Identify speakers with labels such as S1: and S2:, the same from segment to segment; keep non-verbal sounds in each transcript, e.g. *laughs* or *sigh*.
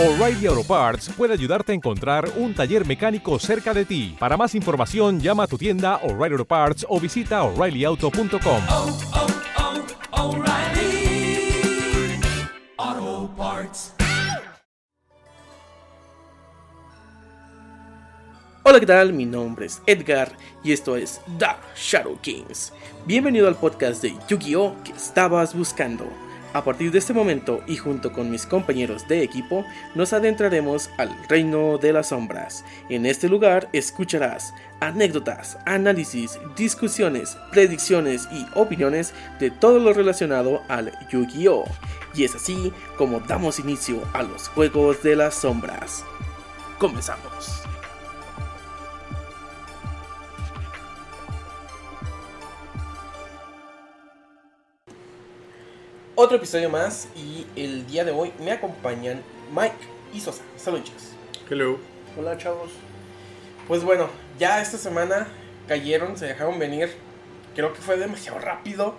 S1: O'Reilly Auto Parts puede ayudarte a encontrar un taller mecánico cerca de ti. Para más información, llama a tu tienda O'Reilly Auto Parts o visita oreillyauto.com.
S2: oh, oh, O'Reilly Auto Parts.
S3: Hola, ¿qué tal? Mi nombre es Edgar y esto es The Shadow Kings. Bienvenido al podcast de Yu-Gi-Oh! que estabas buscando. A partir de este momento y junto con mis compañeros de equipo, nos adentraremos al reino de las sombras. En este lugar escucharás anécdotas, análisis, discusiones, predicciones y opiniones de todo lo relacionado al Yu-Gi-Oh! Y es así como damos inicio a los Juegos de las Sombras. Comenzamos. Otro episodio más y el día de hoy me acompañan Mike y Sosa. Saludos chicos.
S4: Hello.
S3: Hola chavos. Pues bueno, ya esta semana cayeron, se dejaron venir. Creo que fue demasiado rápido.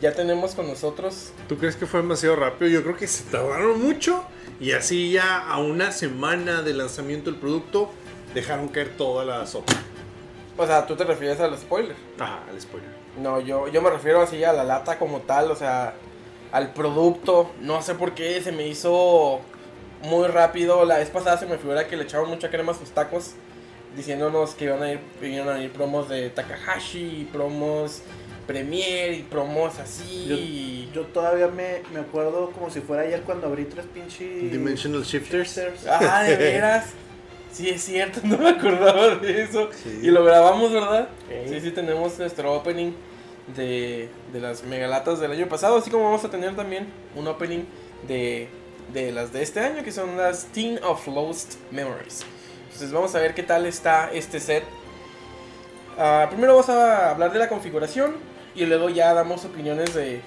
S3: Ya tenemos con nosotros.
S4: ¿Tú crees que fue demasiado rápido? Yo creo que se tardaron mucho y así ya a una semana de lanzamiento del producto dejaron caer toda la sopa.
S3: O sea, tú te refieres al spoiler.
S4: Ajá, al spoiler.
S3: No, yo, yo me refiero así a la lata como tal, o sea, al producto. No sé por qué se me hizo muy rápido. La vez pasada se me figura que le echaron mucha crema a sus tacos. Diciéndonos que iban a ir, iban a ir promos de Takahashi, y promos Premier y promos así. y-
S5: Yo todavía me, me acuerdo como si fuera ayer cuando abrí tres pinches.
S4: Dimensional shifters.
S3: Ah, de veras. Sí, es cierto, *laughs* no me acordaba de eso.
S4: Sí.
S3: Y lo grabamos, ¿verdad?
S5: Ey.
S3: Sí, sí, tenemos nuestro opening de, de las megalatas del año pasado. Así como vamos a tener también un opening de, de las de este año, que son las Teen of Lost Memories. Entonces, vamos a ver qué tal está este set. Ah, primero vamos a hablar de la configuración y luego ya damos opiniones de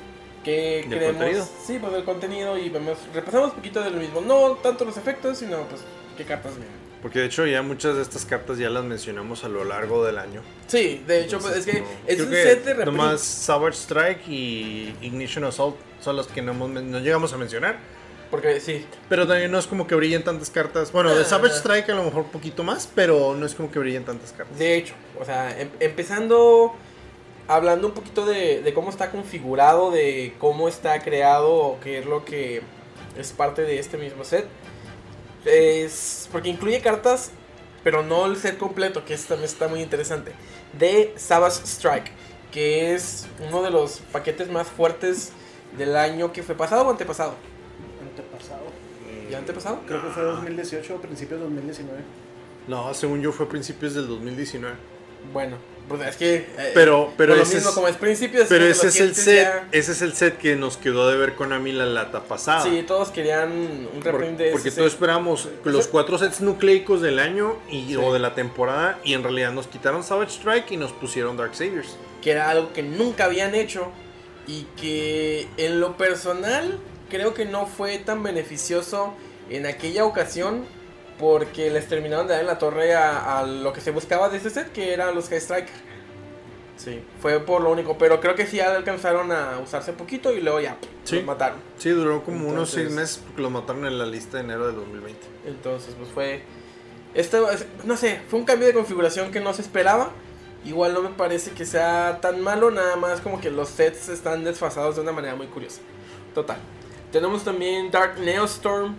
S3: qué
S4: Del
S3: creemos.
S4: contenido.
S3: Sí, pues del contenido y vemos, repasamos un poquito de lo mismo. No tanto los efectos, sino pues qué cartas vienen.
S4: Porque de hecho ya muchas de estas cartas ya las mencionamos a lo largo del año.
S3: Sí, de hecho, pues,
S4: Entonces,
S3: es que
S4: no-
S3: es
S4: creo
S3: un
S4: que
S3: set de repente.
S4: Nomás Savage Strike y Ignition Assault son las que no, hemos men- no llegamos a mencionar.
S3: Porque sí,
S4: Pero también no es como que brillen tantas cartas. Bueno, de
S3: Ah.
S4: Savage Strike a lo mejor un poquito más, pero no es como que brillen tantas cartas.
S3: de hecho, o sea, em- empezando hablando un poquito de, de cómo está configurado, de cómo está creado, o qué es lo que es parte de este mismo set. Es porque incluye cartas, pero no el set completo, que eso también está muy interesante. De Savage Strike, que es uno de los paquetes más fuertes del año que fue pasado o antepasado.
S5: Antepasado.
S3: ¿Ya antepasado?
S5: Creo que fue 2018 o principios de 2019.
S4: No, según yo fue a principios del 2019.
S3: Bueno, pues es que. eh,
S4: Pero- pero
S3: por lo
S4: ese
S3: mismo,
S4: es-
S3: como es principio,
S4: Pero
S3: que
S4: ese
S3: lo
S4: es el
S3: sientes
S4: set,
S3: ya-
S4: ese es el set que nos quedó de ver Konami la lata pasada.
S3: Sí, todos querían un
S4: Ah. Por-
S3: reprint de
S4: porque
S3: ese
S4: todos
S3: set.
S4: esperamos los cuatro sets nucleicos del año y, o de la temporada y en realidad nos quitaron Savage Strike y nos pusieron Dark Saviors.
S3: que era algo que nunca habían hecho y que en lo personal creo que no fue tan beneficioso en aquella ocasión porque les terminaron de dar en la torre a, a lo que se buscaba de ese set que eran los High Striker. Sí, fue por lo único, pero creo que sí alcanzaron a usarse poquito y luego ya
S4: Sí.
S3: los mataron.
S4: Sí, duró como unos
S3: Entonces-
S4: seis meses porque los mataron en la lista de enero del 2020.
S3: Entonces, pues fue. Esto, es- no sé, fue un cambio de configuración que no se esperaba. Igual no me parece que sea tan malo, nada más como que los sets están desfasados de una manera muy curiosa. Total. Tenemos también Dark Neostorm.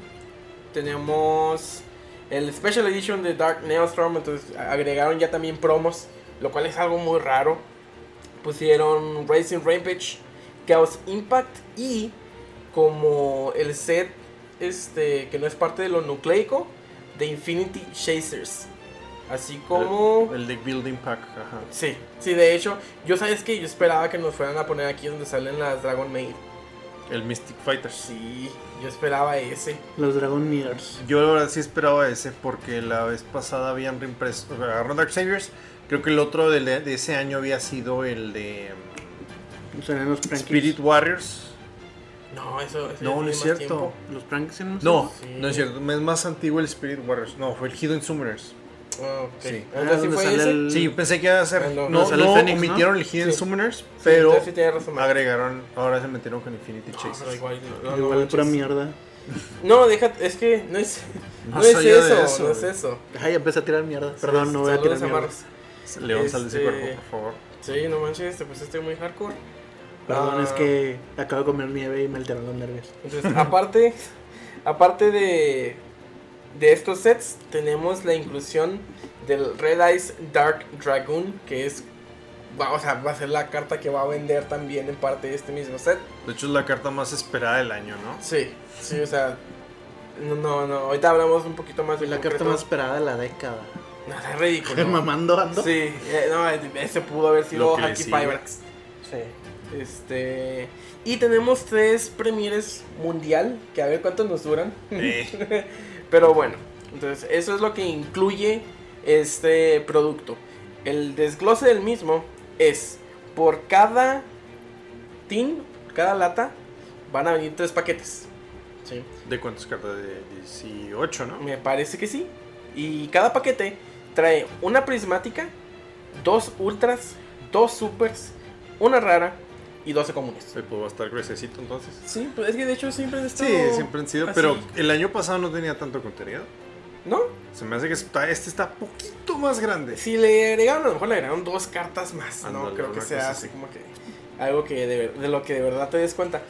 S3: Tenemos el Special Edition de Dark Neostorm. Entonces a- agregaron ya también promos, lo cual es algo muy raro. Pusieron Racing Rampage, Chaos Impact y como el set este que no es parte de lo nucleico de Infinity Chasers. Así como...
S4: El, el deck building pack, ajá.
S3: Sí, sí, de hecho, yo sabes que yo esperaba que nos fueran a poner aquí donde salen las Dragon Maid.
S4: El Mystic Fighter.
S3: Sí, yo esperaba ese.
S6: Los Dragon Mirrors.
S4: Yo la verdad sí esperaba ese porque la vez pasada habían reimpreso. o sea, Agarraron Dark Saviors. Creo que el otro del- de, ese año había sido el de mm,
S6: Serían los Prankies.
S4: Spirit Warriors.
S3: No, eso, eso ya
S4: No, no
S3: tiene
S4: es
S3: más
S4: cierto.
S3: tiempo.
S6: Los Prankies eran los-
S4: No,
S3: Sí.
S4: no es cierto. Es más antiguo el Spirit Warriors. No, fue el Hidden Summoners.
S3: Ah, ok.
S4: Sí.
S3: Ah,
S6: Ah,
S3: entonces sí
S6: donde
S3: fue
S6: sale
S3: ese.
S6: el-
S4: Sí, yo pensé que iba a ser.
S3: Ah, no. No,
S4: No, Mm. no,
S6: sale el Fénix, ¿no?
S4: omitieron el Hidden
S3: Sí.
S4: Summoners, pero
S3: entonces sí tenía razón.
S4: agregaron. Ahora se metieron con Infinity
S3: No,
S4: Chase.
S3: Ah, pero igual, no, no,
S6: Igual de
S3: manches.
S6: pura mierda.
S3: No, deja, es que no es, no
S4: Más
S3: es
S4: allá de
S3: eso,
S4: eso,
S3: no es
S4: güey.
S3: eso.
S6: Ay, empecé a tirar mierda. Perdón, no voy a
S3: Saludos
S6: tirar mierda.
S3: Marcos.
S4: León, sal de ese
S3: Este-
S4: cuerpo, por favor.
S3: Sí, no manches, te pusiste muy hardcore.
S6: Perdón,
S3: Ah.
S6: es que acabo de comer nieve y me alteraron los nervios.
S3: Entonces, aparte, aparte de, de estos sets, tenemos la inclusión del Red Eyes Dark Dragoon, que es, va, o sea, va a ser la carta que va a vender también en parte de este mismo set.
S4: De hecho, es la carta más esperada del año, ¿no?
S3: Sí, sí, o sea, no, no, no, ahorita hablamos un poquito más
S6: Fue
S3: de
S6: la carta más esperada de la *laughs* década.
S3: Nada, es
S6: *laughs*
S3: ridículo.
S6: Mamando ando.
S3: Sí, eh, no, ese pudo haber sido
S4: Lo que le
S3: Hacky
S4: sigue.
S3: Fibrax.
S6: Sí.
S3: Este. Y tenemos tres premieres mundial, que a ver cuántos nos duran.
S4: Eh,
S3: Pero bueno, entonces eso es lo que incluye este producto. El desglose del mismo es por cada tin, cada lata, van a venir tres paquetes. Sí.
S4: ¿De cuántas cartas? De 18, ¿no?
S3: Me parece que sí. Y cada paquete trae una prismática, dos ultras, dos supers, una rara y 12 comunes.
S4: Se pudo pues, estar gruesecito entonces.
S3: Sí, pues es que de hecho siempre han
S4: Sí,
S3: estado
S4: siempre han sido,
S3: así.
S4: pero el año pasado no tenía tanto contenido.
S3: ¿No?
S4: Se me hace que está- este está poquito más grande.
S3: Si le agregaron, a lo mejor le agregaron dos cartas más. no
S4: Ándale,
S3: creo que
S4: una
S3: sea
S4: cosa
S3: así
S4: así.
S3: como que. Algo que de, ver- de lo que de verdad te des cuenta.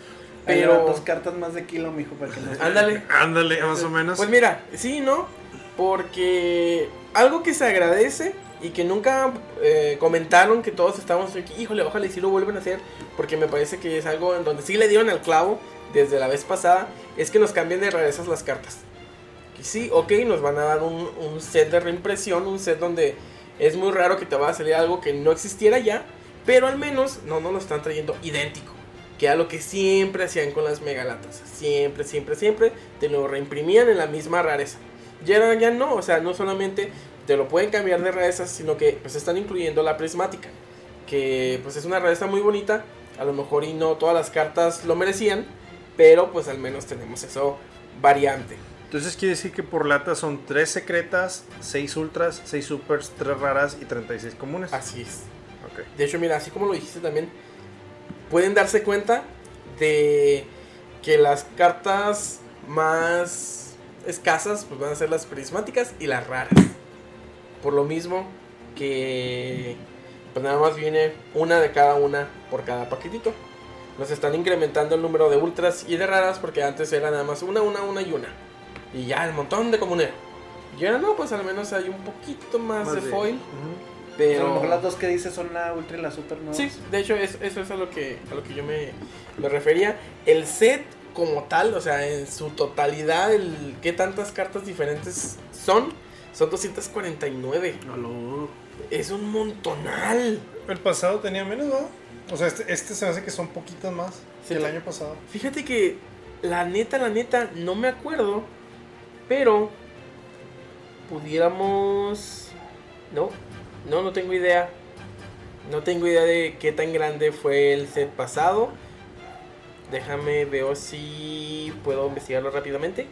S5: Pero.
S3: Pero.
S5: Dos cartas más de kilo, mijo, para que no.
S3: Ándale.
S4: Ándale, más o menos.
S3: Pues mira, sí, ¿no? Porque algo que se agradece y que nunca eh, comentaron que todos estábamos aquí, híjole, ojalá y sí lo vuelven a hacer, porque me parece que es algo en donde sí le dieron al clavo desde la vez pasada, es que nos cambien de rarezas las cartas. Y sí, ok, nos van a dar un, un set de reimpresión, un set donde es muy raro que te va a salir algo que no existiera ya, pero al menos no nos lo están trayendo idéntico. Que era lo que siempre hacían con las megalatas. Siempre, siempre, siempre te lo reimprimían en la misma rareza. Ya, era- ya no, o sea, no solamente te lo pueden cambiar de rarezas, sino que pues están incluyendo la prismática. Que pues es una rareza muy bonita. A lo mejor y no todas las cartas lo merecían. Pero pues al menos tenemos eso variante.
S4: Entonces quiere decir que por lata son 3 secretas, 6 ultras, 6 supers, 3 raras y 36 comunes.
S3: Así es.
S4: Ok.
S3: De hecho, mira, así como lo dijiste también, pueden darse cuenta de que las cartas más escasas pues, van a ser las prismáticas y las raras. Por lo mismo que pues nada más viene una de cada una por cada paquetito. Nos están incrementando el número de ultras y de raras porque antes era nada más una, una, una y una. Y ya el montón de comunero. Y ahora no, pues al menos hay un poquito más,
S4: Más
S3: de,
S4: de-
S3: foil.
S4: Ujú.
S5: A
S3: Pero
S5: lo mejor las dos que dices son la ultra y la super, ¿no?
S3: Sí, de hecho es- eso es a lo que, a lo que yo me, me refería. El set como tal, o sea, en su totalidad, el qué tantas cartas diferentes son, son 249.
S6: Aló.
S3: Es un montonal.
S4: El pasado tenía menos, ¿no? O sea, este, este se me hace que son poquitas más
S3: Sí.
S4: que el año pasado.
S3: Fíjate que la neta, la neta, no me acuerdo, pero pudiéramos... No, no, no tengo idea. No tengo idea de qué tan grande fue el set pasado. Déjame, veo si puedo investigarlo rápidamente.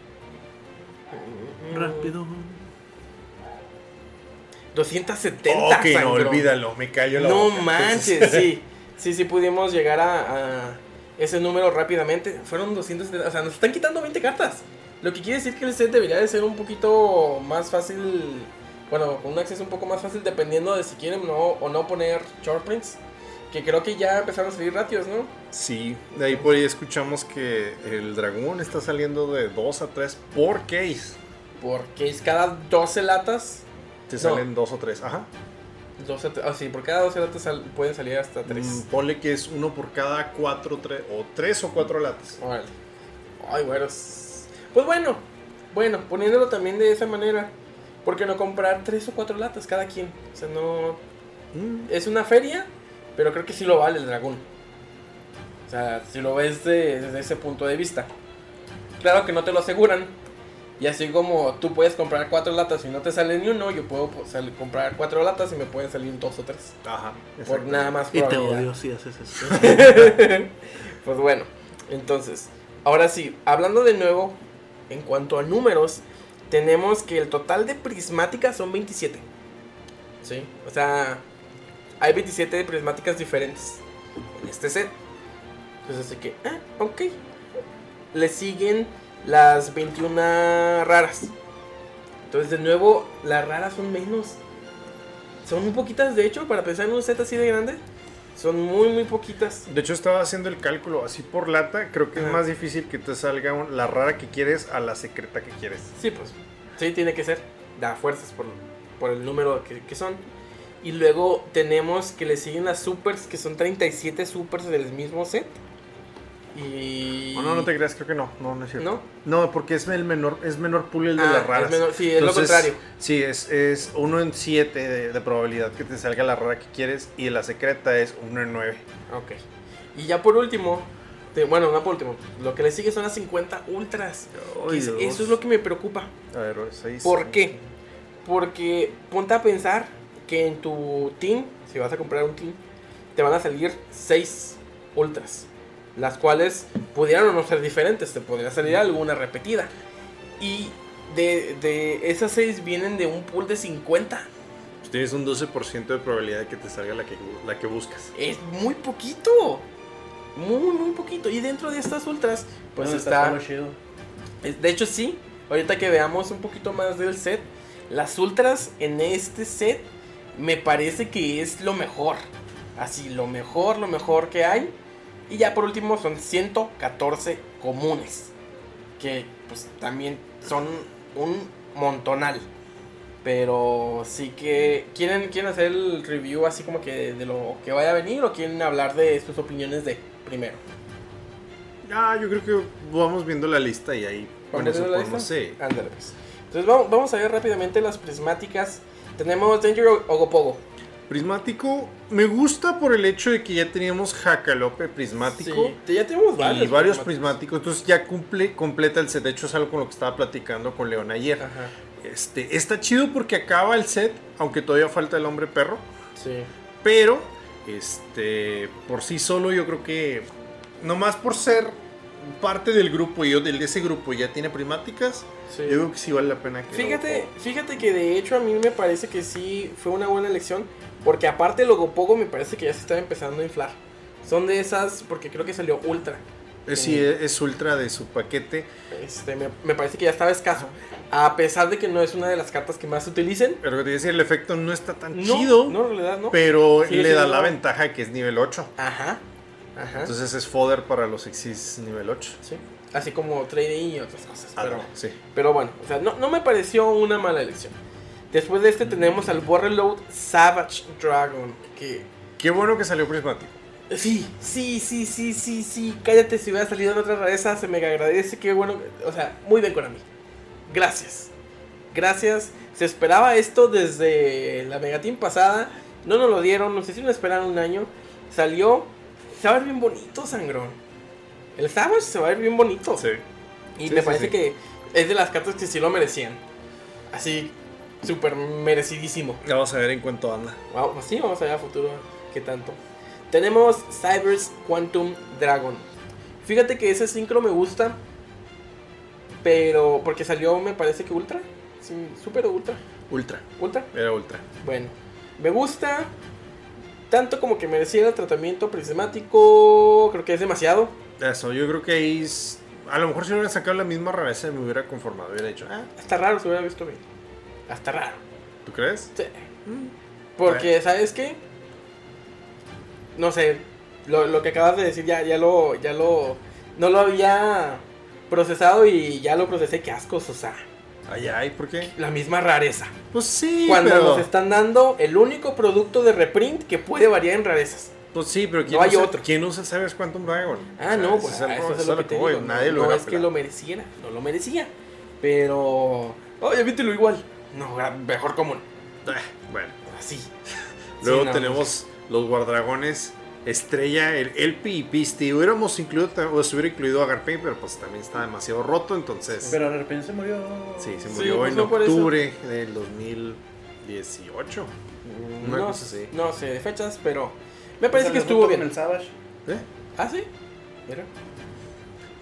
S6: Rápido.
S3: 270.
S4: ok, no,
S3: sangrón.
S4: olvídalo, me callo la
S3: No
S4: boca.
S3: manches, sí. Sí, sí pudimos llegar a, a ese número rápidamente. Fueron 270, o sea, nos están quitando 20 cartas. Lo que quiere decir que el set debería de ser un poquito más fácil, bueno, con un acceso un poco más fácil dependiendo de si quieren no, o no poner short prints. Que creo que ya empezaron a salir ratios, ¿no?
S4: Sí, de ahí por ahí escuchamos que el dragón está saliendo de 2 a 3 por case.
S3: Porque es cada 12 latas,
S4: Te
S3: No.
S4: salen 2 o 3, ajá.
S3: 12, ah, sí, por cada 12 latas sal- pueden salir hasta 3.
S4: Mm, ponle que es uno por cada 4 o 3 o 4 latas.
S3: Órale. Ay, bueno. s- Pues bueno, bueno, poniéndolo también de esa manera. ¿Por qué no comprar tres o cuatro latas cada quien? O sea, no.
S4: Mm,
S3: Es una feria, pero creo que sí lo vale el dragón. O sea, si lo ves de- desde ese punto de vista. Claro que no te lo aseguran. Y así como tú puedes comprar cuatro latas y no te sale ni uno, yo puedo pues, sal- comprar cuatro latas y me pueden salir dos o tres.
S4: Ajá.
S3: Por
S6: Exacto.
S3: nada más
S6: Y te
S3: probabilidad.
S6: odio si haces eso.
S5: *laughs*
S3: *laughs* Pues bueno, entonces, ahora sí, hablando de nuevo, en cuanto a números, tenemos que el total de prismáticas son 27. Sí, o sea, hay 27 prismáticas diferentes en este set. Entonces, así que, ah, ok. Le siguen las 21 raras. Entonces, de nuevo, las raras son menos. Son muy poquitas, de hecho, para pensar en un set así de grande. Son muy, muy poquitas.
S4: De hecho, estaba haciendo el cálculo así por lata. Creo que es
S3: Ajá.
S4: más difícil que te salga un- la rara que quieres a la secreta que quieres.
S3: Sí, pues. Sí, tiene que ser. Da fuerzas por, por el número que, que son. Y luego tenemos que le siguen las supers, que son 37 supers del mismo set. Y.
S4: Oh, no, no te creas, creo que no. No, no es cierto.
S3: ¿No?
S4: No, porque es el menor, es menor pool el de
S3: Ah,
S4: las raras.
S3: es menor- sí, es lo contrario.
S4: Sí, es, es uno en siete de, de probabilidad que te salga la rara que quieres y la secreta es uno en nueve.
S3: Ok. Y ya por último. te- bueno, no por último. Lo que le sigue son las 50 ultras. que
S4: Ay,
S3: es-
S4: Dios.
S3: eso es lo que me preocupa.
S4: A ver, seis.
S3: ¿Por qué? Porque ponte a pensar que en tu team, si vas a comprar un team, te van a salir 6 ultras. Las cuales pudieran o no ser diferentes, te podría salir alguna repetida. Y de, de esas 6 vienen de un pool de 50.
S4: Pues Tienes un 12% de probabilidad de que te salga la que, la que buscas.
S3: Es muy poquito. Muy, muy poquito. Y dentro de estas ultras, pues
S5: Bueno,
S3: está...
S5: todo chido.
S3: Es- Eh, De hecho, sí. Ahorita que veamos un poquito más del set, las ultras en este set me parece que es lo mejor. Así, lo mejor, lo mejor que hay. Y ya por último son 114 comunes. Que pues también son un montonal. Pero sí que... ¿Quieren, quieren hacer el review así como que de lo que vaya a venir o quieren hablar de sus opiniones de primero?
S4: Ah, yo creo que vamos viendo la lista y ahí con
S3: ¿Vamos
S4: eso
S3: viendo la
S4: podemos. Sí.
S3: lista? Ándale, pues. Entonces vamos, vamos a ver rápidamente las prismáticas. Tenemos Danger O- Ogopogo.
S4: Prismático, me gusta por el hecho de que ya teníamos Jacalope prismático.
S3: Sí, ya tenemos
S4: y
S3: varios.
S4: varios prismáticos. Entonces ya cumple, completa el set. De hecho, es algo con lo que estaba platicando con León ayer.
S3: Ajá.
S4: Este, está chido porque acaba el set, aunque todavía falta el hombre perro.
S3: Sí.
S4: Pero, este, por sí solo, yo creo que nomás por ser parte del grupo y yo de ese grupo ya tiene primáticas,
S3: sí.
S4: yo creo que sí vale la pena que. lo-
S3: Fíjate, fíjate que de hecho a mí me parece que sí fue una buena elección. Porque aparte el Ogopogo me parece que ya se está empezando a inflar. Son de esas, porque creo que salió Ultra.
S4: Eh, sí, es, es ultra de su paquete.
S3: Este, me, me parece que ya estaba escaso.
S4: Ah.
S3: A pesar de que no es una de las cartas que más se utilicen.
S4: Pero lo que te decía, el efecto no está tan
S3: No,
S4: chido,
S3: No, en realidad no.
S4: pero
S3: Sigue
S4: le da
S3: siendo-
S4: la ventaja de que es nivel 8.
S3: Ajá. Ajá.
S4: Entonces es fodder para los Exis nivel 8.
S3: Sí. Así como trading y otras cosas.
S4: Ah,
S3: Pero,
S4: no, sí.
S3: pero bueno, o sea, no, no me pareció una mala elección. Después de este tenemos al Warlord Savage Dragon. Que.
S4: Qué bueno que salió prismático.
S3: Sí, sí, sí, sí, sí, sí. Cállate si hubiera salido en otra rareza. Se me agradece. Qué bueno. O sea, muy bien Konami. Gracias. Gracias. Se esperaba esto desde la Megateam pasada. No nos lo dieron. No sé si nos esperaron un año. Salió. Se va a ver bien bonito, Sangrón. El Savage se va a ver bien bonito. Y
S4: Sí,
S3: me
S4: sí,
S3: parece
S4: sí.
S3: que es de las cartas que sí lo merecían. Así, súper merecidísimo.
S4: Ya Vamos a ver en cuánto anda.
S3: Wow, pues sí, vamos a ver a futuro qué tanto. Tenemos Cybers Quantum Dragon. Fíjate que ese sincro me gusta. Pero, porque salió, me parece que ultra. Sí, super ultra.
S4: Ultra.
S3: Ultra.
S4: Era ultra.
S3: Bueno, me gusta. Tanto como que merecía el tratamiento prismático. Creo que es demasiado.
S4: Eso, yo creo que ahí. es- A lo mejor si hubieran sacado la misma rareza me hubiera conformado. Hubiera dicho, ah,
S3: Hasta raro se hubiera visto bien. Hasta raro.
S4: ¿tú crees?
S3: Sí. Porque, ¿sabes qué? No sé, lo, lo que acabas de decir ya, ya lo, ya lo, no lo había procesado y ya lo procesé, qué ascos, o sea,
S4: Ay, ay, ¿por qué?
S3: la misma rareza.
S4: Pues sí,
S3: Cuando
S4: pero.
S3: nos están dando el único producto de reprint que puede variar en rarezas.
S4: Pues sí, pero ¿quién
S3: No hay
S4: usa-
S3: otro.
S4: ¿Quién usa Sabes Quantum Dragon?
S3: Ah,
S4: O sea,
S3: no,
S4: ese
S3: pues
S4: es el-
S3: ah, eso
S4: ese
S3: es
S4: es
S3: lo
S4: a
S3: que
S4: lo
S3: te
S4: que voy,
S3: digo, no-
S4: Nadie lo
S3: no
S4: hubiera
S3: es que lo
S4: pelado.
S3: mereciera, no lo merecía, pero, oh, obviamente lo igual, no, gra- mejor común,
S4: Ah, Bueno,
S3: así. Sí,
S4: luego
S3: no,
S4: tenemos los guardragones estrella el Elpi y Pisti. Hubiéramos incluido, ta- o se hubiera incluido a Garpey, pero pues también está demasiado roto, entonces...
S5: Pero de repente se murió.
S4: sí, se
S3: Sí,
S4: murió
S3: pues
S4: en
S3: no por eso.
S4: octubre del 2018. Una
S3: Mm, no,
S4: cosa así.
S3: no sé de fechas, pero me parece
S5: Se
S3: que
S5: le
S3: estuvo
S5: juntó
S3: bien.
S5: Con el Savage.
S4: ¿Eh?
S3: ¿Ah, sí? Mira.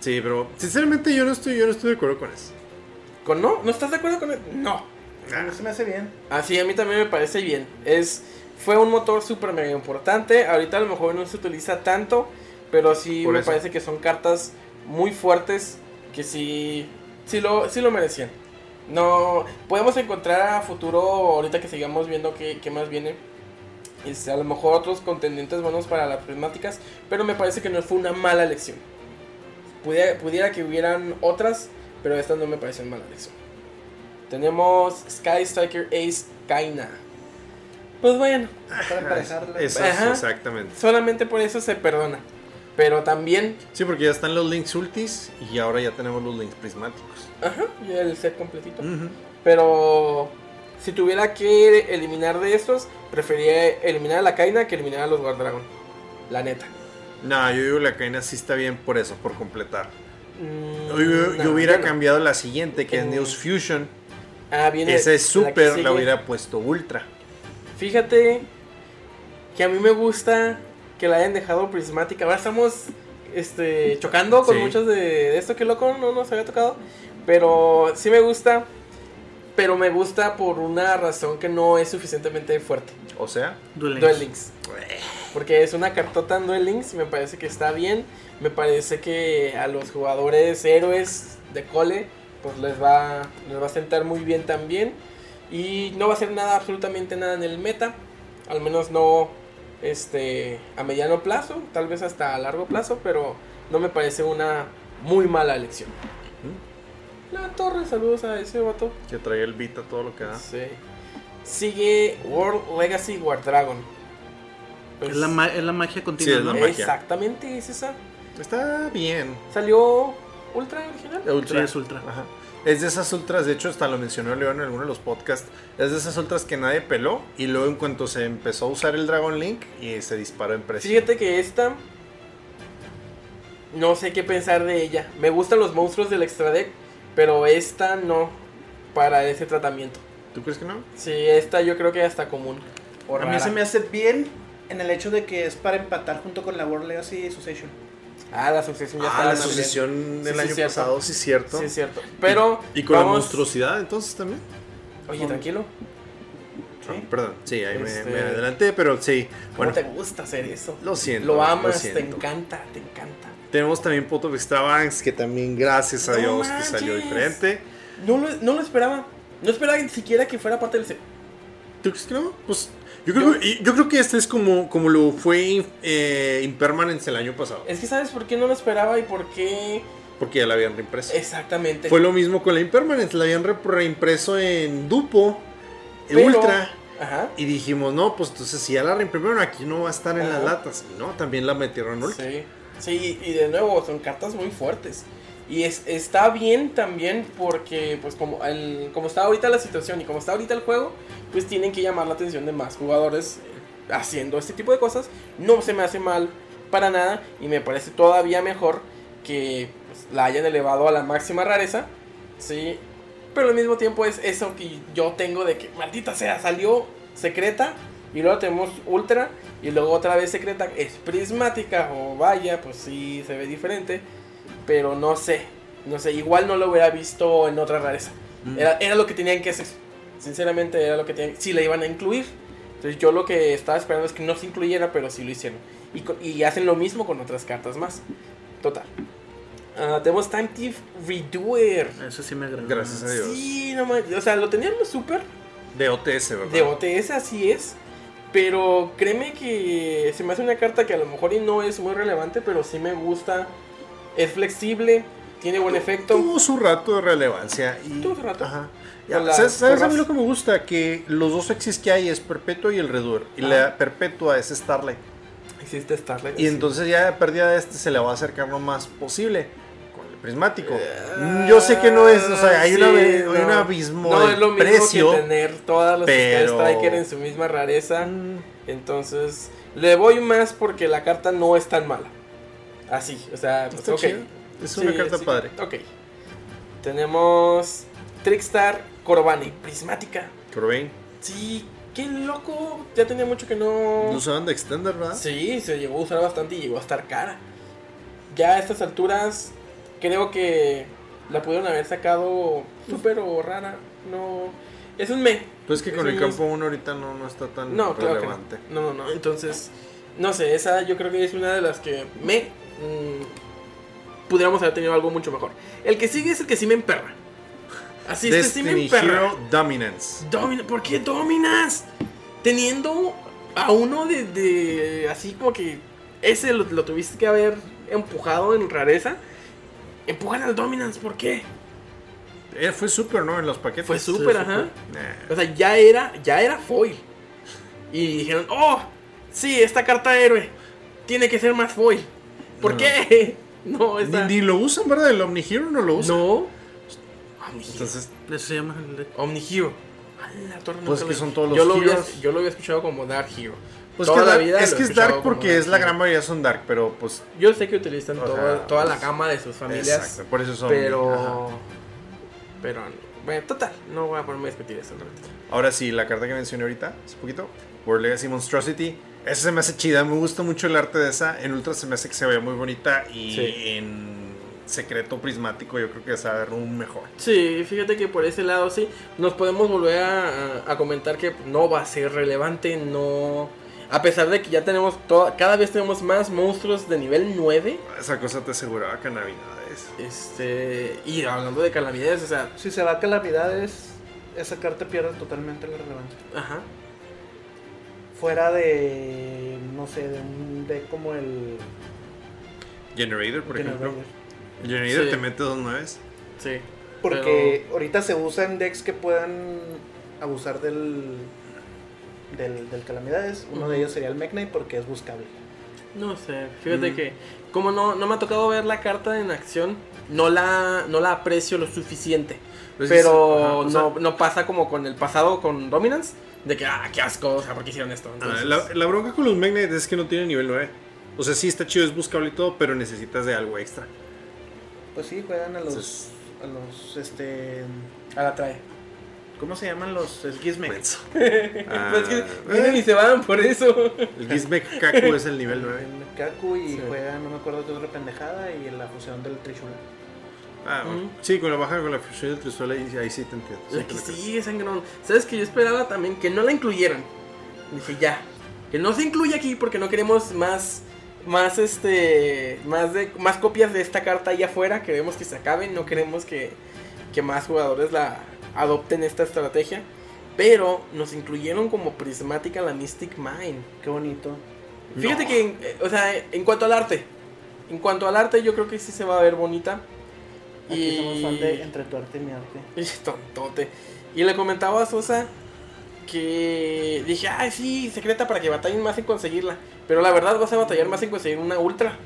S4: Sí, pero sinceramente yo no estoy, yo no estoy de acuerdo con eso.
S3: ¿Con no? ¿No estás de acuerdo con él? No.
S5: No se me hace bien.
S3: Así Ah, a mí también me parece bien. Es, fue un motor súper mega importante. Ahorita a lo mejor no se utiliza tanto, pero sí
S4: Por
S3: me
S4: eso.
S3: parece que son cartas muy fuertes que sí, sí, lo, sí lo merecían. No, podemos encontrar a futuro, ahorita que sigamos viendo qué, qué más viene. Este, a lo mejor otros contendientes buenos para las prismáticas, pero me parece que no fue una mala elección. Pudiera, pudiera que hubieran otras, pero estas no me parecen mala elección. Tenemos Sky Striker Ace Kaina. Pues bueno,
S5: Para emparejarla.
S4: Eso
S3: Ajá.
S4: exactamente.
S3: solamente por eso se perdona. Pero también,
S4: Sí, porque ya están los links ultis y ahora ya tenemos los links prismáticos.
S3: ajá, y el set completito. Pero si tuviera que eliminar de estos, preferiría eliminar a la Kaina que eliminar a los Guard Dragon. La neta.
S4: No, yo digo la cadena sí está bien por eso, por completar.
S3: Mm,
S4: Yo, yo- yo
S3: no,
S4: hubiera
S3: yo no.
S4: cambiado la siguiente, que es
S3: Mm.
S4: News Fusion.
S3: Ah, viene
S4: Esa es
S3: la que
S4: super, la,
S3: sigue.
S4: hubiera puesto Ultra.
S3: Fíjate que a mí me gusta que la hayan dejado prismática. Ahora estamos este, chocando con
S4: Sí.
S3: muchos de, de esto que loco no nos había tocado. Pero sí me gusta. Pero me gusta por una razón que no es suficientemente fuerte.
S4: O sea,
S6: Duel Links.
S3: Duel Links. Porque es una cartota en Duel Links. Me parece que está bien. Me parece que a los jugadores héroes de cole. Pues les va, les va a sentar muy bien también. Y no va a ser nada, absolutamente nada en el meta. Al menos no este, a mediano plazo. Tal vez hasta a largo plazo. Pero no me parece una muy mala elección. La torre, saludos a ese vato.
S4: que traía el Vita todo lo que da.
S3: Sí. Sigue World Legacy War Dragon. Pues,
S6: Es la, ma- es la magia continua,
S4: Sí, es la
S6: ¿no?
S4: magia.
S3: Exactamente, es esa.
S4: Está bien.
S3: Salió Ultra original.
S4: Ultra.
S6: Sí, es Ultra.
S4: Ajá. Es de esas ultras, de hecho hasta lo mencionó León en alguno de los podcasts, es de esas ultras que nadie peló y luego en cuanto se empezó a usar el Dragon Link y se disparó en precio.
S3: Fíjate que esta. No sé qué pensar de ella. Me gustan los monstruos del extra deck, pero esta no para ese tratamiento.
S4: ¿Tú crees que no?
S3: Sí, esta yo creo que hasta común. O
S5: A mí
S3: rara.
S5: se me hace bien en el hecho de que es para empatar junto con la World Legacy Association.
S3: Ah, la sucesión ya
S4: Ah,
S3: está
S4: la
S3: también.
S4: sucesión del
S3: Sí, sí,
S4: año
S3: cierto.
S4: pasado, sí, cierto.
S3: Sí, es cierto. Pero.
S4: Y con la
S3: vamos-
S4: monstruosidad, entonces también.
S3: Oye, tranquilo.
S4: Ah, perdón, sí, ahí me-
S3: Este-
S4: me, adelanté, pero sí.
S3: ¿Cómo
S4: Bueno,
S3: te gusta hacer eso?
S4: lo siento.
S3: Lo amas, te
S4: siento.
S3: encanta, te encanta.
S4: Tenemos también Pot of Extravagance, que también, gracias a
S3: No
S4: Dios, que salió
S3: manches.
S4: diferente.
S3: No lo, no lo esperaba. No esperaba ni siquiera que fuera parte del set.
S4: ¿Tú crees que no? Pues yo creo, y yo creo que este es como, como lo fue eh, Impermanence el año pasado,
S3: Es que sabes por qué no lo esperaba y por qué
S4: porque ya la habían reimpreso.
S3: este- exactamente.
S4: Fue lo mismo con la Impermanence, la habían re- reimpreso en Dupo, en
S3: Pero-
S4: Ultra.
S3: Ajá.
S4: Y dijimos, no, pues entonces si ya la reimprimieron, aquí no va a estar en las
S3: Ajá.
S4: latas. Y No, también la metieron en Ultra.
S3: Sí. Sí, y de nuevo, son cartas muy fuertes. Y es, está bien también porque, pues, como, el- como está ahorita la situación y como está ahorita el juego, pues tienen que llamar la atención de más jugadores eh, haciendo este tipo de cosas. No se me hace mal para nada y me parece todavía mejor que pues, la hayan elevado a la máxima rareza. Sí, pero al mismo tiempo es eso que yo tengo de que, maldita sea, salió secreta y luego tenemos ultra y luego otra vez secreta es prismática o vaya, pues sí, se ve diferente, pero no sé, no sé, igual no lo hubiera visto en otra rareza. Era, era lo que tenían que hacer, sinceramente era lo que tenían, si la iban a incluir. Entonces yo lo que estaba esperando es que no se incluyera, pero sí lo hicieron. Y, co- y hacen lo mismo con otras cartas más. Total. Ah, tenemos Time Thief Redoer.
S6: Eso sí me agrada.
S4: Gracias a Dios.
S3: Sí, no manches, O sea, lo teníamos súper
S4: De OTS, ¿verdad?
S3: de OTS, así es. Pero créeme que se me hace una carta que a lo mejor y no es muy relevante, pero sí me gusta. Es flexible, tiene buen efecto.
S4: Tuvo su rato de relevancia. Y,
S3: Tuvo su rato.
S4: Ajá. Ya,
S3: Con las
S4: ¿Sabes, sabes a mí
S3: gorras.
S4: lo que me gusta? Que los dos exis que hay es Perpetua y el Redur. Y la Perpetua es Starlight.
S3: Existe Starlight.
S4: Y entonces ya de pérdida de este se le va a acercar lo más posible. Con el prismático. Mm, Yo sé que no es, o sea, hay,
S3: Eh, Ah, Sí,
S4: una, hay
S3: no.
S4: un abismo
S3: No
S4: de
S3: es lo mismo
S4: precio.
S3: que tener todas las
S4: pero- Mm.
S3: Sky Striker en su misma rareza. Entonces, le voy más porque la carta no es tan mala. Así, o sea, pues,
S4: Está
S3: ok.
S4: chido. Es una carta padre.
S3: Ok. Tenemos Trickstar, Corvani, Prismática.
S4: Corvain.
S3: Sí, qué loco. Ya tenía mucho que no.
S4: No usaban de extender, ¿verdad?
S3: Sí, se llegó a usar bastante y llegó a estar cara. Ya a estas alturas, creo que la pudieron haber sacado súper o rara. No. Es un me.
S4: Pues es que con
S3: Es
S4: el
S3: un-
S4: campo 1 ahorita no, no está tan
S3: No, claro que no.
S4: relevante.
S3: no. No, no. Entonces, no sé, esa yo creo que es una de las que me. mm, pudiéramos haber tenido algo mucho mejor. El que sigue es el que sí me emperra. Así es que este sí me
S4: Destiny
S3: emperra.
S4: Hero Dominance.
S3: Domina- ¿Por qué dominas? Teniendo a uno de, de- así como que ese lo, lo tuviste que haber empujado en rareza. Empujan al Dominance, ¿por qué?
S4: Eh, fue super, ¿no? En los paquetes.
S3: Fue
S4: Sí,
S3: super,
S4: super.
S3: ajá.
S4: Nah.
S3: O sea, ya era, ya era foil. Y dijeron, oh, sí, esta carta héroe tiene que ser más foil. ¿Por
S4: No.
S3: qué? *laughs* No,
S4: Ni,
S3: esta...
S4: ni lo usan, ¿verdad? El Omni Hero no lo usan.
S3: No. Omnihero.
S4: Entonces,
S6: Eso se llama el de-
S3: Omnihero. A la torre,
S4: Pues
S3: nunca
S4: que
S3: lo-
S4: son todos los
S3: yo lo, había,
S4: heroes.
S3: yo lo había escuchado como Dark Hero.
S4: pues
S3: Toda
S4: que
S3: la
S4: Dark-
S3: vida
S4: es
S3: lo
S4: que es
S3: escuchaba
S4: dark porque
S3: como
S4: es la
S3: Dark
S4: gran
S3: Hero.
S4: mayoría son dark, pero pues.
S3: Yo sé que utilizan
S4: O
S3: toda,
S4: sea,
S3: toda la
S4: pues,
S3: gama de sus familias.
S4: Exacto, por eso son.
S3: Pero.
S4: ajá.
S3: Pero. Bueno, total. No voy a ponerme a discutir eso. la verdad.
S4: Ahora sí, la carta que mencioné ahorita, hace poquito, World Legacy Monstrosity. Esa se me hace chida, me gusta mucho el arte de esa. En Ultra se me hace que se vea muy bonita y
S3: Sí.
S4: en Secreto Prismático yo creo que se agarró un mejor.
S3: Sí, fíjate que por ese lado sí. Nos podemos volver a, a- a comentar que no va a ser relevante. No. A pesar de que ya tenemos. Toda, cada vez tenemos más monstruos de nivel 9.
S4: Esa cosa te aseguraba que Navidades.
S3: Este. Y hablando de calamidades, o sea.
S5: Si se va a calamidades, esa carta pierde totalmente la relevancia.
S3: Ajá.
S5: Fuera de, no sé, de un deck como el...
S4: Generator, por ejemplo.
S5: Generator.
S4: El Generator
S3: Sí.
S4: te mete dos nueves.
S3: Sí.
S5: Porque ahorita se usa en decks que puedan abusar del, del, del calamidades. Uno de ellos sería el Meknai porque es buscable.
S3: No sé, fíjate
S4: Mm.
S3: que como no, no me ha tocado ver la carta en acción, no la, no la aprecio lo suficiente.
S4: Pues es- ajá,
S3: pero
S4: o sea-
S3: no, no pasa como con el pasado con Dominance, de que, ah, qué asco, o sea, ¿por qué hicieron esto?
S4: Ah,
S3: Entonces,
S4: la, la bronca con los Magnet es que no tiene nivel 9. O sea, sí está chido, es buscable y todo, pero necesitas de algo extra.
S5: Pues sí, juegan a los.
S4: Entonces-
S5: A los. Este.
S3: a la trae.
S5: ¿Cómo se llaman los esguismes?
S4: Menso. Ah,
S3: Pues es que vienen y se van por eso.
S4: el Gizmek Kaku es el nivel 9.
S5: Kaku y
S3: Sí.
S5: juegan, no me acuerdo qué otra pendejada, y la fusión del Trishula.
S4: Ah, bueno.
S3: Ujú.
S4: Sí, con la baja, con la fusión del Trisola, ahí, ahí sí te entiendo. sí
S3: Es
S4: te
S3: que
S4: lo creo.
S3: sí, sangrón. Sabes que yo esperaba también que no la incluyeran. Dije, ya. Que no se incluya aquí porque no queremos más. Más este. Más de. Más copias de esta carta ahí afuera. Queremos que se acaben. No queremos que. Que más jugadores la adopten esta estrategia. Pero nos incluyeron como prismática la Mystic Mind.
S5: Qué bonito.
S3: Fíjate que, en- eh, o sea, en cuanto al arte. En cuanto al arte, yo creo que sí se va a ver bonita.
S5: Aquí somos fan de Entre tu arte y mi arte.
S3: *laughs* Ih, Tontote. Y le comentaba a Sosa que dije, ay, sí, secreta para que batallen más en conseguirla. Pero la verdad vas a batallar más en conseguir una ultra.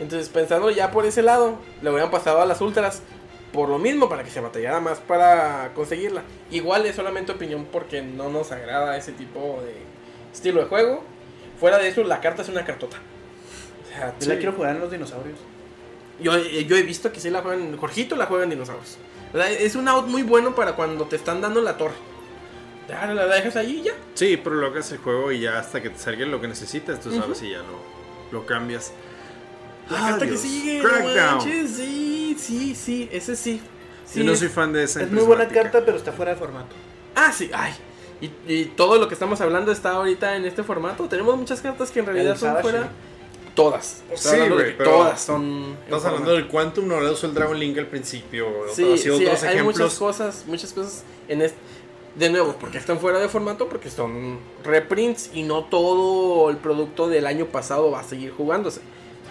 S3: Entonces, pensando ya por ese lado, le hubieran pasado a las ultras por lo mismo, para que se batallara más para conseguirla. Igual es solamente opinión porque no nos agrada ese tipo de estilo de juego. Fuera de eso, la carta es una cartota. O sea,
S5: Yo
S3: sí.
S5: la quiero jugar en los dinosaurios.
S3: Yo, eh, yo he visto que sí la juegan, Jorgito la juegan dinosaurios. O sea, es un out muy bueno para cuando te están dando la torre. Ya, la dejas ahí y ya.
S4: Sí, pero lo hagas el juego y ya hasta que te salga lo que necesitas, tú sabes y ya lo, lo cambias.
S3: La
S4: Ah,
S3: carta
S4: Dios.
S3: que sigue, no
S4: Crackdown.
S3: manches, sí, sí, sí, ese sí. sí
S4: Yo no
S3: es-
S4: soy fan de esa.
S5: Es muy buena
S4: prismática.
S5: carta, pero está fuera de formato.
S3: Ah, sí, ay. Y, y todo lo que estamos hablando está ahorita en este formato. Tenemos muchas cartas que en realidad
S5: El
S3: son
S5: Savage,
S3: fuera. Todas. Estoy
S4: Sí,
S3: hablando de
S4: güey,
S3: que
S4: pero-
S3: todas son. en
S4: Estás hablando
S3: formato.
S4: del Quantum, no le uso el Dragon Link al principio.
S3: Sí,
S4: Sí,
S3: sí,
S4: otros
S3: hay, hay muchas
S4: ejemplos.
S3: cosas, muchas cosas en este. De nuevo, porque están fuera de formato, porque son reprints y no todo el producto del año pasado va a seguir jugándose.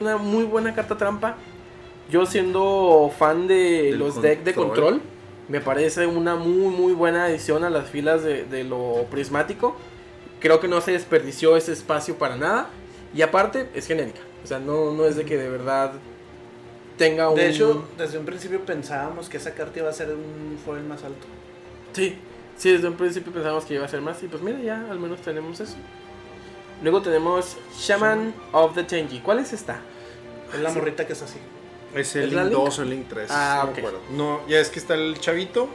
S3: una muy buena carta trampa. Yo siendo fan de
S6: Del
S3: los decks de
S6: control.
S3: control, me parece una muy muy buena adición a las filas de, de lo prismático. Creo que no se desperdició ese espacio para nada. Y aparte, es genérica. O sea, no, no es de que de verdad tenga un...
S5: De hecho, desde un principio pensábamos que esa carta iba a ser un foil más alto.
S3: Sí, sí, desde un principio pensábamos que iba a ser más. Y pues mira, ya al menos tenemos eso. Luego tenemos Shaman of the Tenji. ¿Cuál es esta?
S5: Es la morrita que es así.
S4: Es el
S3: ¿Es la
S4: Link
S3: Link?
S4: 2 o el Link 3.
S3: Ah,
S4: no me
S3: ok.
S4: acuerdo. No, ya es que está el chavito.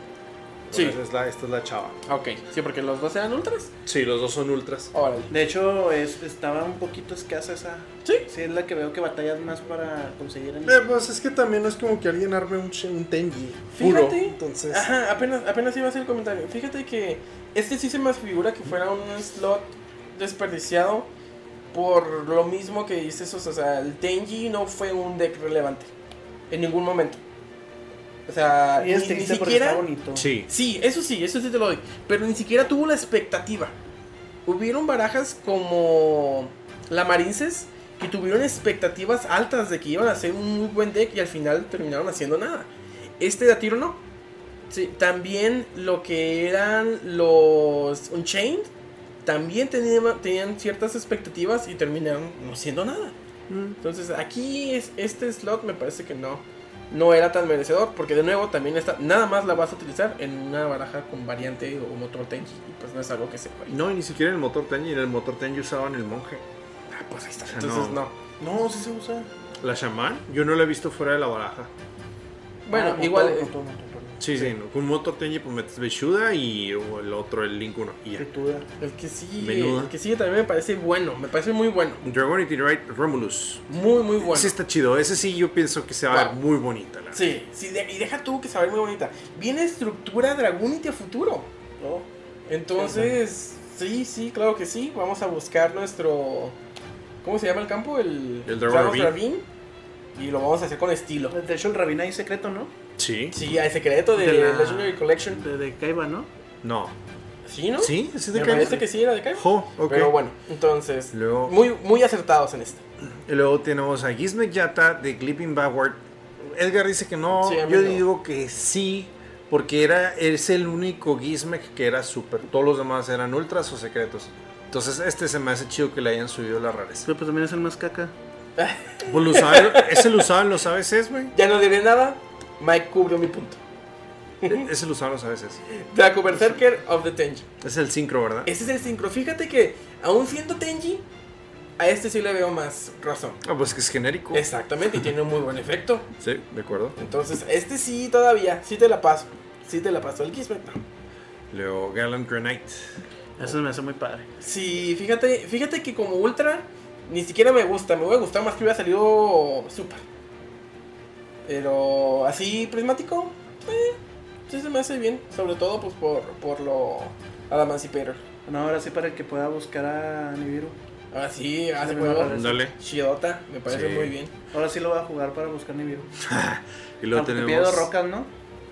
S3: Sí.
S4: Esta es la, esta es la chava.
S3: Ok, sí, porque los dos eran ultras.
S4: Sí, los dos son ultras.
S3: Órale.
S5: De hecho, es, estaba un poquito escasa esa.
S3: Sí.
S5: Sí, es la que veo que batallas más para conseguir en...
S4: Eh, pues es que también no es como que alguien arme un, ch- un Tenji puro.
S3: Fíjate.
S4: Entonces,
S3: Ajá, apenas, apenas iba a hacer el comentario. Fíjate que este sí se me figura que fuera un slot desperdiciado por lo mismo que dices, o sea, el Tenji no fue un deck relevante en ningún momento. O sea,
S5: Y Ah, este es
S3: ni, ni
S5: triste porque
S3: siquiera...
S5: está bonito.
S4: sí.
S3: Sí, eso sí, eso sí te lo doy. Pero ni siquiera tuvo la expectativa. Hubieron barajas como la Marinces que tuvieron expectativas altas de que iban a hacer un muy buen deck y al final terminaron haciendo nada. Este de a tiro no. Sí, también lo que eran los Unchained también tenían, tenían ciertas expectativas y terminaron no haciendo nada.
S5: Mm.
S3: Entonces aquí es, este slot me parece que no, no era tan merecedor porque de nuevo también está, nada más la vas a utilizar en una baraja con variante o motor Tenji y pues no es algo que se juegue.
S4: No, y ni siquiera en el motor Tenji. En el motor Tenji usaban el monje.
S3: Ah, pues ahí está.
S4: sea,
S3: Entonces no.
S4: no.
S5: No, sí se usa.
S4: La chamán, yo no la he visto fuera de la baraja.
S3: Bueno,
S5: Ah,
S3: igual
S5: motor,
S3: eh,
S5: motor, motor, motor.
S4: Sí, sí, no. con un motor Tenji pues metes Beshuda y o el otro, el Link 1. Y ya.
S5: Trituda.
S3: el que sigue,
S4: Menuda.
S3: el que sigue también me parece bueno, me parece muy bueno,
S4: Dragonity Right Romulus.
S3: muy muy bueno.
S4: Ese está chido. Ese sí yo pienso que se va a ver
S3: Wow.
S4: muy bonita. La
S3: Sí, sí, de- y deja tú que se va a ver muy bonita. Viene estructura Dragonite a futuro.
S5: No.
S3: Entonces, sí, sí, claro que sí. Vamos a buscar nuestro. ¿Cómo se llama el campo? El,
S4: El Dragon
S3: Dragon's
S4: Ravine.
S3: Ravine. Y lo vamos a hacer con estilo.
S5: De hecho, el Rabina hay secreto, ¿no?
S4: Sí.
S3: Sí, el secreto de,
S6: De la-
S3: Legendary Collection.
S6: De, de Kaiba, ¿no?
S4: No.
S3: ¿Sí, no?
S4: ¿Sí? ¿Ese
S3: Me
S4: de
S3: parece
S4: Kaiba?
S3: que sí era de Kaiba.
S4: Jo, ok.
S3: Pero bueno, entonces.
S4: Luego-
S3: Muy, muy acertados en esta.
S4: Y luego tenemos a Gizmek Yata de Clipping Backward. Edgar dice que no.
S3: Sí, a mí
S4: yo
S3: no.
S4: digo que sí. Porque era, es el único Gizmek que era super. Todos los demás eran ultras o secretos. Entonces este se me hace chido que le hayan subido la rareza.
S6: Pero pues también es el más caca.
S4: Pues lo usaban- ese lo usaban los ABCs, güey.
S3: Ya no diré nada. Mike cubrió mi punto.
S4: Ese lo usaban los ABCs.
S3: Draco Berserker of the Tenji.
S4: Es el sincro, ¿verdad?
S3: Ese es el sincro. Fíjate que, aún siendo Tenji, a este sí le veo más razón.
S4: Ah, pues que es genérico.
S3: Exactamente, y tiene un muy buen efecto.
S4: Sí, de acuerdo.
S3: Entonces, este sí todavía, sí te la paso. Sí te la paso el Kismet. no.
S4: Luego Gallant Granite.
S6: Eso me hace muy padre.
S3: Sí, fíjate, fíjate que como Ultra ni siquiera me gusta, me hubiera gustado más que hubiera salido Super. Pero así prismático, eh, sí se me hace bien, sobre todo pues por, por lo Adamantipator.
S5: No, ahora sí para el que pueda buscar a Nibiru.
S3: Ahora Ah, sí, hace
S5: me va a
S3: juego.
S5: parecer.
S4: Dale.
S3: Shidota, me parece
S4: Sí.
S3: muy bien.
S5: Ahora sí lo voy a jugar para buscar Nibiru.
S4: Y luego
S5: Aunque te
S4: tenemos.
S5: pide dos rocas, ¿no?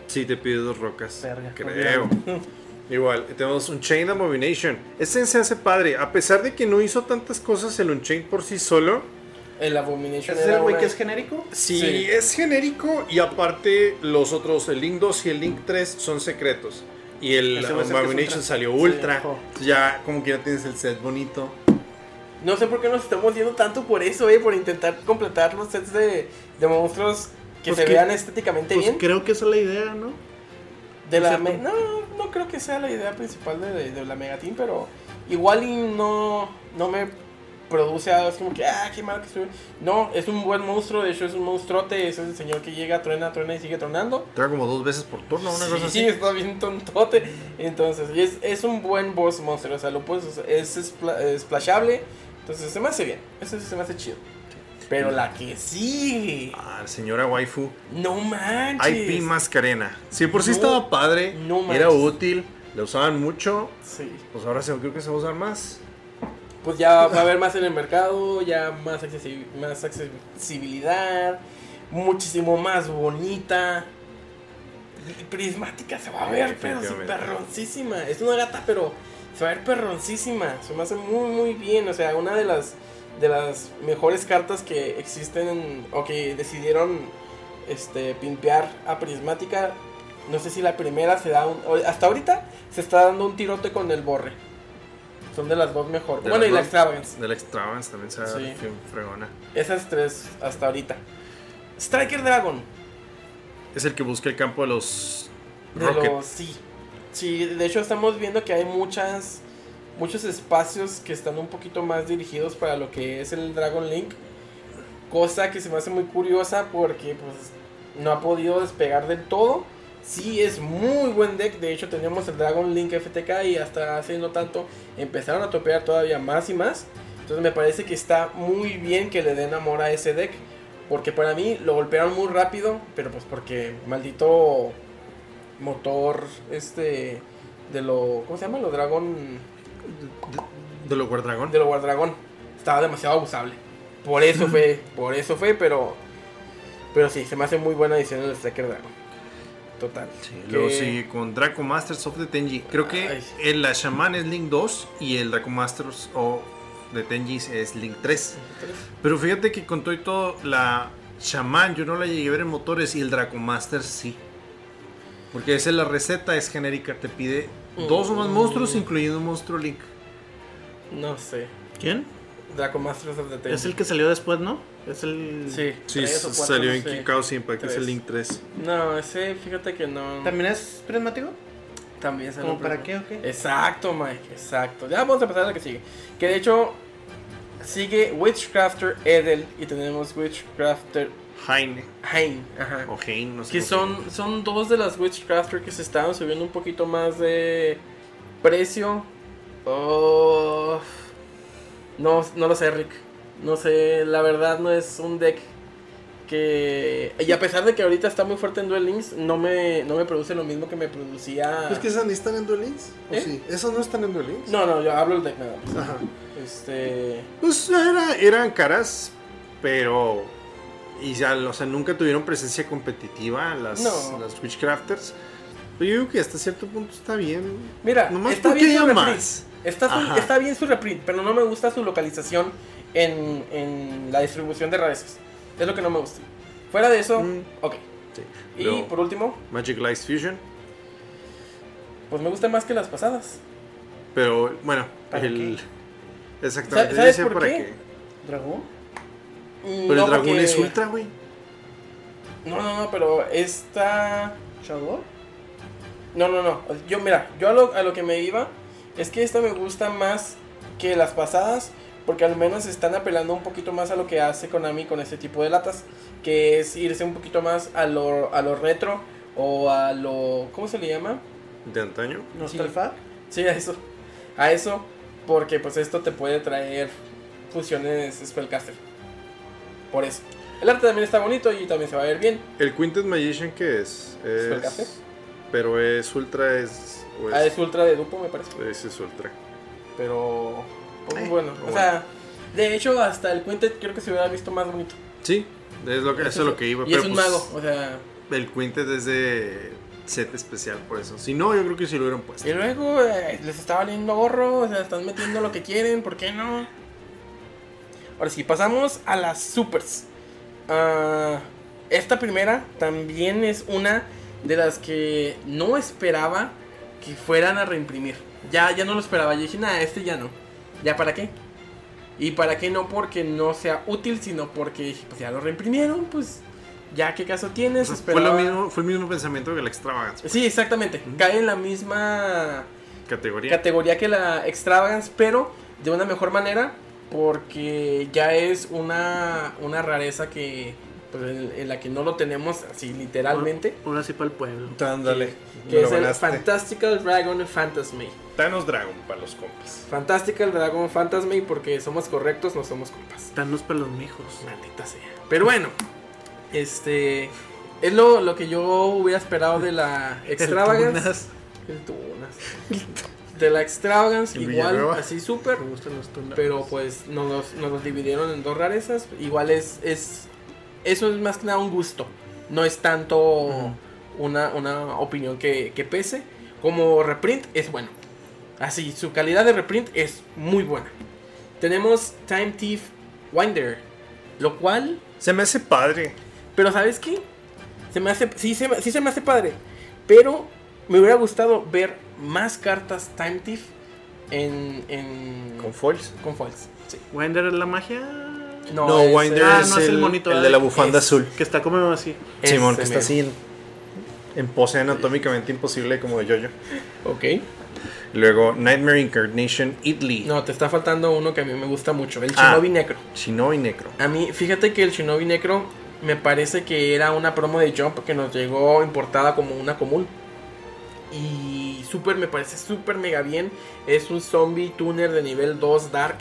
S4: Sí, te pide dos rocas.
S5: Verga,
S4: creo.
S5: *laughs*
S4: Igual, tenemos Unchained Abomination. Este se hace padre. A pesar de que no hizo tantas cosas el Unchained por sí solo,
S3: El Abomination
S5: ¿Ese es
S3: era
S5: el güey
S3: una-
S5: que es genérico?
S4: sí,
S3: Sí.
S4: es genérico. Y aparte, los otros, el Link 2 y el Link 3, son secretos. Y el
S5: Ese va a ser que es
S4: Abomination
S5: ultra.
S4: salió ultra.
S5: ojo.
S4: ya, como que ya tienes el set bonito.
S3: No sé por qué nos estamos yendo tanto por eso, eh, por intentar completar los sets de, de monstruos que
S6: Pues
S3: se
S6: que-
S3: vean estéticamente
S6: Pues
S3: bien.
S6: creo que esa es la idea, ¿no?
S3: de la
S6: o sea,
S3: me-
S6: tú-
S3: no, no creo que sea la idea principal de, de- de la Megateam, pero igual y no, no me produce algo así como que, ah, qué malo que estoy. No, es un buen monstruo, de hecho es un monstruote, es el señor que llega, truena, truena y sigue tronando.
S4: Trae como dos veces por turno, una
S3: sí,
S4: cosa así.
S3: sí, *laughs* está bien tontote. Entonces, y es, es un buen boss monstruo, o sea, lo puedes usar, es spla- eh, splashable. Entonces, se me hace bien, eso sí se me hace chido. Pero la que sigue.
S4: Ah, señora waifu.
S3: No manches.
S4: IP Mascarena. Si por sí
S3: No,
S4: estaba padre,
S3: no manches.
S4: era útil, la usaban mucho.
S3: Sí.
S4: Pues ahora se, creo que se va a usar más.
S3: Pues ya va a haber más en el mercado, ya más, accesi- más accesibilidad, muchísimo más bonita. Y Prismática se va a ver, pero sí,
S4: Definitivamente.
S3: perroncísima. Es una gata, pero se va a ver perroncísima. Se me hace muy, muy bien. O sea, una de las, de las mejores cartas que existen en- o que decidieron este, pimpear a Prismática. No sé si la primera se da un- o- Hasta ahorita se está dando un tirote con el borre. Son de las dos mejor.
S4: De
S3: bueno,
S4: las
S3: y la
S4: dos-
S3: extravagance.
S4: De la Extravagance también se va a dar
S3: Sí.
S4: bien fregona.
S3: Esas tres hasta ahorita. Striker Dragon.
S4: Es el que busca el campo de los
S3: De
S4: Rocket.
S3: los- sí. Sí, de hecho estamos viendo que hay muchas muchos espacios que están un poquito más dirigidos para lo que es el Dragon Link. Cosa que se me hace muy curiosa porque pues no ha podido despegar del todo. Sí, es muy buen deck. De hecho, teníamos el Dragon Link FTK y hasta hace no tanto empezaron a topear todavía más y más. Entonces me parece que está muy bien que le den amor a ese deck. Porque para mí lo golpearon muy rápido, pero pues porque maldito motor este de lo ¿cómo se llama? Lo dragón
S4: De los Guardragón.
S3: de lo guardragón. Estaba demasiado abusable. Por
S5: *laughs*
S3: eso fue, por eso fue, pero pero sí, se me hace muy buena edición el Striker Dragon. Total. Que-
S4: Luego sigue con Draco Masters of the Tenji. Creo que
S3: Ay.
S4: el, la Shaman es Link 2 y el Draco Masters of the Tenji es Link 3. Pero fíjate que con todo y todo, la Shaman yo no la llegué a ver en motores y el Draco Masters sí. Porque esa es la receta, es genérica. Te pide dos o más monstruos,
S3: Mm.
S4: incluyendo un monstruo Link.
S3: No sé.
S6: ¿Quién?
S3: Draco Masters of the Tenji.
S6: Es el que salió después, ¿no? Es el.
S3: Sí, tres o cuatro, no sé.
S4: Impact,
S3: es el Link
S4: 3.
S3: No, ese fíjate que no.
S5: ¿También es prismático?
S3: También se
S5: ¿Como
S3: lo
S5: para qué
S3: pregunto.
S5: o qué?
S3: Exacto, Mike, exacto. Ya vamos a pasar a la que sigue. Que de hecho sigue Witchcrafter Edel y tenemos Witchcrafter
S4: Heine
S3: Hain. Ajá.
S4: o Hein, no sé.
S3: Que
S4: cómo se llama.
S3: son, son dos de las Witchcrafter que se estaban subiendo un poquito más de precio. Oh, no, no lo sé, Rick. No sé, la verdad no es un deck que... Y a pesar de que ahorita está muy fuerte en Duel Links, no me, no me produce lo mismo que me producía...
S7: ¿Es que esas ni están en Duel Links? ¿O
S3: ¿Eh?
S7: sí? ¿Esas no están en Duel Links?
S3: No, no, yo hablo del deck nada más.
S7: Ajá.
S3: Este...
S4: Pues era- eran caras, pero. Y ya, o sea, nunca tuvieron presencia competitiva las,
S3: No.
S4: las Witchcrafters. Pero yo digo que hasta cierto punto está bien.
S3: Mira,
S4: Nomás
S3: está,
S4: porque
S3: bien su
S4: haya
S3: reprint.
S4: más.
S3: Está, su-
S4: Ajá.
S3: está bien su reprint, pero no me gusta su localización en, en la distribución de rarezas. Es lo que no me gusta. Fuera de eso,
S4: Mm.
S3: ok. Y
S4: Luego,
S3: por último,
S4: Magic Lights Fusion.
S3: pues me gusta más que las pasadas.
S4: Pero bueno,
S5: ¿Para
S4: el. Exactamente.
S3: ¿Sabes
S4: yo decía
S3: por qué?
S5: ¿Dragón?
S4: Pero
S3: No,
S4: el dragón
S3: porque-
S4: es ultra, güey.
S3: No, no, no, pero esta...
S5: ¿Shadow?
S3: No, no, no. Yo, mira, yo a lo, a lo que me iba es que esta me gusta más que las pasadas porque al menos están apelando un poquito más a lo que hace Konami con este tipo de latas, que es irse un poquito más a lo, a lo retro o a lo... ¿Cómo se le llama?
S4: De antaño.
S5: ¿Nostalfa?
S3: Sí, a eso. A eso, porque pues esto te puede traer fusiones Spellcaster. Por eso. El arte también está bonito y también se va a ver bien.
S4: El Quintet Magician, ¿qué es?
S3: el café?
S4: Es. Pero es ultra, es. o
S3: Ah, es ultra de Dupo, me parece.
S4: Ese es ultra.
S3: Pero. pues,
S4: Eh,
S3: bueno, o
S4: bueno.
S3: sea, de hecho, hasta el Quintet creo que se hubiera visto más bonito.
S4: Sí, es lo que, eso es lo que iba.
S3: Y
S4: pero
S3: es un
S4: pues,
S3: mago, o sea.
S4: El Quintet es de set especial, por eso. Si no, yo creo que sí lo hubieran puesto.
S3: Y luego eh, les está valiendo gorro, o sea, están metiendo lo que quieren, ¿por qué no? Ahora sí, pasamos a las supers. Ah, esta primera también es una de las que no esperaba que fueran a reimprimir. Ya, ya no lo esperaba, yo dije, nada, este ya no. ¿Ya para qué? Y para qué no porque no sea útil, sino porque dije, pues ya lo reimprimieron, pues ya qué caso
S4: O
S3: tienes.
S4: sea, Pues fue,
S3: Esperaba-
S4: lo mismo, fue el mismo pensamiento que la extravagance.
S3: Sí, exactamente. Cae en la misma
S4: Categoría.
S3: categoría que la extravagance, pero de una mejor manera, porque ya es una, una rareza que pues, en, en la que no lo tenemos así literalmente,
S6: Ahora sí para el pueblo.
S4: Ándale.
S3: que
S4: me lo
S3: es el
S4: ganaste.
S3: Fantastical Dragon Fantasmy.
S4: Thanos Dragon para los compas.
S3: Fantastical Dragon Fantasmy porque somos correctos, no somos culpas.
S6: Danos para los mijos.
S3: Maldita sea. Pero bueno, este es lo, lo que yo hubiera esperado de
S4: *laughs*
S3: la Extravagance.
S6: Tunas.
S3: El Tunas. De la Extravagance,
S4: El
S3: igual,
S4: Villanueva.
S3: así súper.
S6: Me gustan los tunas.
S3: Pero pues nos los, nos los dividieron en dos rarezas. Igual es, es. Eso es más que nada un gusto. No es tanto una, una opinión que, que pese. Como reprint es bueno. Así, su calidad de reprint es muy buena. Tenemos Time Thief Winder. Lo cual.
S4: Se me hace padre.
S3: Pero ¿sabes qué? Se me hace. Sí se, me- sí se me hace padre. Pero me hubiera gustado ver más cartas Time Thief en. en
S4: Con foils.
S3: con foils. Sí.
S6: Winder es la magia.
S4: No,
S3: es-
S4: Winder
S6: ah,
S4: es,
S6: no, es el
S4: el,
S6: monito,
S4: el de la
S6: ¿verdad?
S4: bufanda
S3: Es-
S4: azul.
S6: Que está como así.
S3: Ese
S4: Simón, que está
S3: mero.
S4: así en, en pose anatómicamente imposible como de Jojo.
S3: Ok.
S4: Luego Nightmare Incarnation Idli.
S3: No, te está faltando uno que a mí me gusta mucho, el
S4: Ah.
S3: Shinobi Necro.
S4: Shinobi Necro.
S3: A mí, fíjate que el Shinobi Necro me parece que era una promo de Jump que nos llegó importada como una común. Y súper, me parece súper mega bien. Es un zombie tuner de nivel 2 Dark.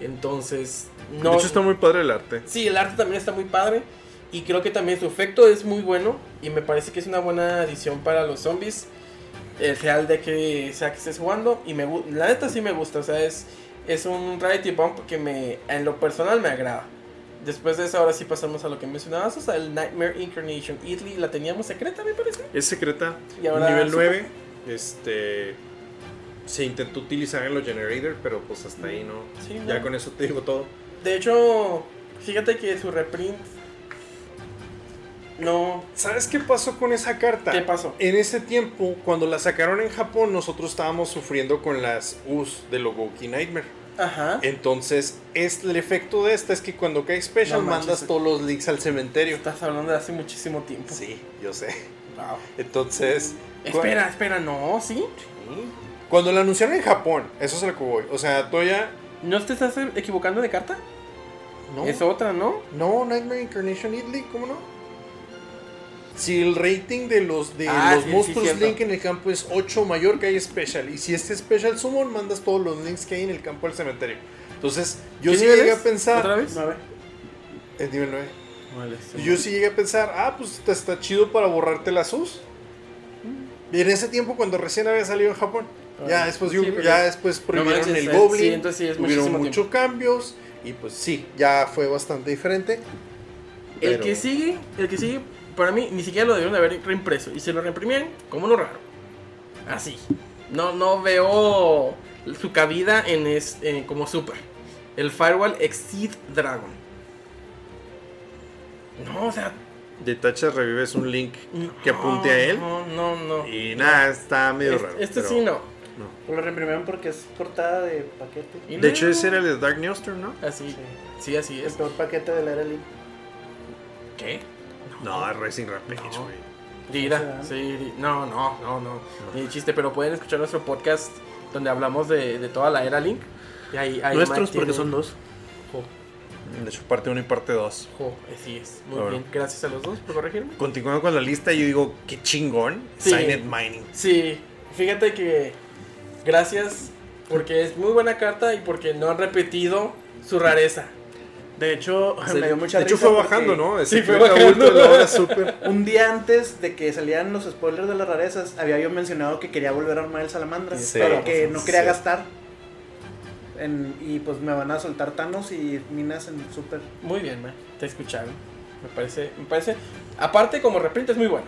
S3: Entonces, no.
S4: De hecho está muy padre el arte.
S3: Sí, el arte también está muy padre. Y creo que también su efecto es muy bueno. Y me parece que es una buena adición para los zombies. El real de que sea que estés jugando. Y me gu- la neta sí me gusta. O sea, es, es un reality bump que me, en lo personal me agrada. Después de eso, ahora sí pasamos a lo que mencionabas. O sea, el Nightmare Incarnation. Italy la teníamos secreta, me parece.
S4: Es secreta.
S3: Y ahora
S4: nivel
S3: super.
S4: 9. Este. Se intentó utilizar en los generator, pero pues hasta ahí no.
S3: Sí,
S4: ya
S3: no.
S4: con eso te digo todo.
S3: De hecho, fíjate que su reprint. No.
S4: ¿Sabes qué pasó con esa carta?
S3: ¿Qué pasó?
S4: En ese tiempo, cuando la sacaron en Japón, nosotros estábamos sufriendo con las U's de Logoki Nightmare.
S3: Ajá.
S4: eh, Entonces, es, el efecto de esta es que cuando cae Special
S3: No manches.
S4: mandas todos los links al cementerio.
S3: Estás hablando de hace muchísimo tiempo.
S4: Sí, yo sé.
S3: Wow.
S4: Entonces. cu-
S3: Espera, espera, no, sí.
S4: Cuando la anunciaron en Japón, eso es lo que voy. O sea, Toya.
S3: ¿No te estás equivocando de carta?
S4: No.
S3: Es otra, ¿no?
S4: No, Nightmare Incarnation Idly, ¿cómo no? Si el rating de los de
S3: Ah,
S4: los
S3: sí, sí,
S4: monstruos
S3: cierto.
S4: Link en el campo es 8 o mayor que hay Special. Y si este Special Summon, mandas todos los links que hay en el campo al cementerio. Entonces, yo
S3: ¿Qué
S4: sí
S3: nivel
S4: llegué
S3: es?
S4: a pensar.
S3: ¿Otra vez?
S4: Es nivel 9. yo sí llegué a pensar, ah, pues está, está chido para borrarte la SUS. Y en ese tiempo, cuando recién había salido en Japón, ya
S3: Mm. Ah,
S4: después,
S3: sí,
S4: yo-
S3: pero-
S4: ya después prohibieron
S3: manches,
S4: el
S3: eh,
S4: Goblin,
S3: sí, entonces sí es
S4: hubieron
S3: muchísimo
S4: muchos cambios, y pues sí, ya fue bastante diferente.
S3: El
S4: Pero-
S3: que sigue, el que sigue, para mí ni siquiera lo debieron de haber reimpreso. Y se lo reimprimieron como lo raro. Así. No, no veo su cabida en, es, en- como super. El Firewall Exceed Dragon. No, o sea.
S4: De Tacha revives un link
S3: no,
S4: que apunte a él,
S3: No, no, no.
S4: y nada, está medio
S3: Este,
S4: raro.
S3: este
S4: pero-
S3: sí no.
S5: Lo reimprimieron porque es portada de paquete.
S3: Y
S4: De hecho,
S3: no.
S4: ese era el de Dark Neoster, ¿no?
S3: Así.
S5: Sí.
S3: Sí, así
S5: El
S3: es.
S5: peor paquete de la era Link.
S3: ¿Qué?
S4: No, es Racing Rampage, güey.
S3: Lira,
S5: sea.
S3: sí, Li- no, no, no, no, ni de chiste, pero pueden escuchar nuestro podcast donde hablamos de, de toda la era Link. Y ahí, ahí
S6: Nuestros
S3: Mike tiene-
S6: porque son dos.
S3: Jo,
S4: De hecho, parte 1 y parte 2.
S3: jo, así es, muy
S4: Ahora.
S3: bien, gracias a los dos por corregirme.
S4: Continuando con la lista, yo digo, qué chingón,
S3: Sí.
S4: Signet Mining.
S3: Sí, fíjate que gracias porque es muy buena carta y porque no han repetido su rareza.
S6: De hecho,
S5: Se me dio mucha
S4: De hecho,
S5: risa
S4: fue
S5: porque
S4: bajando, ¿no?
S3: Sí,
S4: Ese
S3: fue
S4: Ultra
S3: bajando.
S4: Ultra, la
S3: *laughs*
S4: hora super.
S5: Un día antes de que salieran los spoilers de las rarezas, había yo mencionado que quería volver a armar el salamandra,
S4: Sí.
S5: pero que no quería
S4: Sí.
S5: gastar. En- y pues me van a soltar Thanos y minas en super.
S3: Muy bien, man. te escucharon. Me parece, me parece, aparte como reprint es muy bueno.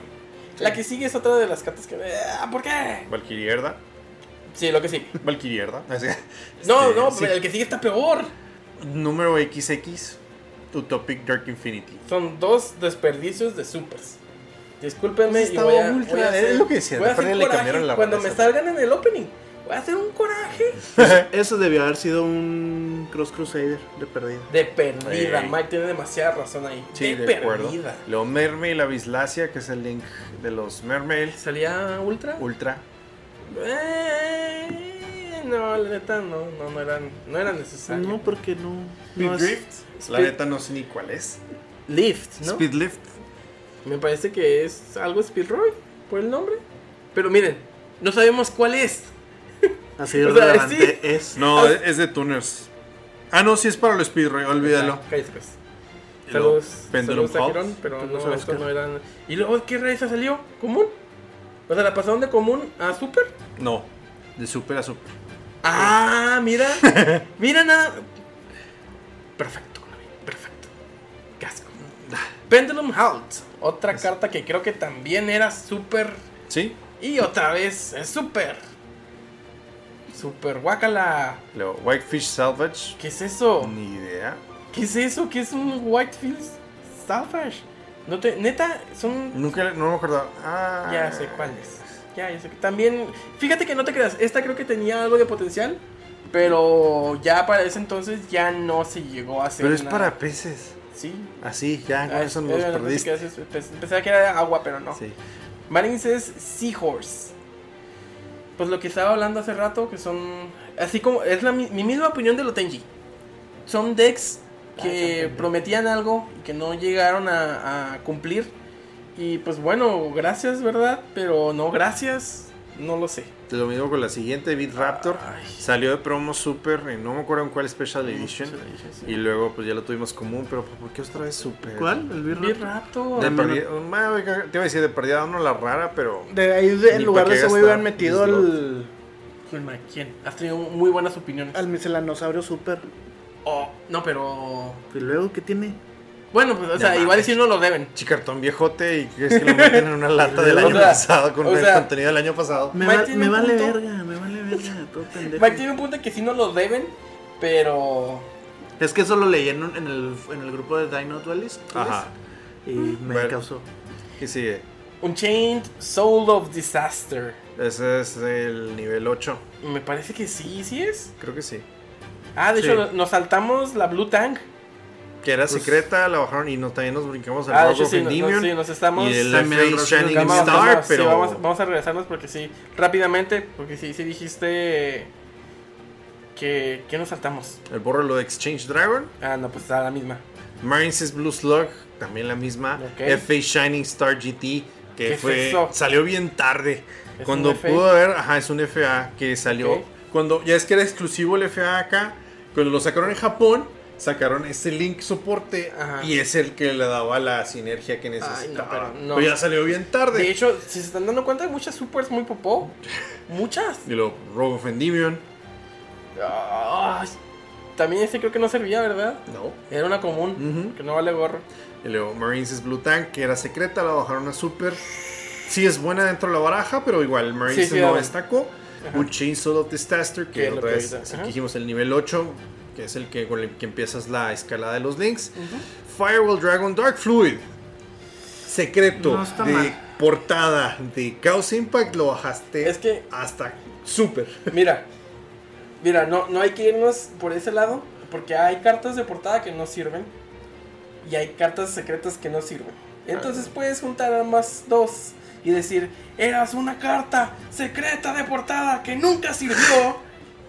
S3: La que sigue es otra de las cartas que... ah, ¿Por qué?
S4: Valquirierda.
S3: Sí, lo que sigue.
S4: Valquirierda. Así-
S3: No,
S4: Este,
S3: no,
S4: sí.
S3: pero el que sigue está peor.
S4: Número XX. Utopic Dark Infinity.
S3: Son dos desperdicios de supers. Discúlpenme
S4: Pues
S3: y
S4: estaba
S3: voy a,
S4: ultra,
S3: voy a
S4: es
S3: hacer,
S4: lo que decía,
S3: voy a
S4: de
S3: hacer
S4: repente le
S3: coraje
S4: cambiaron la
S3: cuando me
S4: receta.
S3: salgan en el opening. Voy a hacer un coraje
S6: eso debió haber sido un Cross Crusader de perdida.
S3: de perdida.
S4: Ey.
S3: Mike tiene demasiada razón ahí.
S4: Sí, de, acuerdo.
S3: perdida.
S4: Lo Mermaid, la Bislacia, que es el link de los Mermaids.
S3: ¿Salía ultra?
S4: Ultra.
S3: Eh, no, la neta no, no,
S4: Ah,
S3: no eran, no eran necesarios.
S6: No, porque no. no
S4: Speed
S6: es-
S4: Drift. La
S3: Speed-
S4: neta no sé ni cuál es.
S3: Lift, ¿no?
S4: Speedlift.
S3: Me parece que es algo Speedroy por el nombre. Pero miren, no sabemos cuál es.
S6: Así
S5: *laughs*
S6: de
S3: O sea,
S6: relevante
S3: sí.
S6: es.
S3: Ah.
S4: No, es es de tuners. Ah, no, sí es para el speedroy, olvídalo.
S3: Ah, Cállate pues.
S4: Y luego,
S3: Saludos,
S4: Pendulum
S3: saludos a
S4: Pop.
S3: Girón, pero
S4: Pues
S6: Saludos
S3: no,
S6: a
S3: esto
S6: Oscar.
S3: no eran. ¿Y luego qué raíz salió? ¿Común? O sea, la pasaron de común a super.
S4: No, de super a super.
S3: Ah,
S4: *laughs*
S3: mira. mira nada. Perfecto, Konami, perfecto. Casco. Pendulum Halt. Otra carta que creo que también era súper.
S4: ¿Sí?
S3: Y otra vez es súper. Súper guacala.
S4: Luego, Whitefish Salvage.
S3: ¿Qué es eso?
S4: Ni idea.
S3: ¿Qué es eso? ¿Qué es un Whitefield Salvage? No te, neta, son.
S4: Nunca, le- no me acordaba. Ah.
S3: Ya sé cuáles. Ya, ya sé. También, fíjate que no te creas, esta creo que tenía algo de potencial, pero ya para ese entonces ya no se llegó a hacer.
S4: Pero es
S3: nada.
S4: para peces.
S3: Sí.
S4: Así, ya, con
S3: Ah,
S4: eso nos
S3: espera, no sé qué
S4: perdiste.
S3: haces, pens- Pensaba que era agua, pero no.
S4: Sí.
S3: Marines es Seahorse. Pues lo que estaba hablando hace rato, que son. Así como. Es la, mi mi misma opinión de lo Tenji. Son decks que prometían algo y que no llegaron a, a cumplir. Y pues bueno, gracias, ¿verdad? Pero no gracias, no lo sé.
S4: Pues Lo mismo con la siguiente, Beat Raptor.
S3: Ay. Mm,
S4: Salió de promo super, y no me acuerdo en cuál Special Edition. Y luego, pues ya lo tuvimos común, pero ¿por qué otra vez super?
S6: ¿Cuál? El
S3: Vi
S6: birro.
S3: rato.
S4: De perdida- ma, oiga, te iba a decir de perdida uno la rara, pero.
S5: De ahí,
S4: Ni
S5: en lugar
S4: pa'
S5: de
S4: qué
S5: ese güey,
S4: gastar
S5: hubieran metido al,
S3: Zulma, ¿Quién? Has tenido muy buenas opiniones.
S5: al miselanosaurio super.
S3: Oh, no, pero.
S5: ¿Y luego qué tiene?
S3: Bueno, pues, o sea,
S4: mames.
S3: igual si no lo deben.
S4: Chicartón viejote y crees que lo meten en una lata del
S3: *laughs* O
S4: año
S3: sea,
S4: pasado con
S3: o
S4: el
S3: sea-
S4: contenido del año pasado.
S6: Me,
S3: Mike
S6: va-
S3: tiene
S6: me
S3: un
S6: vale
S3: punto.
S6: verga, me vale verga,
S5: *laughs*
S6: todo pendejo.
S3: Mike tiene un punto en que sí no lo deben, pero.
S6: Es que eso lo leí en, un- en el, en el grupo de Dino Duelist. ¿tú ves?
S4: Ajá.
S6: Y me
S4: Bueno.
S6: causó.
S4: Y sigue.
S3: Unchained Soul of Disaster.
S4: Ese es el nivel 8.
S3: Me parece que sí, sí es.
S4: Creo que sí.
S3: Ah, de
S4: Sí.
S3: hecho, nos saltamos la Blue Ah, Tank.
S4: Que era
S3: Pues-
S4: secreta, la bajaron y nos, también nos brincamos al
S3: ah, de
S4: Rock
S3: hecho,
S4: of
S3: sí, no- no-
S4: Endymion.
S3: sí, nos estamos.
S4: y el
S6: También
S4: Face
S6: el Rock
S4: Shining
S6: of Endymion.
S3: Vamos,
S4: Star,
S3: vamos, sí,
S4: pero.
S3: vamos, vamos a regresarnos porque sí, rápidamente, porque sí, sí dijiste que, que nos saltamos.
S4: El borro lo de Exchange Dragon.
S3: Ah, no, pues está la misma.
S4: Marines is Blue Slug, también la misma.
S3: Ok.
S4: F.A. Shining Star GT,
S3: ¿Qué
S4: que
S3: es
S4: fue,
S3: eso?
S4: salió bien tarde.
S3: ¿Es
S4: Cuando
S3: un FA?
S4: pudo haber, ajá, es un FA que salió.
S3: Ok.
S4: Cuando ya es que era exclusivo el FA acá, cuando lo sacaron en Japón, sacaron ese link soporte
S3: Ajá.
S4: y es el que le daba la sinergia que necesitaba.
S3: pero
S4: pero,
S3: no.
S4: ya salió bien tarde.
S3: De hecho, si se están dando cuenta, hay muchas supers muy popó. Muchas.
S4: y luego Rogue of Endymion.
S3: Ay, también este creo que no servía, ¿verdad?
S4: No.
S3: Era una común,
S4: Ujú.
S3: que no vale gorro.
S4: Y luego Marines is Blue Tank, que era secreta, la bajaron a Super. Sí es buena dentro de la baraja, pero igual Marines
S3: Sí, sí,
S4: no
S3: dale.
S4: destacó. Un Chainsaw of Disaster,
S3: Que
S4: que
S3: es lo
S4: otra
S3: que
S4: vez,
S3: ahorita-
S4: así que
S3: ajá.
S4: dijimos el nivel 8, que es el que con el que empiezas la escalada de los links. Firewall Dragon Dark Fluid. Secreto
S6: No está
S4: de
S6: mal.
S4: portada de Chaos Impact lo bajaste
S3: Es que-
S4: hasta Super.
S3: Mira, mira, no, no hay que irnos por ese lado, porque hay cartas de portada que no sirven y hay cartas secretas que no sirven.
S4: Ah.
S3: Entonces puedes juntar ambas dos y decir, eras una carta secreta de portada que nunca sirvió.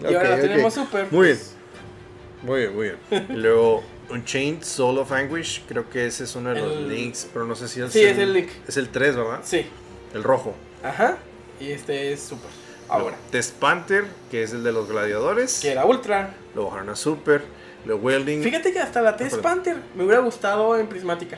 S3: y ahora
S4: Ok,
S3: la
S4: ok.
S3: tenemos súper. pues.
S4: Muy bien. Muy bien, muy bien.
S3: *laughs*
S4: Y luego Unchained Soul of Anguish, creo que ese es uno de los
S3: El-
S4: links, pero no sé si es
S3: Sí, es el link.
S4: Es el 3, ¿verdad?
S3: Sí,
S4: El rojo.
S3: ajá. Y este es súper. Ahora,
S4: Test Panther, que es el de los gladiadores.
S3: que era ultra.
S4: Lo bajaron a Super. Lo Welding.
S3: Fíjate que hasta la Test
S4: perdón.
S3: Panther me hubiera gustado en prismática.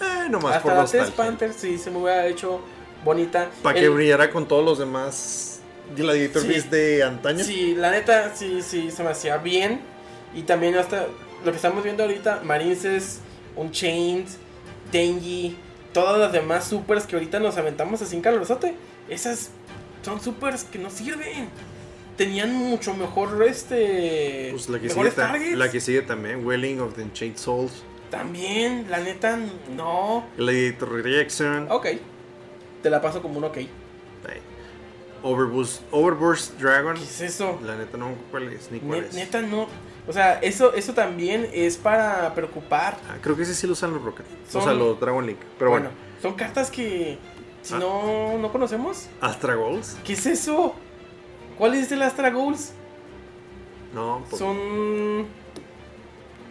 S4: Eh, nomás por
S3: Hasta la Test
S4: nostalgia.
S3: Panther sí se me hubiera hecho bonita.
S4: Para que
S3: El-
S4: brillara con todos los demás Gladiator
S3: Sí.
S4: Beasts de antaño.
S3: Sí, la neta, sí, sí, se me hacía bien. Y también hasta lo que estamos viendo ahorita, Marines, Unchained, Denji, todas las demás supers que ahorita nos aventamos así en calorzote. Esas son supers que no sirven. Tenían mucho mejor este...
S4: Pues la que, sigue
S3: mejores
S4: ta-
S3: targets.
S4: la que sigue también, Welling of the Unchained Souls,
S3: También, la neta, no.
S4: Gladiator Reaction,
S3: Ok. Te la paso como un ok.
S4: Ahí. Overburst, Overburst Dragon.
S3: ¿Qué es eso?
S4: La neta no cuál es ni cuál
S3: Ne-
S4: es.
S3: neta, no. O sea, eso, eso también es para preocupar.
S4: Ah, creo que ese sí lo usan los Rocket. O sea,
S3: Son-
S4: los Dragon Link. Pero bueno.
S3: bueno, son cartas que si
S4: Ah.
S3: no, no conocemos.
S4: Astra Goals.
S3: ¿Qué es eso?
S4: Pues
S3: ¿Cuál es el Astra Goals?
S4: No, pues,
S3: Son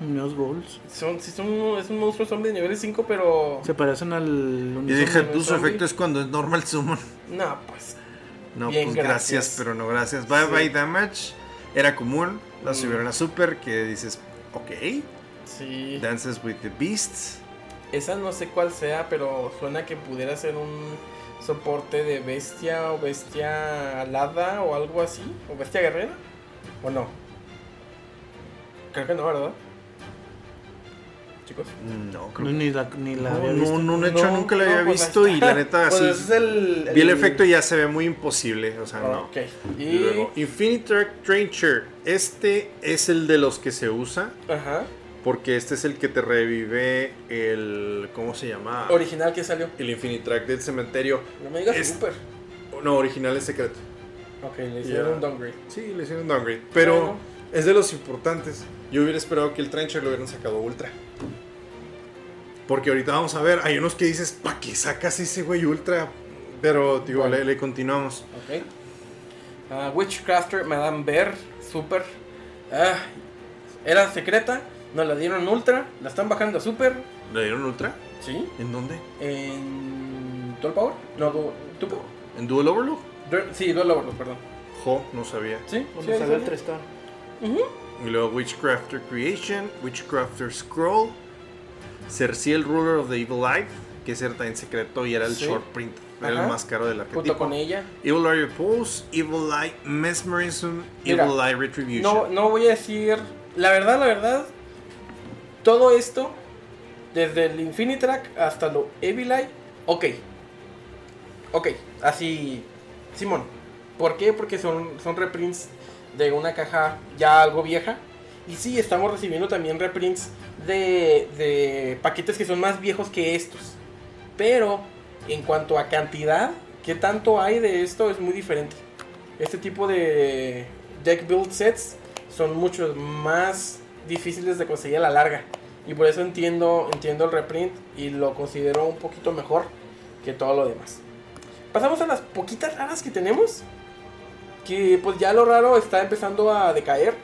S6: Unos goals.
S3: Son, sí, son, es un monstruo zombie de nivel 5, pero.
S6: Se parecen al
S4: Y
S6: Unison.
S4: deja tú su
S3: zombie.
S4: efecto es cuando es normal summon.
S3: No, pues.
S4: No,
S3: Bien,
S4: pues
S3: gracias.
S4: gracias. pero no gracias. Bye bye damage. Era común. La subieron a super que dices, ok.
S3: Mm. Sí.
S4: Dances with the Beasts.
S3: Esa no sé cuál sea, pero suena que pudiera ser un soporte de bestia o bestia alada o algo así. O bestia guerrera. ¿O no? Creo que no, ¿verdad? Chicos.
S4: No, creo
S6: No,
S4: que
S6: ni la, ni la había
S4: no,
S6: visto.
S4: no, no, de hecho
S3: No,
S4: nunca la
S3: no, *laughs*
S4: había
S3: pues, ahí
S4: visto y
S3: está.
S4: la neta
S5: Pues
S4: así.
S5: ese es el.
S4: Ah, Vi el efecto y ya se ve muy imposible, o sea, no.
S3: Ah, Ok. Y.
S4: Y luego, Infinite Track Trencher. Este es el de los que se usa,
S3: Ajá.
S4: porque este es el que te revive el. ¿Cómo se llama?
S3: Original que salió.
S4: el Infinite Track del cementerio.
S3: No me digas
S4: Es-
S3: super.
S4: No, original es secreto.
S3: Ok, le hicieron
S4: Ya.
S3: un downgrade.
S4: Sí, le hicieron downgrade. Pero
S3: Bueno.
S4: es de los importantes. Yo hubiera esperado que el Trencher lo hubieran sacado Ultra. Porque ahorita vamos a ver, hay unos que dices, ¿para qué sacas ese güey Ultra? Pero, digo,
S3: Bueno.
S4: le, le continuamos.
S3: Ok. Ah, Witchcrafter, Madame Bear, super. Ah, era secreta, nos la dieron ultra, la están bajando a super.
S4: ¿Le dieron Ultra?
S3: ¿Sí?
S4: ¿En dónde?
S3: En. ¿Dual Power? No, Du- Dual Power.
S4: ¿En Dual Overlook?
S3: Dual- Sí, Dual Overload, perdón.
S4: Jo, no sabía.
S3: ¿Sí? sí,
S5: Donde
S3: ahí
S5: salió el
S3: sale.
S5: Tristar.
S4: Y luego Witchcrafter Creation, Witchcrafter Scroll, Cerciel Ruler of the Evil Life, que ese era también secreto y era el
S3: Sí.
S4: short print, era
S3: Ajá.
S4: el más caro del
S3: Junto
S4: arquetipo.
S3: con ella.
S4: Evil Eye Repulse, Evil Eye Mesmerism,
S3: Mira,
S4: Evil Eye Retribution.
S3: No, no voy a decir. La verdad, la verdad. Todo esto. Desde el Infinitrack hasta lo Evilite. Ok. Ok. Así. Simón. ¿Por qué? Porque son, son reprints de una caja ya algo vieja. Y sí, estamos recibiendo también reprints de, de paquetes que son más viejos que estos. Pero en cuanto a cantidad, ¿qué tanto hay de esto? Es muy diferente. Este tipo de deck build sets son mucho más difíciles de conseguir a la larga. Y por eso entiendo, entiendo el reprint y lo considero un poquito mejor que todo lo demás. Pasamos a las poquitas raras que tenemos. Que pues ya lo raro está empezando a decaer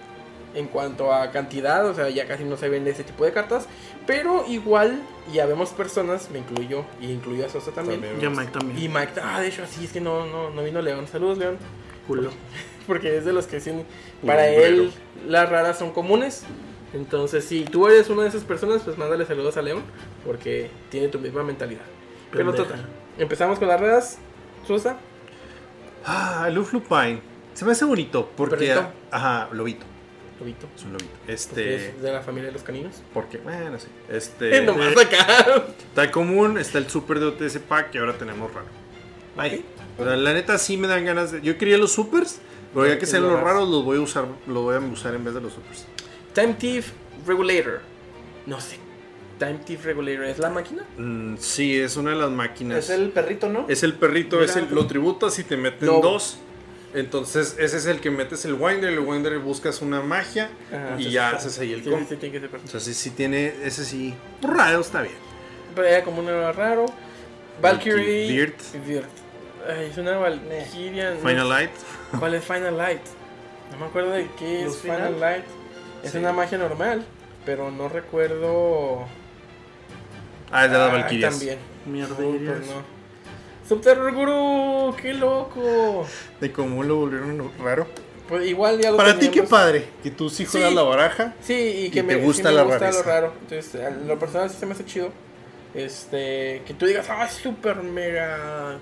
S3: en cuanto a cantidad. O sea, ya casi no se vende ese tipo de cartas. Pero igual ya vemos personas, me incluyo y incluyo a Sosa también.
S4: También.
S6: Ya Mike también.
S3: Y Mike, ah, de hecho, así es que no, no, no vino León. Saludos, León.
S6: culo.
S3: Porque es de los que sí,
S4: Un
S3: para
S4: hombrero.
S3: él las raras son comunes. Entonces, si tú eres una de esas personas, pues mándale saludos a León, porque tiene tu misma mentalidad. Pero
S6: Pendeja.
S3: total, empezamos con las raras. Sosa,
S4: Ah, el Uflupine. Se me hace bonito porque.
S3: Perrito.
S4: Ajá, lobito.
S3: lobito.
S4: Es un lobito.
S3: porque
S4: Este.
S3: es de la familia de los caninos.
S4: Porque, bueno, sí. Este.
S3: *laughs* Nomás acá.
S4: Está común, está el super de OTS Pack que ahora tenemos raro. Bye. O sea, la neta sí me dan ganas de. Yo quería los supers, pero ya que sean los raros, los voy a usar, los voy a usar en vez de los supers.
S3: Time Thief Regulator. No sé. Time Thief Regulator es la máquina.
S4: Mm, sí, es una de las máquinas.
S5: Es el perrito, ¿no?
S4: Es el perrito,
S3: Mira.
S4: es el, lo tributas y te meten
S3: Lobo.
S4: dos. Entonces, ese es el que metes el Winder. El Winder buscas una magia
S3: Ajá,
S4: y
S3: sí,
S4: ya
S3: sí,
S4: haces ahí el
S3: Sí,
S4: combo.
S3: sí, tiene que ser perfecto.
S4: Entonces, sí tiene, ese sí, raro está bien.
S3: Pero era como un raro. Valkyrie.
S4: Virt.
S3: Virt. Ay, es una Valkyria. no
S4: Final Light.
S3: sé. ¿Cuál es Final Light? No me acuerdo de qué es
S5: Luz final.
S3: Final Light. Es
S4: Sí.
S3: una magia normal, pero no recuerdo.
S4: Ah, es de las
S3: Ah,
S4: Valkyrias.
S3: También.
S6: Mierda.
S3: No, pues no. Subterror Guru, qué loco.
S4: De cómo lo volvieron raro.
S3: Pues igual ya lo
S4: Para ti, qué
S3: teníamos.
S4: padre. Que tú sí juegas
S3: Sí.
S4: la baraja.
S3: Sí, y que
S4: Y
S3: me,
S4: te
S3: sí
S4: gusta
S3: me
S4: la
S3: gusta
S4: rareza.
S3: lo raro. Entonces, a lo personal sí se me hace chido. Este, que tú digas, ah, es súper mega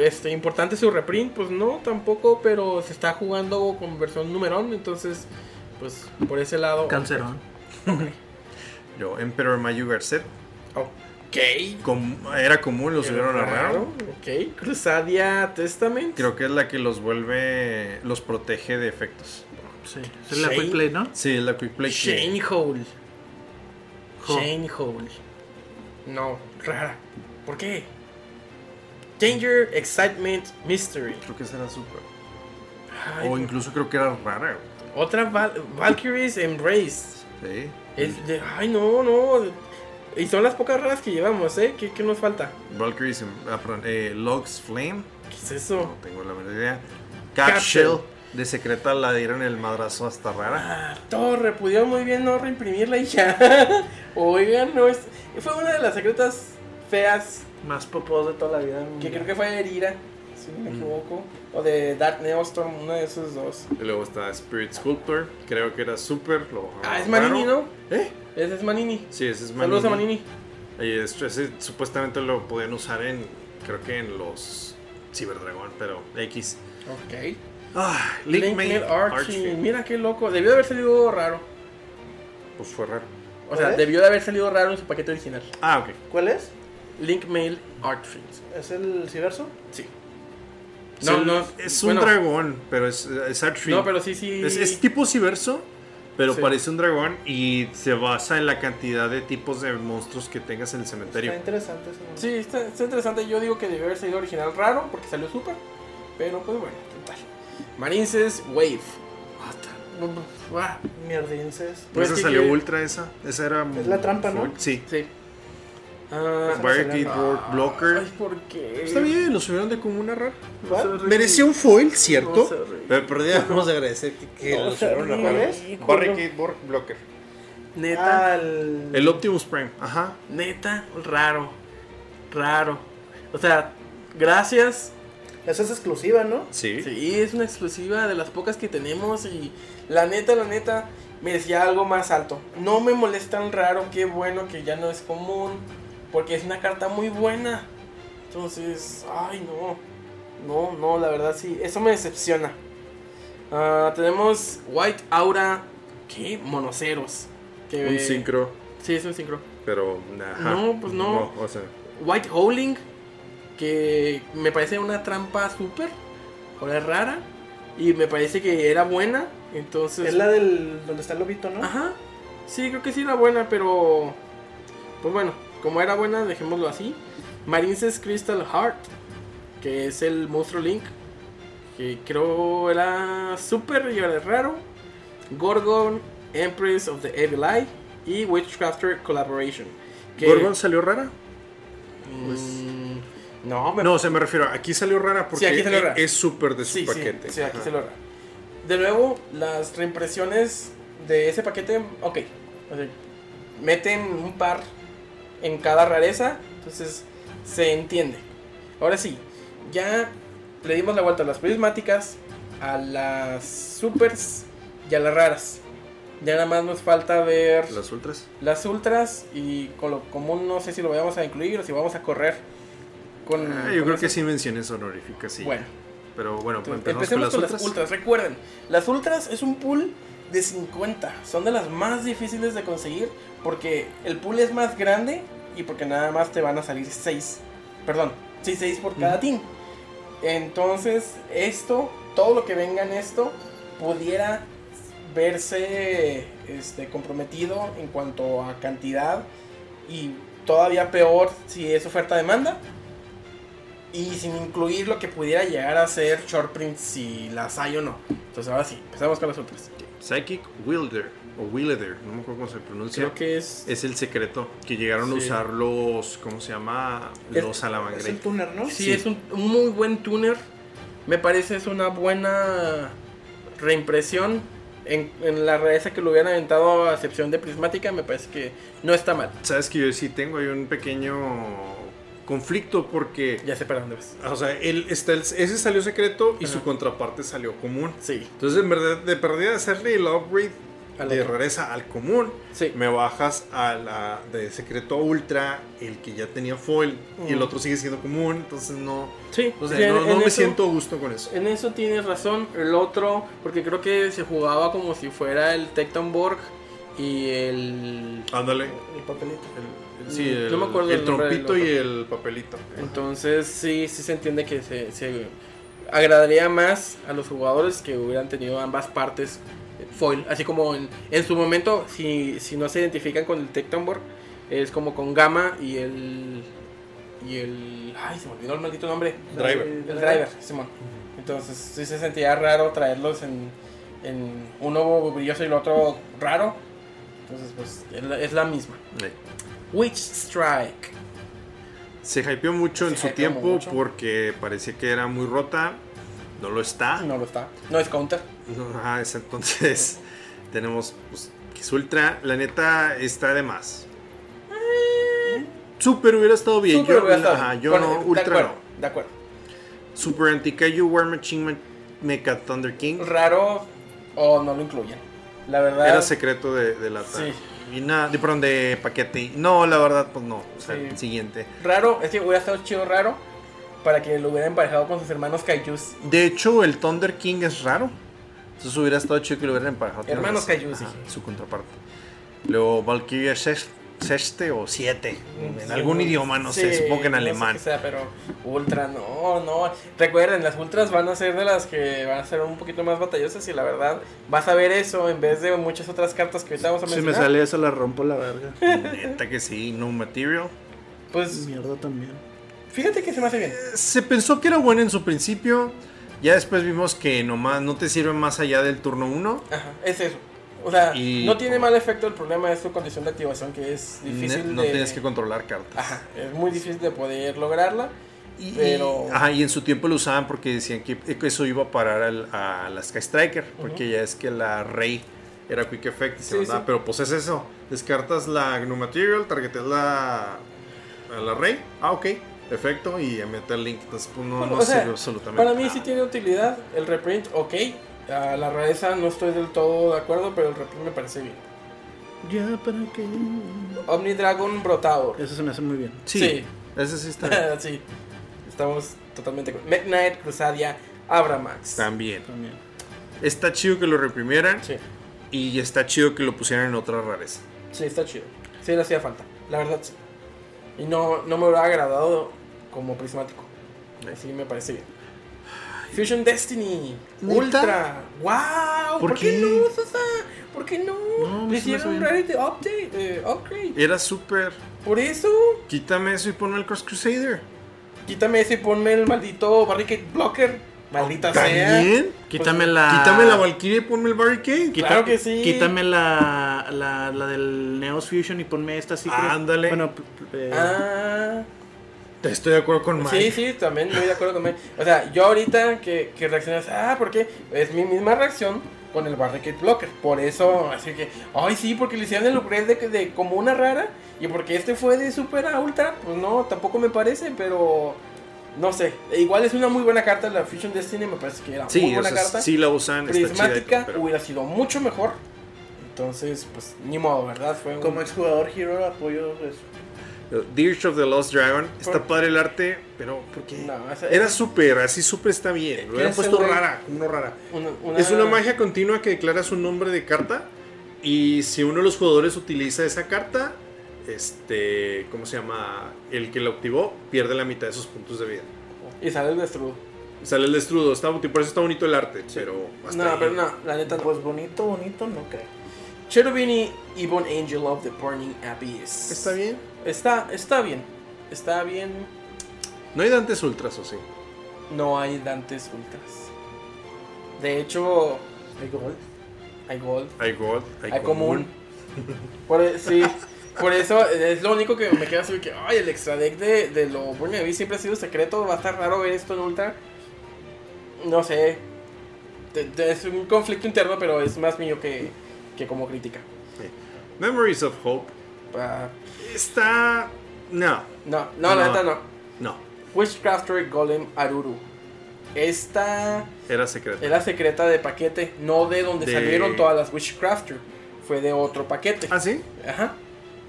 S3: este, importante su reprint. Pues no, tampoco, pero se está jugando con versión numerón. Entonces, pues por ese lado.
S6: Cancerón.
S4: Yo, Emperor Mayu Garcet.
S3: Ok.
S4: com- era común, lo subieron a raro.
S3: Ok. Crusadia Testament.
S4: Creo que es la que los vuelve, los protege de efectos.
S6: Sí. Es la
S3: Shane.
S6: quick play, ¿no?
S4: Sí, es la Quick Play. que-
S3: Shanehole.
S6: Jo.
S3: Shanehole. No, rara. ¿Por qué? Danger, excitement, mystery.
S4: Creo que será super.
S3: Ay,
S4: O incluso creo que era rara.
S3: Otra Val- Valkyrie's Embrace.
S4: güey. Sí.
S3: Es de, ay, no, no. Y son las pocas raras que llevamos, ¿eh? ¿Qué, qué nos falta?
S4: Valkyries, ah, perdón, eh, Log's Flame.
S3: ¿Qué es eso?
S4: No tengo la menor idea.
S3: Capshell.
S4: Capshell.
S8: de secreta la dieron el madrazo hasta rara.
S3: Torre, pudieron muy bien no reimprimirla y ya. *laughs* Oigan, no es. Fue una de las secretas feas
S5: Más popos de toda la vida.
S3: que creo que fue de Erira, si no me
S4: Mm.
S3: equivoco. O de Dark Neostorm, una de esos dos.
S4: Y luego está Spirit Sculptor, creo que era super. Lo,
S3: Ah, es
S4: raro.
S3: Manini, ¿no?
S4: ¿Eh?
S3: Ese es Manini.
S4: Sí, ese es Manini.
S3: Saludos a Manini.
S4: Y es- ese supuestamente lo podían usar en, creo que en los Ciberdragón, pero X.
S3: Ok.
S4: Ah, Link
S3: Linkmail
S4: Mail
S3: Archie.
S4: Archfiend.
S3: Mira qué loco. Debió de haber salido raro.
S4: Pues fue raro.
S3: O sea,
S5: ¿Eh?
S3: debió de haber salido raro en su paquete original.
S4: Ah, ok.
S5: ¿Cuál es?
S3: Linkmail Archfiend.
S5: ¿Es el Civerso?
S3: Sí.
S4: No,
S3: Sí,
S4: no. Es un
S3: bueno.
S4: dragón, pero es, es Archfiend.
S3: No, pero sí, sí.
S4: Es, es tipo civerso, pero
S3: Sí.
S4: parece un dragón y se basa en la cantidad de tipos de monstruos que tengas en el cementerio.
S5: Está interesante ese nombre.
S3: Sí, está, está interesante. Yo digo que debió haber salido original raro porque salió super. Pero pues bueno, total. Marinces Wave. Ah,
S5: Mierdenses.
S4: Pues
S3: Pues
S4: esa
S3: que-
S4: salió
S3: que-
S4: ultra esa. Esa era...
S5: Es la trampa, ¿no?
S4: full. Sí.
S3: Sí. Ah,
S4: Barricade Board Blocker.
S3: ay, ¿por
S4: Pues,
S3: qué?
S8: Está bien, lo subieron de como una rara.
S5: ¿Cuál?
S8: Merecía un foil,
S3: No
S8: ¿cierto?
S3: se ríe.
S8: pero por día vamos a agradecer que, que lo subieron a
S5: ¿Cuál
S8: rara.
S5: es?
S4: Barricade Board Blocker.
S3: Neta,
S5: Ah, el...
S4: El Optimus Prime. Ajá.
S3: neta, raro. Raro. O sea, gracias.
S5: Esa es exclusiva, ¿no?
S4: Sí.
S3: Sí, es una exclusiva de las pocas que tenemos y la neta, la neta, merecía algo más alto. No me molesta tan raro, qué bueno que ya no es común, porque es una carta muy buena. Entonces, ay no, no, no, la verdad sí, eso me decepciona. Ah, tenemos White Aura, ¿qué? Monoceros. Que,
S4: Un sincro,
S3: Sí, es un sincro.
S4: pero... Ajá.
S3: No, pues no.
S4: o sea,
S3: White Howling, que me parece una trampa súper, ahora es rara, y me parece que era buena, entonces...
S5: Es la del... donde está el lobito, ¿no?
S3: Ajá, sí, creo que sí era buena, pero... Pues bueno, como era buena, dejémoslo así. Marinces Crystal Heart, que es el monstruo Link, que creo era súper y ahora es raro. Gorgon, Empress of the Evil Eye y Witchcrafter Collaboration. que-
S4: ¿Gorgon salió rara?
S5: pues.
S3: Mm, no, me
S4: No, o sea, me refiero, aquí salió rara porque e
S3: Sí, aquí salió rara.
S4: es súper de su
S3: sí, sí,
S4: paquete.
S3: Sí, aquí
S4: Ajá.
S3: se logra. De nuevo, las reimpresiones de ese paquete, ok. o sea, meten un par en cada rareza, entonces se entiende. Ahora sí, ya le dimos la vuelta a las prismáticas, a las supers y a las raras. Ya nada más nos falta ver
S4: Las ultras.
S3: las ultras y con lo común no sé si lo vayamos a incluir o si vamos a correr con...
S4: Ah,
S3: con
S4: yo creo
S3: eso.
S4: que sí menciones honoríficas, sí.
S3: Mm, Bueno.
S4: Pero bueno, pues
S3: Entonces, empecemos con las, ultras. Recuerden, las ultras es un pool de 50. Son de las más difíciles de conseguir porque el pool es más grande y porque nada más te van a salir 6. Perdón, sí, 6 por cada team. Entonces, esto, todo lo que venga en esto, pudiera verse este, comprometido en cuanto a cantidad y todavía peor si es oferta-demanda. Y sin incluir lo que pudiera llegar a ser short prints si las hay o no. Entonces ahora sí, empezamos con las otras.
S4: Psychic Wielder o Wielder, no me acuerdo cómo se pronuncia.
S3: Creo que es...
S4: es el secreto que llegaron a
S3: Sí.
S4: usar los, ¿cómo se llama?
S3: Es-
S4: Los
S5: Es el
S4: Alamangre.
S5: tuner, ¿no?
S3: Sí,
S4: sí.
S3: es un, un muy buen tuner. Me parece es una buena reimpresión. En, en la rareza que lo hubieran aventado a excepción de prismática, me parece que no está mal.
S4: Sabes que yo sí tengo ahí un pequeño conflicto porque,
S3: Ya sé para dónde vas.
S4: o sea, él está el- ese salió secreto y
S3: Ajá.
S4: su contraparte salió común.
S3: Sí,
S4: Entonces, en verdad, de perdida hacerle el upgrade
S3: Al
S4: de
S3: otro.
S4: rareza al común,
S3: Sí.
S4: me bajas a la de secreto a ultra, el que ya tenía foil, y el
S3: Mm.
S4: otro sigue siendo común, entonces no.
S3: sí.
S4: O sea,
S3: sí, en-
S4: no, no
S3: en
S4: me
S3: eso-
S4: siento a gusto con eso.
S3: En eso tienes razón. El otro, porque creo que se jugaba como si fuera el Tectonborg y el.
S4: Ándale.
S5: El papelito.
S4: El- sí,
S3: Mm,
S4: el,
S3: no me acuerdo
S4: el
S3: el nombre del
S4: trompito
S3: otro.
S4: y el papelito.
S3: Entonces, sí, sí se entiende que se, se agradaría más a los jugadores que hubieran tenido ambas partes eh, foil. Así como en, en su momento, si, si no se identifican con el Tectonborg, es como con Gamma y el. Y el. Ay, se me olvidó el maldito nombre.
S4: Driver.
S3: El driver, Simón. Entonces sí se sentía raro traerlos en, en uno brilloso y el otro raro. Entonces pues es la, es la misma.
S4: Sí.
S3: Witch Strike.
S4: Se hypeó mucho
S3: Se
S4: en su
S3: hypeó
S4: tiempo
S3: mucho.
S4: porque parecía que era muy rota. No lo está.
S3: No lo está. No es counter.
S4: No, ajá, es- entonces *laughs* tenemos pues, que es Ultra. La neta está de más. Super hubiera estado bien.
S3: Eh. Super
S4: yo
S3: hubiera estado
S4: ajá,
S3: bien.
S4: yo
S3: Bueno,
S4: no,
S3: de
S4: Ultra
S3: acuerdo,
S4: no.
S3: De acuerdo.
S4: Super Anti-Kaiju War Machine Me- Mecha Thunder King.
S3: Raro o no lo incluyen. La verdad.
S4: Era secreto de, de la
S3: Sí.
S4: Y nada, de, perdón, de paquete. No, la verdad, pues no. O sea,
S3: Sí.
S4: el siguiente.
S3: Raro, es que hubiera estado chido raro para que lo hubiera emparejado con sus hermanos Kaijus.
S4: De hecho, el Thunder King es raro. Entonces hubiera estado chido que lo hubieran emparejado. Tienes
S3: Hermanos
S4: razón.
S3: Kaiju, sí.
S4: Ajá, Su contraparte. Luego Valkyria Sex- Sexte o Siete. En algún idioma, no sé,
S3: Mm, Sí,
S4: supongo que en
S3: no sé
S4: alemán.
S3: qué sea, pero Ultra, no, no. Recuerden, las Ultras van a ser de las que van a ser un poquito más batallosas y la verdad vas a ver eso en vez de muchas otras cartas que ahorita vamos a
S6: Si me
S3: mencionar.
S6: sale eso, la rompo la
S5: *laughs*
S6: verga.
S4: *laughs* Neta que sí, no material.
S3: Pues
S6: Mierda también.
S3: fíjate que se me hace bien.
S4: Se pensó que era bueno en su principio. Ya después vimos que nomás no te sirve más allá del turno 1.
S3: Ajá, es eso. O sea,
S4: Y-
S3: no tiene mal efecto, el problema es su condición de activación que es difícil
S4: No
S3: de...
S4: tienes que controlar cartas.
S3: Ajá, es muy difícil de poder lograrla.
S4: Y, y-
S3: Pero-
S4: ajá, y en su tiempo lo usaban porque decían que que eso iba a parar al- a la Sky Striker, porque ya es que la Rey era Quick Effect y se
S3: Sí,
S4: mandaba,
S3: sí.
S4: pero pues es eso, descartas la Gnu Material, targeteas la, a la Rey, ah ok, perfecto, y a meter Link, entonces pues, no,
S3: Bueno,
S4: no
S3: o sea,
S4: sirve absolutamente
S3: Para mí
S4: nada.
S3: sí tiene utilidad. El reprint, ok. A la rareza no estoy del todo de acuerdo, pero el reprint me parece bien.
S6: Ya, ¿para qué?
S3: Omni Dragon Brotaur.
S6: Eso se me hace muy bien.
S4: Sí,
S3: sí.
S4: ese sí
S3: *laughs*
S4: está bien.
S3: sí, estamos totalmente. con- Mech Knight, Crusadia, Abramax.
S4: También.
S6: También.
S4: Está chido que lo reprimieran
S3: Sí,
S4: y está chido que lo pusieran en otra rareza.
S3: sí, está chido. Sí, le hacía falta. La verdad, sí. Y no, no me hubiera agradado como prismático. Así me parece bien. Fusion Destiny,
S4: ¿Neta?
S3: Ultra, wow, ¿por,
S4: ¿Por
S3: qué?
S4: qué?
S3: no, Sosa? ¿Por qué no?
S4: No, pues
S3: Le
S4: sí me hace
S3: hicieron un
S4: bien.
S3: rarity update, eh, upgrade.
S4: Era súper,
S3: Por eso,
S4: quítame eso y ponme el Cross Crusader.
S3: quítame ese y ponme el maldito Barricade Blocker. Maldita sea.
S4: ¿También?
S5: Pues,
S6: Quítame la.
S4: Quítame la Valkyrie y ponme el Barricade.
S6: Quita-
S3: Claro que sí.
S6: Quítame la, la, la del Neos Fusion y ponme esta Secret.
S4: Ándale.
S6: Bueno, p- p- eh,
S3: Ah.
S4: Te estoy de acuerdo con Mike.
S3: Sí, sí, también muy de acuerdo con él. O sea, yo ahorita que, que reaccionas, ah, porque es mi misma reacción con el Barricade Blocker. Por eso, así que, ay, sí, porque le hicieron el upgrade de, de como una rara y porque este fue de super a ultra, pues no, tampoco me parece, pero no sé. E Igual es una muy buena carta, la Fusion Destiny me parece que era
S4: Sí,
S3: muy
S4: o
S3: buena
S4: sea,
S3: carta.
S4: sí la usan. está chida y todo,
S3: Prismática
S4: pero-
S3: hubiera sido mucho mejor. Entonces, pues ni modo, ¿verdad? Fue un-
S5: Como exjugador Hero apoyo eso.
S4: pero Dirge of the Lost Dragon.
S3: Por-
S4: Está padre el arte, pero ¿por qué?
S3: No, o sea,
S4: Era súper, así súper está bien. Lo hubieran
S3: ese
S4: puesto
S3: güey-
S4: rara, como no rara.
S3: una-
S4: Es una magia continua que declaras un nombre de carta. Y si uno de los jugadores utiliza esa carta, este, ¿cómo se llama? El que la activó pierde la mitad de sus puntos de vida.
S3: Y sale el destruido.
S4: Sale el destrudo, está, por eso está bonito el arte, pero... hasta
S3: No,
S4: ahí.
S3: pero no, la neta no.
S5: Pues bonito, bonito, no creo.
S3: Cherubini, Evil Angel of the Burning Abyss.
S4: Está bien.
S3: Está, está bien. Está bien.
S4: No hay Dantes Ultras, ¿o sí?
S3: No hay Dantes Ultras. De hecho,
S5: Hay gol.
S3: hay Gold,
S4: Hay Gold,
S3: hay, Común. Por, e- sí, *laughs* por eso es lo único que me queda así que, ay, el extra deck de, de lo Burning Abyss siempre ha sido secreto. Va a estar raro ver esto en Ultra. No sé. Te- te- Es un conflicto interno, pero es más mío que, que como crítica.
S4: Memories of Hope.
S3: Ah,
S4: Está... No,
S3: no, no, la
S4: No.
S3: neta no.
S4: no.
S3: Witchcrafter Golem Aruru. Esta
S4: Era
S5: Eh.
S4: secreto.
S3: era secreta de paquete, no de donde
S4: De-
S3: salieron todas las Witchcrafter. Fue de otro paquete.
S4: ¿Ah, sí?
S3: Ajá.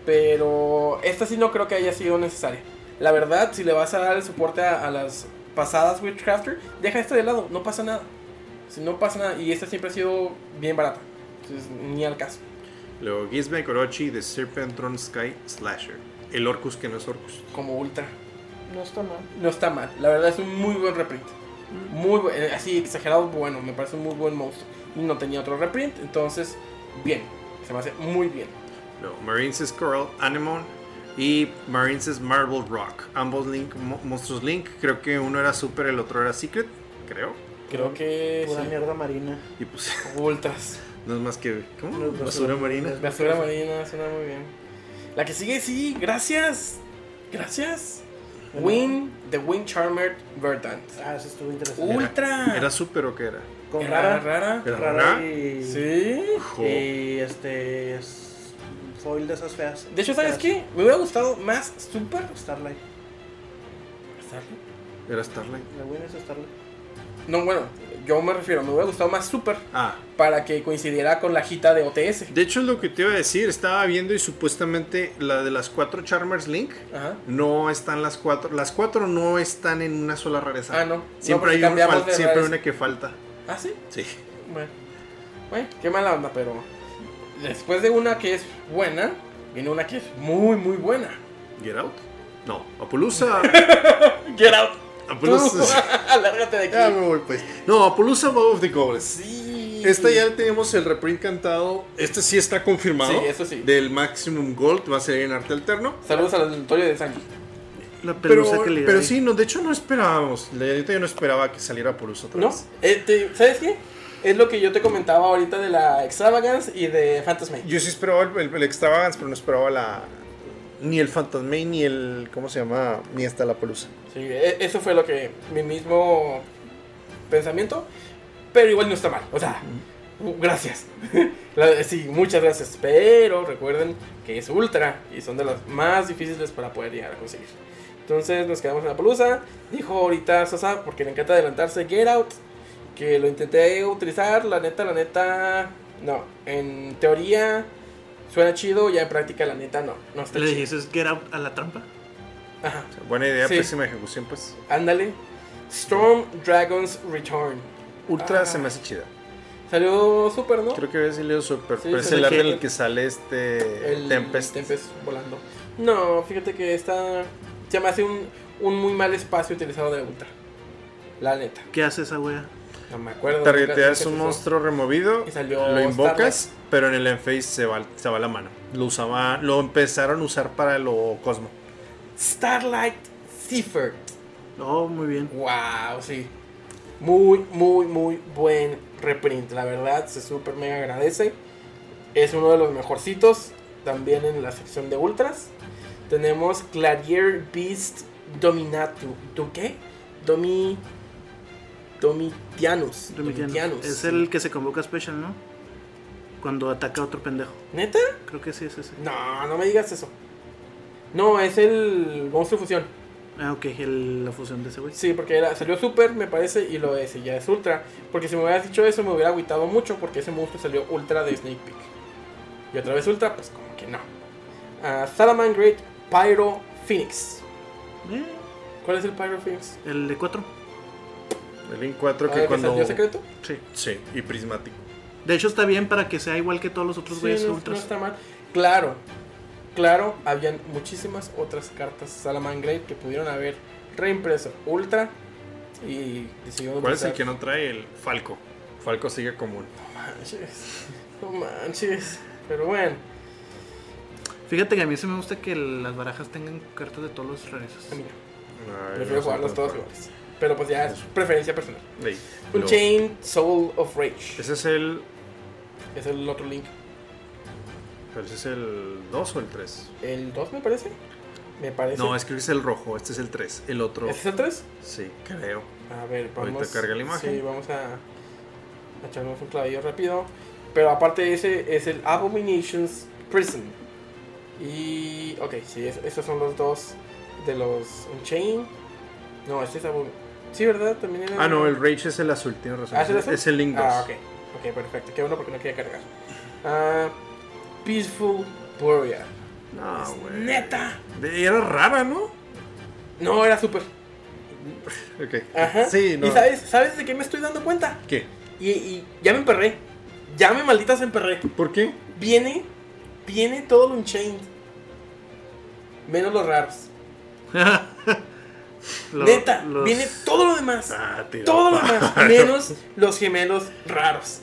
S3: Pero esta sí no creo que haya sido necesaria. La verdad, si le vas a dar el soporte a, a las pasadas Witchcrafter, deja esta de lado, no pasa nada. Si no pasa nada, y esta siempre ha sido bien barata. Entonces, ni al caso.
S4: Luego Gizme Korochi de Serpent Throne Sky Slasher. El Orcus que no es Orcus.
S3: Como Ultra.
S5: No está mal. Mm.
S3: No está mal, la verdad es un muy buen reprint. Muy bu- eh, así exagerado, bueno, me parece un muy buen monstruo. Y no tenía otro reprint, entonces, bien. Se me hace muy bien.
S4: Luego Marines Coral Anemon. Y Marines Marble Rock. Ambos Link, mo- monstruos Link. Creo que uno era Super, el otro era Secret. Creo.
S3: Creo que.
S5: Mm. Pura
S3: sí.
S5: mierda marina.
S4: Y pues, *laughs*
S3: Ultras.
S4: no es más que. ¿Cómo?
S5: No, basura
S4: Basura marina.
S3: Basura marina, suena muy bien. La que sigue, sí, gracias. Gracias. Win the Wing Charmer Verdant.
S9: Ah, eso estuvo interesante.
S3: Ultra.
S4: ¿Era súper o qué era?
S5: Uh,
S9: Con
S3: Era
S9: rara,
S3: rara.
S4: Era
S9: rara
S4: rara.
S9: y,
S3: Sí.
S5: Eh.
S9: y este es foil de esas feas.
S3: De hecho, ¿sabes
S9: Feas.
S3: qué? Me hubiera gustado más Super.
S9: Starlight.
S4: Era Starlight.
S9: La buena es Starlight.
S3: No, bueno, yo me refiero, me hubiera gustado más Super
S4: Ah,
S3: para que coincidiera con la jita de OTS.
S4: de hecho es lo que te iba a decir. Estaba viendo y supuestamente la de las cuatro Charmers Link.
S3: Ajá.
S4: No están las cuatro. Las cuatro no están en una sola rareza.
S3: Ah, no. No,
S4: Siempre,
S3: porque
S4: hay, un
S3: cambiamos
S4: fal-
S3: de
S4: siempre hay
S3: rareza.
S4: una que falta.
S3: ¿Ah, sí?
S4: Sí.
S3: Bueno. Bueno, qué mala onda, pero después de una que es buena, viene una que es muy, muy buena.
S4: Get out. No,
S3: *laughs*
S4: Apolusa.
S3: Get out. *laughs*
S4: Apolusa.
S3: Alárgate de aquí.
S4: ya me voy, pues. No, Apolusa Bow of the Goblins.
S3: Sí.
S4: Esta ya tenemos el reprint cantado. Este sí está confirmado.
S3: Sí, eso sí.
S4: Del Maximum Gold va a ser en arte alterno.
S3: Saludos al auditorio de Sanji.
S5: La
S4: Pero,
S5: pelusa que le
S4: pero
S5: di.
S4: sí, no, de hecho no esperábamos. La neta yo no esperaba que saliera Apolusa otra
S3: ¿No?
S4: vez.
S3: Eh, te- ¿Sabes qué? Es lo que yo te comentaba ahorita de la Extravagance y de Phantasm.
S4: Yo sí esperaba el, el- el Extravagance, pero no esperaba la. Ni el Phantasmay, ni el. ¿Cómo se llama? Ni hasta la Pelusa.
S3: Sí, e- eso fue lo que mi mismo pensamiento, pero igual no está mal. O sea, u- gracias. *laughs* La- sí, muchas gracias. Pero recuerden que es ultra y son de las más difíciles para poder llegar a conseguir. Entonces nos quedamos en la pelusa. Dijo ahorita Sosa, porque le encanta adelantarse, Get Out. Que lo intenté utilizar, la neta, la neta. No, en teoría suena chido, ya en práctica, la neta, no. No está
S5: Le dije,
S3: chido.
S5: eso es get out a la trampa.
S3: Ajá.
S4: Buena idea,
S3: Sí.
S4: pésima ejecución, pues.
S3: Ándale. Storm Dragon's Return.
S4: Ultra
S3: Ah.
S4: se me hace chida.
S3: Salió súper, ¿no?
S4: Creo que había salido Super.
S3: Sí,
S4: pero es
S3: se
S4: el
S3: me
S4: arte en
S3: queda-
S4: el que sale este.
S3: el
S4: Tempest.
S3: volando. No, fíjate que está. Se me hace un, un muy mal espacio utilizado de Ultra. La neta.
S5: ¿Qué hace esa wea?
S3: No me acuerdo.
S4: Targeteas
S3: Nunca-
S4: un
S3: nunca se usó.
S4: monstruo removido,
S3: Y salió
S4: lo invocas, pero en el Enface se va, se va la mano. Lo usaba, lo empezaron a usar para lo Cosmo.
S3: Starlight Seaford.
S5: Oh, muy bien.
S3: Wow, sí. Muy, muy, muy buen reprint. La verdad, se súper mega agradece. Es uno de los mejorcitos. También en la sección de ultras. Tenemos Clarier Beast Dominatu. ¿Tú qué? Domi. Domitianus.
S5: Domitiano.
S3: Domitianus.
S5: Es el que se convoca special, ¿no? Cuando ataca a otro pendejo.
S3: ¿Neta?
S5: Creo que sí es ese.
S3: No, no me digas eso. No, es el monstruo fusión.
S5: Ah, ok, el- la fusión de ese güey.
S3: Sí, porque era- salió super, me parece, y lo ese ya es ultra. Porque si me hubieras dicho eso, me hubiera agüitado mucho, porque ese monstruo salió ultra de Snake Peak. Y otra vez ultra, pues como que no. Ah, Salaman Great Pyro Phoenix.
S5: Eh,
S3: ¿Cuál es el Pyro Phoenix?
S5: el de 4.
S4: El Link 4
S3: Ah,
S4: que
S3: ¿el
S4: cuando.
S3: salió secreto?
S5: Sí.
S4: Sí, y prismático.
S5: De hecho, está bien para que sea igual que todos los otros
S3: Sí,
S5: güeyes
S3: no, no
S5: ultras.
S3: está mal. Claro, claro, habían muchísimas otras cartas Salaman Great que pudieron haber reimpreso ultra. Y decidieron
S4: ¿Cuál es el
S3: utilizar-
S4: que no trae? El Falco. Falco sigue común.
S3: Ah, manches, *laughs* no manches. Pero bueno,
S5: Fíjate que a mí sí me gusta que las barajas tengan cartas de todos los rarezas.
S3: Ah, mira.
S4: Ay,
S3: Prefiero
S4: no sé
S3: jugarlos
S4: cómo
S3: todos iguales. Pero pues ya es preferencia personal.
S4: fue. Ey,
S3: Un
S4: lo-
S3: Chain Soul of Rage.
S4: Ese es el.
S3: Es el otro link.
S4: pero ese es el 2 o el 3?
S3: El 2 me parece. Me parece.
S4: No, es que es el rojo. Este es el 3. El otro.
S3: ¿Este es el Mm. 3?
S4: Sí, creo.
S3: A ver, vamos.
S4: carga la imagen.
S3: Sí, vamos a, a echarnos un clavillo rápido. Pero aparte de ese es el Abominations Prison. Y. Ok, sí, es- esos son los dos de los Unchained. No, este es Abomin. Sí, ¿verdad? También era.
S4: Ah, no, el Rage es el azul. Tienes razón.
S3: Ah, ¿es el azul?
S4: Es el Link 2.
S3: Ah, ok. Ok, perfecto. Qué bueno porque no quería cargar. Ah, Peaceful Warrior.
S4: No, güey.
S3: ¡Neta!
S4: De- Era rara, ¿no?
S3: No, era súper.
S4: Ok.
S3: Ajá.
S4: Sí, no.
S3: ¿Y sabes, sabes de qué me estoy dando cuenta?
S4: ¿Qué?
S3: Y, y ya me emperré. Ya me malditas emperré.
S4: ¿Por qué?
S3: Viene, viene todo lo Unchained. Menos los
S4: *laughs*
S3: raros.
S5: Lo-
S3: Neta,
S5: los-
S3: viene todo lo demás.
S4: Ah, tira
S3: todo lo
S4: pa-
S3: demás.
S4: *laughs*
S3: Menos los gemelos raros.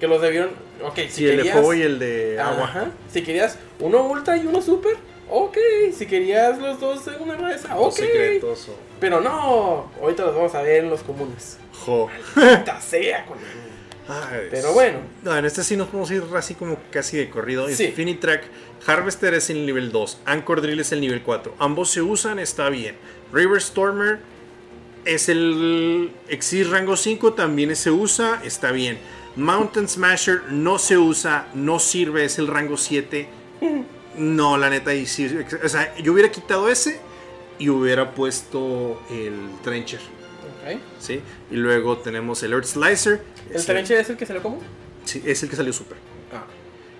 S3: Que los debieron. Ok, si
S4: Sí, el de
S3: querías-
S4: fuego y el de
S3: Ah,
S4: agua.
S3: Ajá. Si querías uno ultra y uno super, ok. Si querías los dos de una rareza, ok.
S4: Los secretos o-
S3: Pero no, ahorita los vamos a ver en los comunes.
S4: Jo.
S3: Maldita sea, Konami.
S4: Ay,
S3: Pero bueno.
S4: No, en este sí nos podemos ir así como casi de corrido.
S3: Sí.
S4: Infinitrack, Harvester es el nivel 2, Anchor Drill es el nivel 4. Ambos se usan, está bien. River Stormer es el Exit rango 5, también se usa, está bien. Mountain Smasher no se usa, no sirve, es el
S3: *laughs*
S4: rango 7. No, la neta, y sí, o sea, yo hubiera quitado ese y hubiera puesto el Trencher,
S3: ok.
S4: ¿sí? Y luego tenemos el Earth Slicer.
S3: ¿El
S4: es
S3: trenche es el que se lo como?
S4: Sí, es el que salió super.
S3: Ah.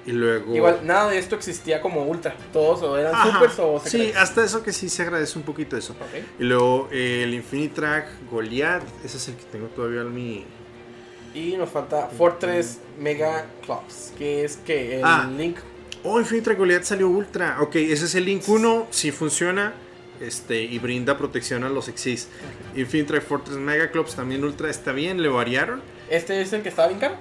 S4: Y luego.
S3: Igual, nada de esto existía como ultra. Todos o eran
S4: Ajá,
S3: supers o
S4: Sí,
S3: secretos.
S4: hasta eso que sí se agradece un poquito eso.
S3: Ok.
S4: Y luego eh, el Infinitrack, Goliath, ese es el que tengo todavía en mi.
S3: Y nos falta Fortress Mega Clubs, que es que el
S4: Ah.
S3: Link
S4: Oh, Infinitrack Goliath salió Ultra. Ok, ese es el Link 1, si funciona. Este, y brinda protección a los Exis. Infinitrack Fortress Megaclops también Ultra está bien, le variaron.
S3: Este es el que estaba bien caro.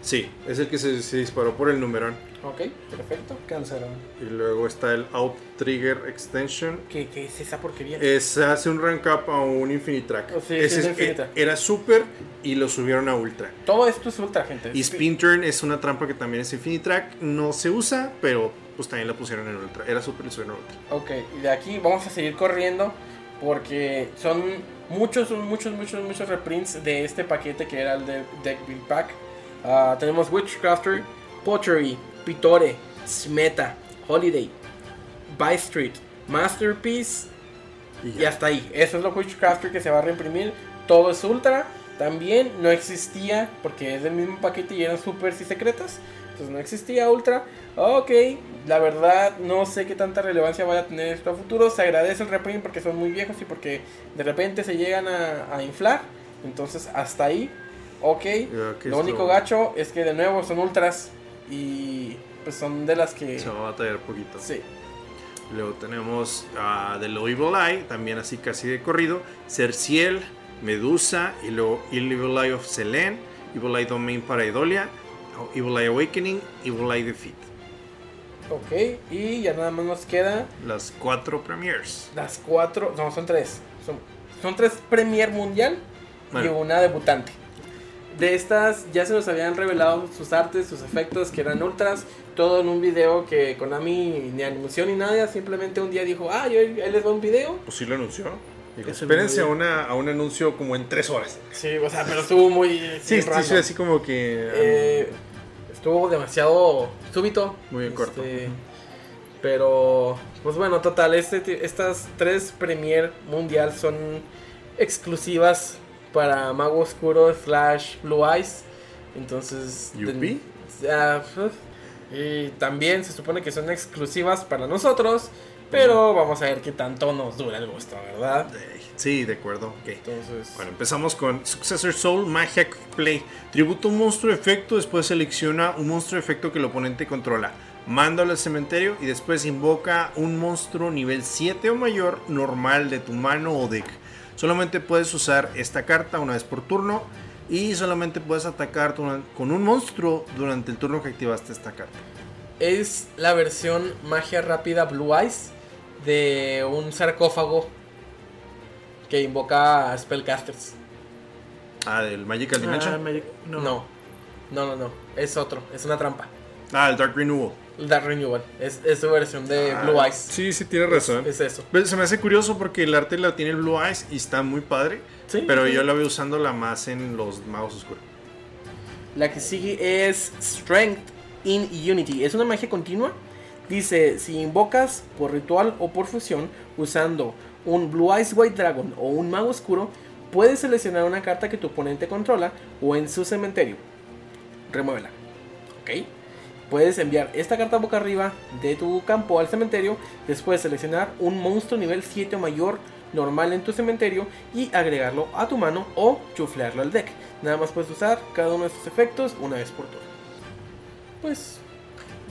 S4: Sí, es el que se, se disparó por el numerón.
S3: Ok, perfecto.
S10: Cancelaron.
S4: Y luego está el Out Trigger Extension,
S3: ¿Qué, qué es esa porquería?
S4: Es, hace un rank up a un Infinitrack.
S3: Oh, sí, sí,
S4: Ese
S3: es
S4: es-
S3: Infinitrack.
S4: e- Era super y lo subieron a ultra.
S3: Todo esto es ultra, gente.
S4: Y Spin Turn es una trampa que también es Infinitrack. No se usa, pero pues también la pusieron en ultra. Era super y subieron a ultra.
S3: Ok, y de aquí vamos a seguir corriendo porque son muchos, son muchos, muchos, muchos reprints de este paquete que era el de Deck Build Pack. Ah, tenemos Witchcrafter, Pottery, Pitore, Smeta, Holiday, By Street, Masterpiece y, hasta ahí. Eso es lo Witchcrafter que se va a reimprimir. Todo es ultra. También no existía porque es del mismo paquete y eran supers y secretas. Entonces no existía ultra. Ok, la verdad no sé qué tanta relevancia vaya a tener esto a futuro. Se agradece el reprint porque son muy viejos y porque de repente se llegan a, a inflar. Entonces hasta ahí. Ok,
S4: que
S3: lo
S4: es
S3: único
S4: lo-
S3: gacho es que de nuevo son ultras y pues son de las que...
S4: Se va a batallar poquito.
S3: Sí.
S4: Luego tenemos ah, The Low Evil Eye, también así casi de corrido. Cerciel, Medusa, y luego Ill Evil Eye of Selene, Evil Eye Domain para Idolia, Evil Eye Awakening, Evil Eye Defeat.
S3: Ok, y ya nada más nos queda
S4: Las cuatro premiers.
S3: Las cuatro, no, son tres. Son, son tres Premier Mundial y
S4: Bueno.
S3: una debutante. De estas ya se nos habían revelado sus artes, sus efectos, que eran ultras. Todo en un video que Konami ni animación ni nada, simplemente un día dijo, ah, yo ahí les va un video.
S4: Pues sí lo anunció. Digo,
S5: Es el
S4: espérense a,
S5: mismo
S4: una, a un anuncio como en tres horas.
S3: Sí, o sea, pero estuvo muy...
S4: Sí,
S3: muy
S4: sí,
S3: random.
S4: sí, así como que.
S3: Eh, estuvo demasiado súbito. Este,
S4: Muy en corto.
S3: Pero, pues bueno, total, este, ti- estas tres Premier Mundial son exclusivas para Mago Oscuro slash Blue Eyes. Entonces...
S4: ¿Yupi?
S3: ten- ah, pues, y también se supone que son exclusivas para nosotros, pero vamos a ver qué tanto nos dura el gusto, ¿verdad?
S4: eh, sí, de acuerdo. ok.
S3: Entonces...
S4: Bueno, empezamos con Successor Soul, Magia Quick Play. Tributa un monstruo de efecto, después selecciona un monstruo de efecto que el oponente controla. Mándalo al cementerio y después invoca un monstruo nivel 7 o mayor normal de tu mano o deck. Solamente puedes usar esta carta una vez por turno y solamente puedes atacar duran- con un monstruo durante el turno que activaste esta carta.
S3: es la versión magia rápida Blue Eyes de un sarcófago que invoca a Spellcasters.
S4: Ah, del Magical
S5: Ah,
S4: Dimension.
S5: Magic-
S3: No.
S5: no.
S3: no, no, no, es otro, es una trampa.
S4: Ah, el Dark Renewal.
S3: El Dark Renewal, es, es su versión de
S4: Ah,
S3: Eh, Blue Eyes.
S4: Sí, sí, tiene razón.
S3: Es eso.
S4: Pero se me hace curioso porque el arte la tiene el Blue Eyes y está muy padre.
S3: Sí,
S4: pero
S3: sí.
S4: yo la veo usándola más en los magos oscuros.
S3: La que sigue es Strength in Unity. Es una magia continua. Dice, si invocas por ritual o por fusión usando un Blue Eyes White Dragon o un mago oscuro, puedes seleccionar una carta que tu oponente controla o en su cementerio. Remuévela. ¿Ok? Puedes enviar esta carta boca arriba de tu campo al cementerio, después seleccionar un monstruo nivel 7 o mayor normal en tu cementerio y agregarlo a tu mano o chuflearlo al deck. Nada más puedes usar cada uno de estos efectos una vez por turno. Pues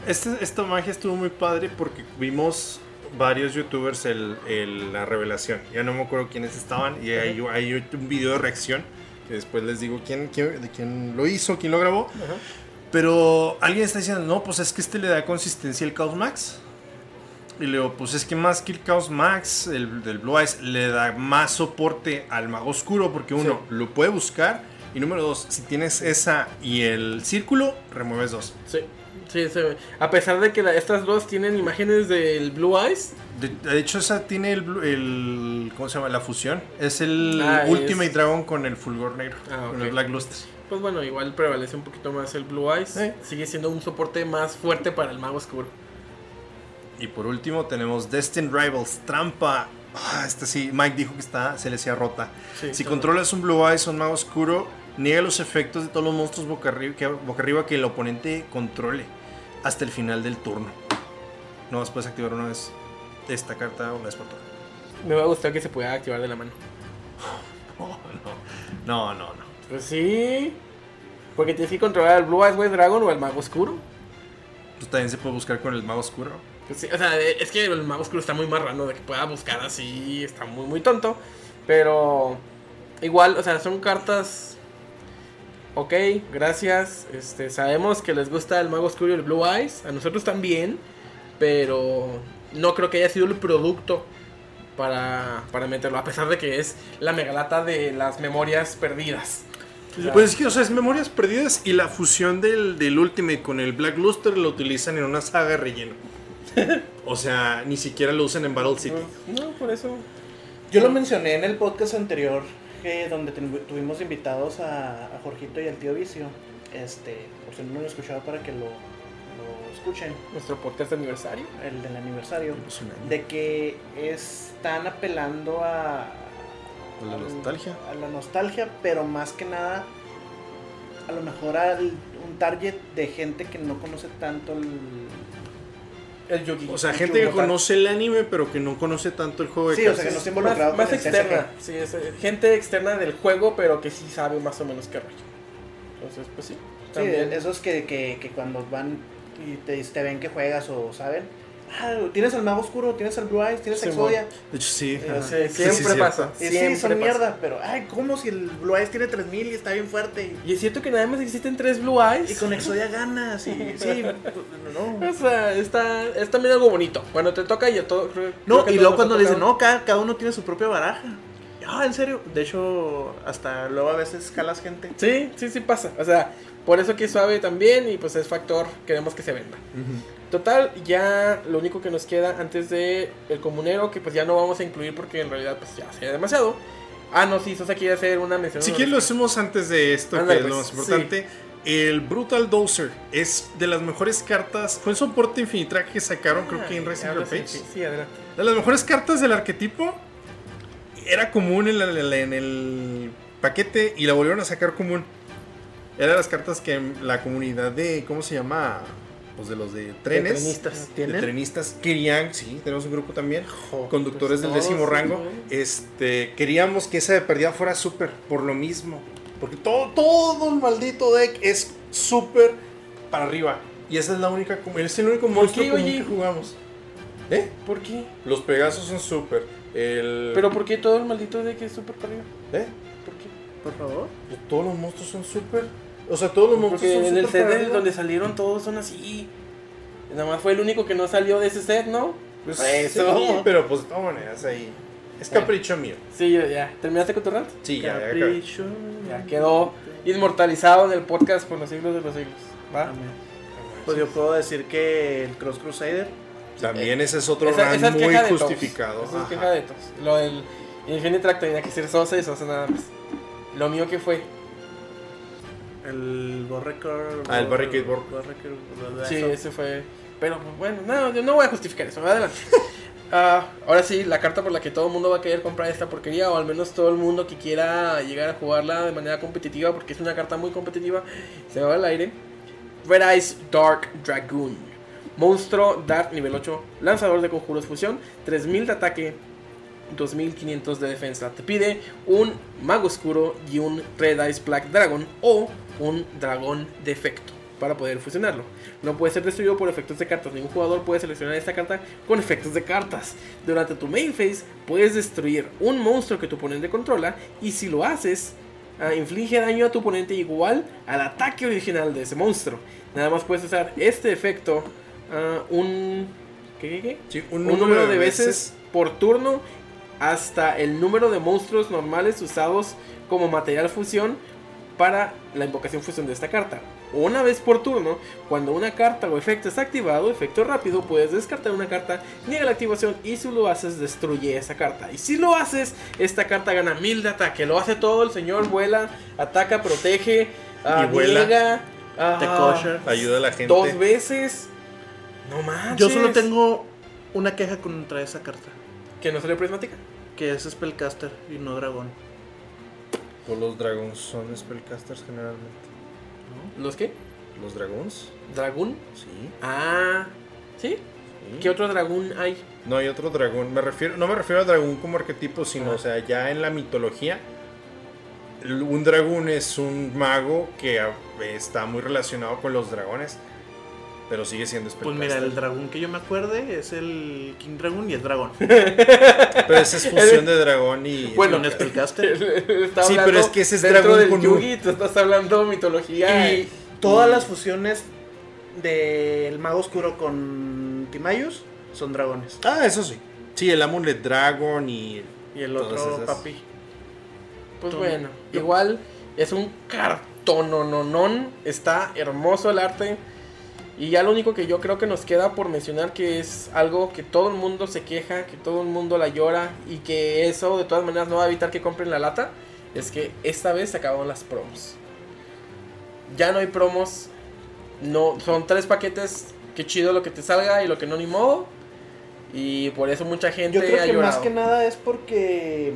S4: Este- esta magia estuvo muy padre porque vimos varios youtubers el, el- la revelación. Ya no me acuerdo quiénes estaban y hay, hay un video de reacción que después les digo quién, quién- de quién lo hizo, quién lo grabó. Pero alguien está diciendo, no, pues es que este le da consistencia al Chaos Max. Y le digo, pues es que más que el Chaos Max, el del Blue Eyes, le da más soporte al Mago Oscuro porque uno lo puede buscar Y número dos, si tienes esa y el círculo, remueves dos.
S3: Sí, sí, se ve. A pesar de que la- estas dos tienen imágenes del Blue Eyes.
S4: De, de hecho, esa tiene el, blu- el- ¿Cómo se llama? La fusión. Es el
S3: Ah,
S4: Ultimate
S3: es-
S4: Dragon con el Fulgor Negro.
S3: Ah,
S4: Con
S3: ok.
S4: el Black Luster.
S3: Pues bueno, igual prevalece un poquito más el Blue Eyes.
S4: Sí.
S3: Sigue siendo un soporte más fuerte para el mago oscuro.
S4: Y por último, tenemos Destined Rivals. Trampa. Ah, esta sí. Mike dijo que está, se le hacía rota.
S3: Sí,
S4: si
S3: está
S4: controlas un Blue Eyes o un Mago Oscuro, niega los efectos de todos los monstruos boca arriba que, boca arriba que el oponente controle hasta el final del turno. No más puedes activar una vez esta carta una vez por turno.
S3: Me va a gustar que se pueda activar de la mano.
S4: *laughs* No, no, no.
S3: Pues sí. Porque tienes que controlar al Blue Eyes White Dragon o al mago oscuro.
S4: Tú Pues también se puede buscar con el Mago Oscuro.
S3: Pues sí, o sea, de- es que el mago oscuro está muy marrano de que pueda buscar así, está muy, muy tonto. Pero igual, o sea, son cartas. Ok, gracias. Este, sabemos que les gusta el mago oscuro y el blue eyes. A nosotros también. Pero no creo que haya sido el producto para, para meterlo. A pesar de que es la megalata de las memorias perdidas.
S4: Pues es que, o sea, es Memorias Perdidas y la fusión del, del Ultimate con el Black Luster lo utilizan en una saga de relleno. *laughs* o sea, ni siquiera lo usan en Battle City.
S3: No, por eso.
S5: Yo lo mencioné en el podcast anterior, eh, donde ten- tuvimos invitados a, a Jorgito y al tío Vicio. Este, por si no lo han escuchado, para que lo, lo escuchen,
S3: Nuestro podcast de aniversario.
S5: el del aniversario.
S4: Pues un año.
S5: De que están apelando a.
S4: A la
S5: al-
S4: nostalgia.
S5: A la nostalgia, pero más que nada, a lo mejor a un target de gente que no conoce tanto el.
S3: El Yugi.
S4: O sea, gente que conoce el anime, pero que no conoce tanto el juego de
S5: Sí, o
S4: cartas.
S5: sea, que no se ha
S3: más,
S5: involucrado
S3: más
S5: con el
S3: externa,
S5: TCG.
S3: sí, es, eh, gente externa del juego, pero que sí sabe más o menos qué rollo. Entonces, pues sí.
S5: Sí,
S3: También.
S5: esos que, que, que cuando van y te, te ven que juegas o saben. Ah, tienes al mago oscuro, tienes al Blue Eyes, tienes
S3: Simón.
S5: Exodia.
S4: De hecho, sí.
S5: Sí,
S4: ajá.
S5: sí,
S3: Sí,
S4: Sí, sí,
S3: siempre
S4: sí.
S3: pasa.
S5: Y
S3: siempre
S5: sí, son
S3: pasa.
S5: mierda, pero ay, ¿cómo si el Blue Eyes tiene 3000 y está bien fuerte?
S3: Y es cierto que nada más existen tres Blue Eyes.
S5: Y con Exodia ganas, y sí,
S3: *laughs*
S5: no.
S3: O sea, está, es también algo bonito. Cuando te toca y a todo. creo- creo
S11: No,
S3: que
S11: y
S3: a
S11: luego
S3: todos nos
S11: cuando
S3: ha
S11: le dicen,
S3: tocado.
S11: no, cada, cada uno tiene su propia baraja. Ah, en serio. De hecho, hasta luego a veces calas gente.
S3: Sí, sí, sí pasa. O sea, por eso que es suave también y pues es factor, queremos que se venda. Total, ya lo único que nos queda antes de el comunero, que pues ya no vamos a incluir porque en realidad pues ya sería demasiado. Ah, no, sí, Sosa quiere hacer una mención.
S4: Si quieres lo hacemos antes de esto,
S3: Ándale,
S4: que es lo
S3: pues,
S4: más importante. El Brutal Dozer es de las mejores cartas. Fue el soporte Infinitrack que sacaron, creo que en Resident Evil Page.
S3: Ah, Sí, sí, adelante.
S4: De las mejores cartas del arquetipo. Era común en, la- en el paquete y la volvieron a sacar común. Era de las cartas que la comunidad de. ¿Cómo se llama? Pues de los de trenes.
S3: trenistas.
S4: De
S3: ¿Tienen?
S4: trenistas. Querían, sí, tenemos un grupo también. conductores
S3: pues
S4: del
S3: todos,
S4: décimo rango.
S3: ¿no?
S4: Este, queríamos que esa de perdida fuera súper, por lo mismo. Porque todo, todo el maldito deck es súper para arriba. Y esa es la única. comu- Es el único monstruo
S3: qué,
S4: común
S3: oye?
S4: que jugamos. ¿Eh?
S3: ¿Por qué?
S4: Los Pegasos son súper. El...
S3: ¿Pero por qué todo el maldito de que es súper para arriba?
S4: ¿Eh?
S3: ¿Por qué?
S11: Por favor.
S4: Pues Todos los monstruos son súper. O sea, todos los monstruos
S3: Porque
S4: son
S3: en el set
S4: súper para
S3: del-
S4: arriba.
S3: donde salieron todos son así. Nada más fue el único que no salió de ese set, ¿no?
S4: Pues,
S3: Eso. Eh,
S4: sí, pero pues de todas maneras ahí. Es capricho mío.
S3: Sí, yo ya. ¿Terminaste con tu rant?
S4: Sí, ya, ya, acabé.
S11: Capricho.
S3: Ya quedó inmortalizado en el podcast por los siglos de los siglos. ¿Va?
S11: Amén.
S5: Pues yo puedo decir que el Cross Crusader
S4: También ese es otro
S3: Esa,
S4: rant
S3: esa es
S4: muy
S3: queja de
S4: justificado.
S3: todos. Esa es
S4: Ajá.
S3: queja de todos. Lo del Infinity Track tenía que ser Sosa y Sosa nada más. Lo mío que fue.
S11: El Borrecord.
S4: Ah, el Barricade Bor-
S11: Borrecord.
S3: Sí, ese fue. Pero pues, bueno, no, yo no voy a justificar eso. Adelante. Ah, ahora sí, la carta por la que todo el mundo va a querer comprar esta porquería, o al menos todo el mundo que quiera llegar a jugarla de manera competitiva, porque es una carta muy competitiva, se va al aire. Red Eyes Dark Dragoon. Monstruo Dark nivel 8, lanzador de conjuros fusión, 3000 de ataque, 2500 de defensa. Te pide un mago oscuro y un Red Eyes Black Dragon o un dragón de efecto para poder fusionarlo. No puede ser destruido por efectos de cartas. Ningún jugador puede seleccionar esta carta con efectos de cartas. Durante tu main phase puedes destruir un monstruo que tu oponente controla y si lo haces, ah, inflige daño a tu oponente igual al ataque original de ese monstruo. Nada más puedes usar este efecto ah, un... ¿Qué, qué, qué?
S4: Sí,
S3: un número, de veces, por turno hasta el número de monstruos normales usados como material fusión para la invocación fusión de esta carta. Una vez por turno, cuando una carta o efecto es activado, efecto rápido, puedes descartar una carta, niega la activación y si lo haces, destruye esa carta. Y si lo haces, esta carta gana mil de ataque. Lo hace todo, el señor vuela, ataca, protege, ah,
S4: vuela.
S3: niega,
S12: Te
S3: ah,
S12: kosher.
S4: Ayuda a la gente.
S3: dos veces. No manches.
S12: Yo solo tengo una queja contra esa carta.
S3: Que no salió prismática.
S12: Que es Spellcaster y no Dragón.
S4: Pues los dragons son spellcasters generalmente.
S3: ¿Los qué?
S4: ¿Los dragons?
S3: ¿Dragón?
S4: Sí.
S3: Ah. Mm. ¿Sí?
S4: sí.
S3: ¿Qué otro dragón hay?
S4: No hay otro dragón. Me refiero, no me refiero a dragón como arquetipo, sino,
S3: Ajá.
S4: o sea, ya en la mitología, el- un dragón es un mago que a- está muy relacionado con los dragones, pero sigue siendo
S12: Pues mira, el
S4: spellcaster.
S12: dragón que yo me acuerde es el King Dragon y el dragón.
S4: Pero esa es fusión de dragón y.
S3: *laughs* Bueno,
S12: Un
S4: spellcaster.
S12: Spellcaster.
S3: *laughs* Está
S4: Sí,
S3: hablando
S4: pero es que ese es
S3: dentro
S4: dragón
S3: del
S4: con un-
S3: yugi, tú estás hablando mitología.
S5: Y todas las fusiones del Mago Oscuro con Timayus son dragones.
S4: Ah, eso sí. Sí, el Amulet Dragon y.
S12: Y el
S4: Todas
S12: otro
S4: esas.
S12: papi.
S3: Pues
S12: Tom-
S3: bueno,
S12: Yo-
S3: igual es un cartonononón. Está hermoso el arte. Y ya lo único que yo creo que nos queda por mencionar que es algo que todo el mundo se queja, que todo el mundo la llora y que eso de todas maneras no va a evitar que compren la lata, es que esta vez se acabaron las promos. Ya no hay promos, no, son tres paquetes, qué chido lo que te salga y lo que no ni modo. Y por eso mucha gente
S5: Yo creo
S3: ha
S5: que
S3: llorado.
S5: más que nada es porque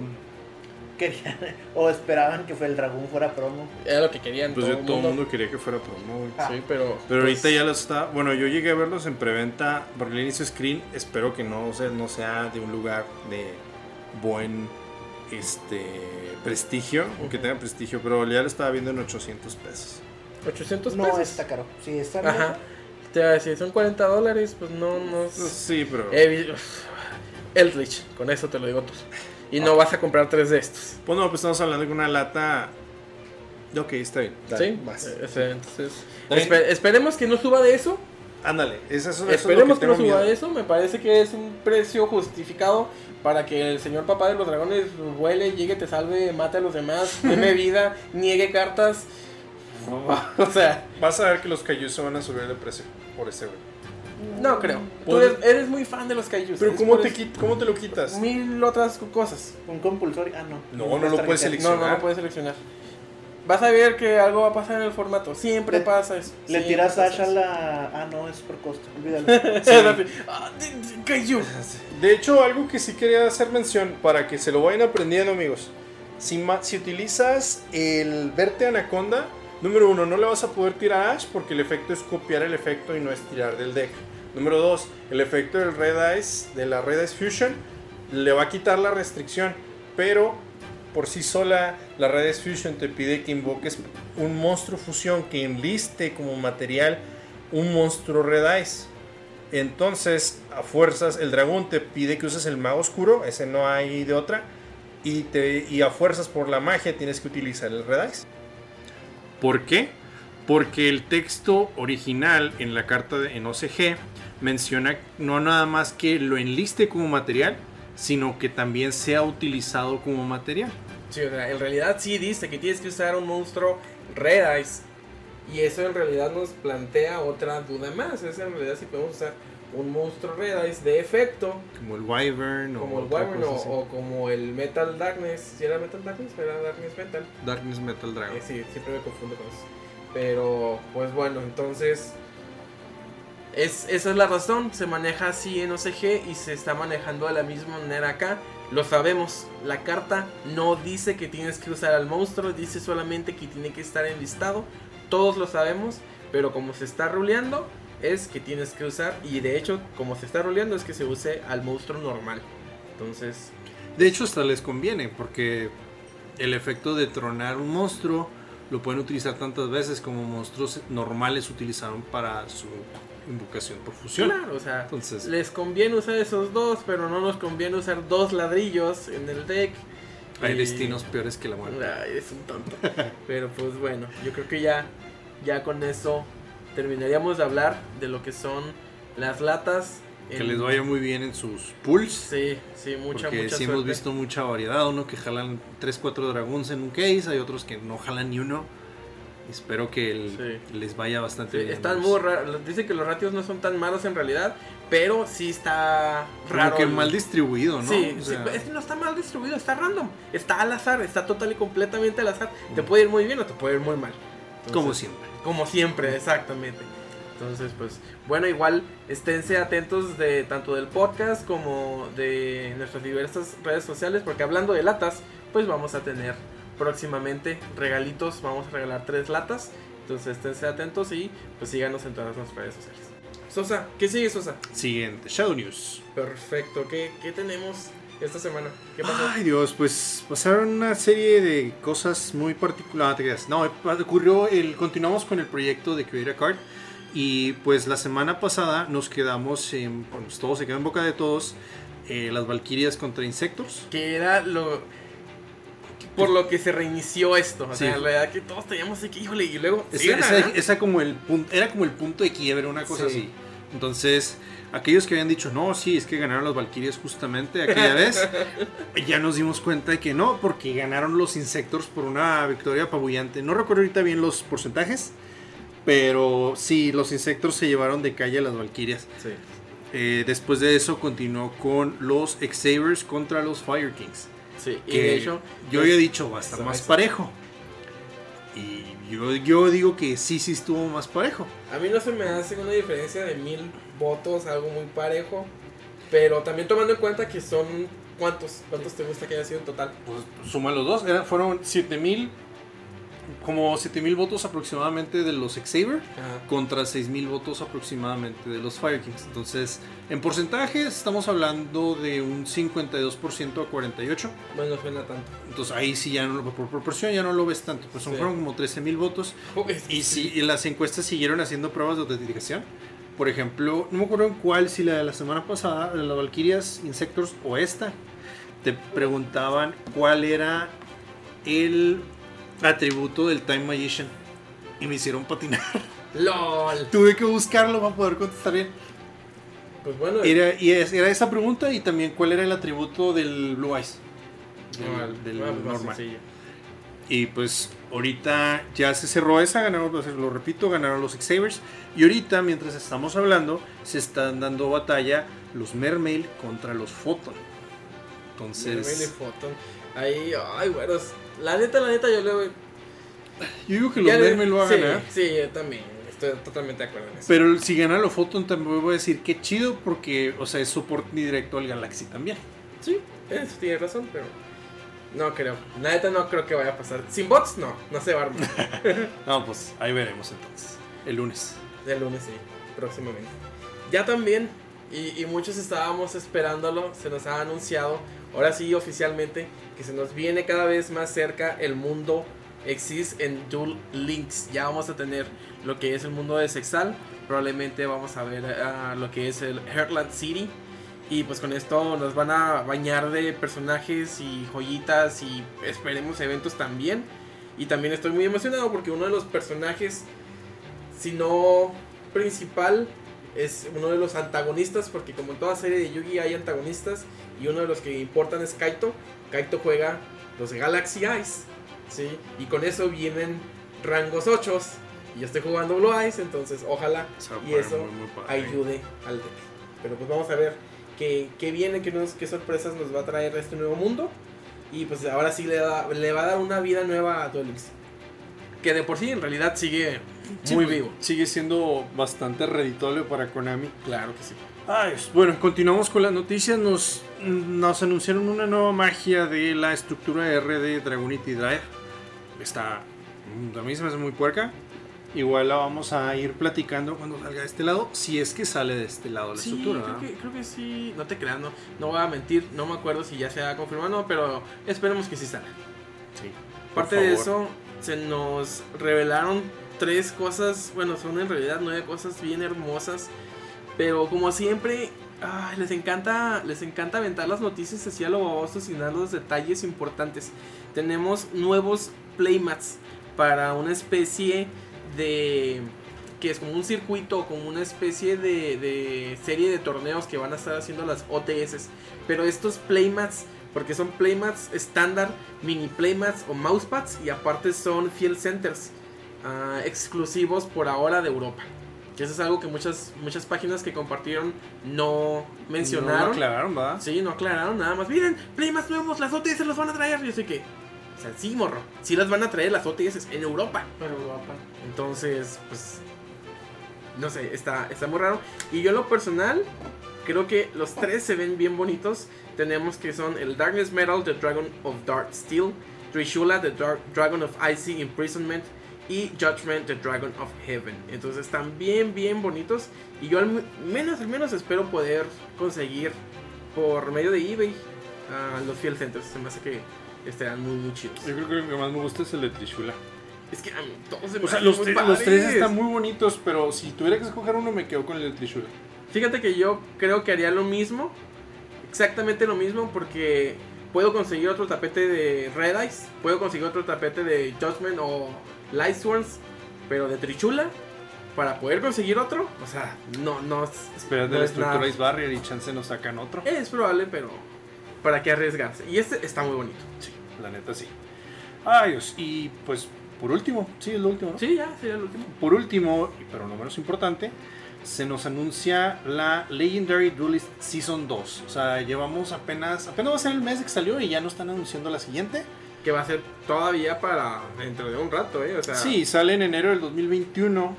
S5: querían *laughs* o esperaban que fue el dragón fuera promo.
S3: Era lo que querían
S4: Pues
S3: todo,
S4: yo-
S3: el
S4: todo el
S3: mundo. Ah. Pues
S4: mundo quería que fuera promo, güey.
S5: Ah.
S3: Sí, pero
S4: Pero ahorita ya los está. Bueno, yo llegué a verlos en preventa porque el inicio screen. Espero que no, o sea, no sea de un lugar de buen este prestigio, o que tenga prestigio, pero ya lo estaba viendo en 800 pesos.
S3: 800
S5: no
S3: pesos.
S5: está caro. Sí, está
S3: Ajá. Te iba a decir, son 40 dólares, pues no, no
S4: Pues
S3: es...
S4: Sí, pero
S3: He vi- Eldritch, con eso te lo digo todo. Y no vas a comprar tres de estos.
S4: bueno, pues estamos hablando de una lata. Ok, está bien. dale,
S3: ¿Sí?
S4: vas.
S3: Eh, ese, Entonces,
S4: También-
S3: espe- esperemos que no suba de eso.
S4: Ándale, eso, eso es lo que,
S3: Esperemos que,
S4: tengo
S3: no suba
S4: miedo.
S3: de eso. Me parece que es un precio justificado para que el señor papá de los dragones vuele, llegue, te salve, mate a los
S4: *laughs*
S3: demás, deme vida, niegue cartas. o sea,
S4: Vas a ver que los cayus se van a subir de precio por ese güey.
S3: no creo. Tú
S4: Pues-
S3: eres, eres muy fan de los Kaijus.
S4: Pero
S3: es
S4: ¿cómo
S3: por
S4: te,
S3: eso.
S4: quit- ¿cómo te lo quitas?
S3: Mil otras cosas.
S5: Un compulsorio. Ah, no.
S4: No, no lo
S5: está
S4: puedes
S5: tarjeteado.
S4: seleccionar.
S3: No, no lo puedes seleccionar. Vas a ver que algo va a pasar en el formato. Siempre
S5: Le-
S3: pasa eso.
S5: Le
S3: Siempre
S5: tiras a
S3: pasa
S5: Asha
S3: eso.
S5: la. Ah, no, es por costo. Olvídalo.
S3: *laughs* Ah, di- di- cayó.
S4: De hecho, algo que sí quería hacer mención para que se lo vayan aprendiendo, amigos. Si, ma- si utilizas el verte anaconda, número uno, no le vas a poder tirar a Ash porque el efecto es copiar el efecto y no es tirar del deck. Número dos, el efecto del Red Eyes, de la Red Eyes Fusion, le va a quitar la restricción, pero por sí sola la Red Eyes Fusion te pide que invoques un monstruo fusión que enliste como material un monstruo Red Eyes. Entonces, a fuerzas, el dragón te pide que uses el mago oscuro, ese no hay de otra. Y, te, y a fuerzas por la magia tienes que utilizar el Red Eyes. ¿Por qué? Porque el texto original en la carta de, en OCG menciona no nada más que lo enliste como material, sino que también sea utilizado como material.
S3: *laughs* Sí, o sea, en realidad sí dice que tienes que usar un monstruo Red Eyes. Y eso en realidad nos plantea otra duda más. Es en realidad si podemos usar un monstruo Red Eyes de efecto.
S4: Como el Wyvern o
S3: como el
S4: otra
S3: Wyvern o,
S4: cosa así.
S3: o como el Metal Darkness. Si era Metal Darkness, era Darkness Metal.
S4: Darkness Metal Dragon.
S3: Eh, sí, siempre me confundo con eso. Pero, pues bueno, entonces. Es, esa es la razón. Se maneja así en OCG y se está manejando de la misma manera acá. Lo sabemos. La carta no dice que tienes que usar al monstruo, dice solamente que tiene que estar enlistado. Todos lo sabemos, pero como se está ruleando, es que tienes que usar. Y de hecho, como se está ruleando, es que se use al monstruo normal. Entonces,
S4: De hecho, hasta les conviene, porque el efecto de tronar un monstruo lo pueden utilizar tantas veces como monstruos normales utilizaron para su invocación por fusión.
S3: Claro, o sea,
S4: Entonces-
S3: les conviene usar esos dos, pero no nos conviene usar dos ladrillos en el deck.
S4: Hay
S3: Y-
S4: destinos peores que la muerte.
S3: Ay, es un tonto. *laughs* pero pues bueno, yo creo que ya, ya con eso terminaríamos de hablar de lo que son las latas.
S4: Que
S3: en-
S4: les vaya muy bien en sus pulls.
S3: Sí, sí, mucha,
S4: porque
S3: mucha
S4: sí hemos
S3: suerte.
S4: visto mucha variedad, uno que jalan 3, 4 dragones en un case, hay otros que no jalan ni uno. Espero que el-
S3: Sí.
S4: les vaya bastante
S3: Sí,
S4: bien.
S3: están
S4: amigos.
S3: muy raros. Dicen que los ratios no son tan malos en realidad, pero sí está
S4: Como
S3: raro.
S4: que mal distribuido, ¿no?
S3: Sí,
S4: O
S3: sí,
S4: sea,
S3: es que no está mal distribuido, está random. Está al azar, está total y completamente al azar. Te puede ir muy bien o te puede ir muy mal. Entonces,
S4: como siempre.
S3: Como siempre, exactamente. Entonces, pues, bueno, igual esténse atentos de tanto del podcast como de nuestras diversas redes sociales, porque hablando de latas, pues vamos a tener próximamente regalitos, vamos a regalar tres latas. Entonces, esténse atentos y pues síganos en todas nuestras redes sociales. Sosa, ¿qué sigue Sosa?
S4: Siguiente, Shadow News.
S3: Perfecto, ¿qué, qué tenemos esta semana? ¿Qué pasó?
S7: Ay Dios, pues pasaron una serie de cosas muy particulares. No, ocurrió el. Continuamos con el proyecto de Create a Card. Y pues la semana pasada nos quedamos en. Pues todo se quedó en boca de todos. eh, las Valkyrias contra Insectors.
S3: Que era lo... Por lo que se reinició esto. O sea,
S4: Sí.
S3: en realidad que todos teníamos aquí, híjole, y luego...
S4: Ese-
S3: sigan
S4: ese-
S3: adelante.
S4: esa como el punto, era como el punto de quiebre, una cosa
S3: Sí.
S4: así. Entonces, aquellos que habían dicho, no, sí, es que ganaron los Valkyries justamente aquella vez, ya nos dimos cuenta de que no, porque ganaron los Insectors por una victoria apabullante. No recuerdo ahorita bien los porcentajes, pero sí, los Insectors se llevaron de calle a las Valkyrias.
S3: Sí.
S4: Eh, después de eso continuó con los Xavers contra los Fire Kings.
S3: Sí, y
S4: que
S3: de hecho,
S4: yo había dicho va a estar
S3: Eso,
S4: más
S3: eso.
S4: parejo. Y yo, yo digo que sí, sí estuvo más parejo.
S3: a mí no se me hace una diferencia de mil votos, algo muy parejo. Pero también tomando en cuenta que son. ¿Cuántos? ¿Cuántos te gusta que haya sido en total?
S4: Pues suma los dos, eran, fueron 7000, como 7000 votos aproximadamente de los Xavier
S3: Ajá.
S4: contra 6000 votos aproximadamente de los Fire Kings. Entonces, en porcentajes estamos hablando de un 52% a 48%.
S3: Bueno, no suena tanto.
S4: Entonces ahí sí ya no lo- por proporción ya no lo ves tanto, pues son-
S3: Sí.
S4: fueron como 13.000 votos.
S3: Uy, es que
S4: Y si y las encuestas siguieron haciendo pruebas de autentificación. Por ejemplo, no me acuerdo en cuál, si la de la semana pasada, la de las Valkyrias, Insectors o esta, te preguntaban cuál era el atributo del Time Magician. Y me hicieron patinar. *laughs*
S3: ¡LOL!
S4: Tuve que buscarlo para poder contestar bien.
S3: Pues bueno,
S4: Era, y es- era esa pregunta y también cuál era el atributo del Blue Eyes. Del, del
S3: ah, pues, más
S4: normal.
S3: sencillo.
S4: Y pues ahorita ya se cerró esa, ganaron, pues, lo repito, ganaron los Xavers. Y ahorita, mientras estamos hablando, se están dando batalla los Mermail contra los Photon.
S3: Mermaid y
S4: Entonces,
S3: Photon. Ahí, ay, güeros. La neta, la neta, yo le voy.
S4: yo digo que los
S3: ya le-
S4: Mermail lo ¿eh? va a
S3: sí,
S4: ganar.
S3: Sí, yo también. Estoy totalmente de acuerdo en eso.
S4: Pero si ganan los Photon, también voy a decir que chido, porque, o sea, es soporte directo al Galaxy también.
S3: Sí, eso tiene razón, pero. No creo. La neta, no creo que vaya a pasar. Sin bots, no. No se va a armar.
S4: No, pues ahí veremos entonces. El lunes.
S3: El lunes, sí, próximamente. Ya también, y, y muchos estábamos esperándolo, se nos ha anunciado, ahora sí oficialmente, que se nos viene cada vez más cerca el mundo Exis en Duel Links. Ya vamos a tener lo que es el mundo de Sexal, probablemente vamos a ver ah, lo que es el Heartland City. Y pues con esto nos van a bañar de personajes y joyitas y esperemos eventos también. Y también estoy muy emocionado porque uno de los personajes sino principal es uno de los antagonistas porque como en toda serie de Yugi hay antagonistas y uno de los que importan es Kaito. Kaito juega los Galaxy Eyes, ¿sí? Y con eso vienen rangos 8 y yo estoy jugando Blue Eyes, entonces ojalá
S4: Se va a
S3: y
S4: poner
S3: eso
S4: muy, muy padre.
S3: ayude al deck. Pero pues vamos a ver qué, qué viene, qué, nos- qué sorpresas nos va a traer este nuevo mundo. Y pues ahora sí le, da- le va a dar una vida nueva a Duel Links, Que de por sí en realidad sigue
S4: Sí,
S3: muy
S4: pues,
S3: vivo.
S4: Sigue siendo bastante reditable para Konami.
S3: Claro que sí.
S4: Ay, bueno, continuamos con las noticias. Nos, nos anunciaron una nueva magia de la estructura R de Dragonity Drive. Está. mm, A mí se me hace muy puerca. Igual la vamos a ir platicando cuando salga de este lado. Si es que sale de este lado la
S3: Sí,
S4: estructura.
S3: creo
S4: ¿verdad?
S3: que, creo que sí. No te creas, no, no voy a mentir. No me acuerdo si ya se ha confirmado o no, pero esperemos que sí salga.
S4: Sí. por
S3: Aparte de
S4: favor.
S3: eso, se nos revelaron tres cosas, bueno, son en realidad nueve cosas bien hermosas, pero como siempre, ay, les encanta les encanta aventar las noticias así a lo baboso sin dar los detalles importantes. Tenemos nuevos playmats para una especie de que es como un circuito, como una especie de, de serie de torneos que van a estar haciendo las OTS. Pero estos playmats, porque son playmats estándar, mini playmats o mousepads y aparte son field centers. ah, exclusivos por ahora de Europa. Que eso es algo que muchas, muchas páginas que compartieron no mencionaron.
S4: No aclararon, ¿verdad?
S3: Sí, no aclararon nada más. Miren, Playmas nuevos, las OTS los van a traer. Yo sé que. O sea, sí, morro. Sí las van a traer las OTS en Europa.
S5: *laughs* Pero guapa.
S3: Entonces, pues. No sé, está, está muy raro. Y yo, en lo personal, creo que los tres se ven bien bonitos. Tenemos que son el Darkness Metal, The Dragon of Dark Steel, Trishula, The Dra- Dragon of Icy Imprisonment y Judgment, The Dragon of Heaven. Entonces están bien, bien bonitos. Y yo al mu- menos, al menos espero poder conseguir por medio de eBay ah, los Field Centers. Se me hace que estarán muy, muy chidos.
S4: Yo creo que lo que más me gusta es el de Trishula.
S3: Es que a mí todos se me
S4: O sea,
S3: hacen
S4: los,
S3: muy
S4: tres- los tres
S3: padres.
S4: están muy bonitos, pero si tuviera que escoger uno, me quedo con el de Trishula.
S3: Fíjate que yo creo que haría lo mismo, exactamente lo mismo, porque puedo conseguir otro tapete de Red Eyes, puedo conseguir otro tapete de Judgment o Lightsworns, pero de Trichula, para poder conseguir otro, o sea, no, no es...
S4: Espérate
S3: no
S4: la
S3: es nada.
S4: estructura Ice Barrier y chance nos sacan otro.
S3: Es probable, pero para qué arriesgarse. Y este está muy bonito.
S4: Sí, la neta sí. Ay, Dios. Y pues, por último, sí, es lo último, ¿no?
S3: Sí, ya, sería el último.
S4: Por último, pero no menos importante, se nos anuncia la Legendary Duelist Season 2. O sea, llevamos apenas, apenas va a ser el mes de que salió y ya nos están anunciando la siguiente.
S3: Que va a ser todavía para dentro de un rato, ¿eh? O sea,
S4: Sí, sale en enero del 2021,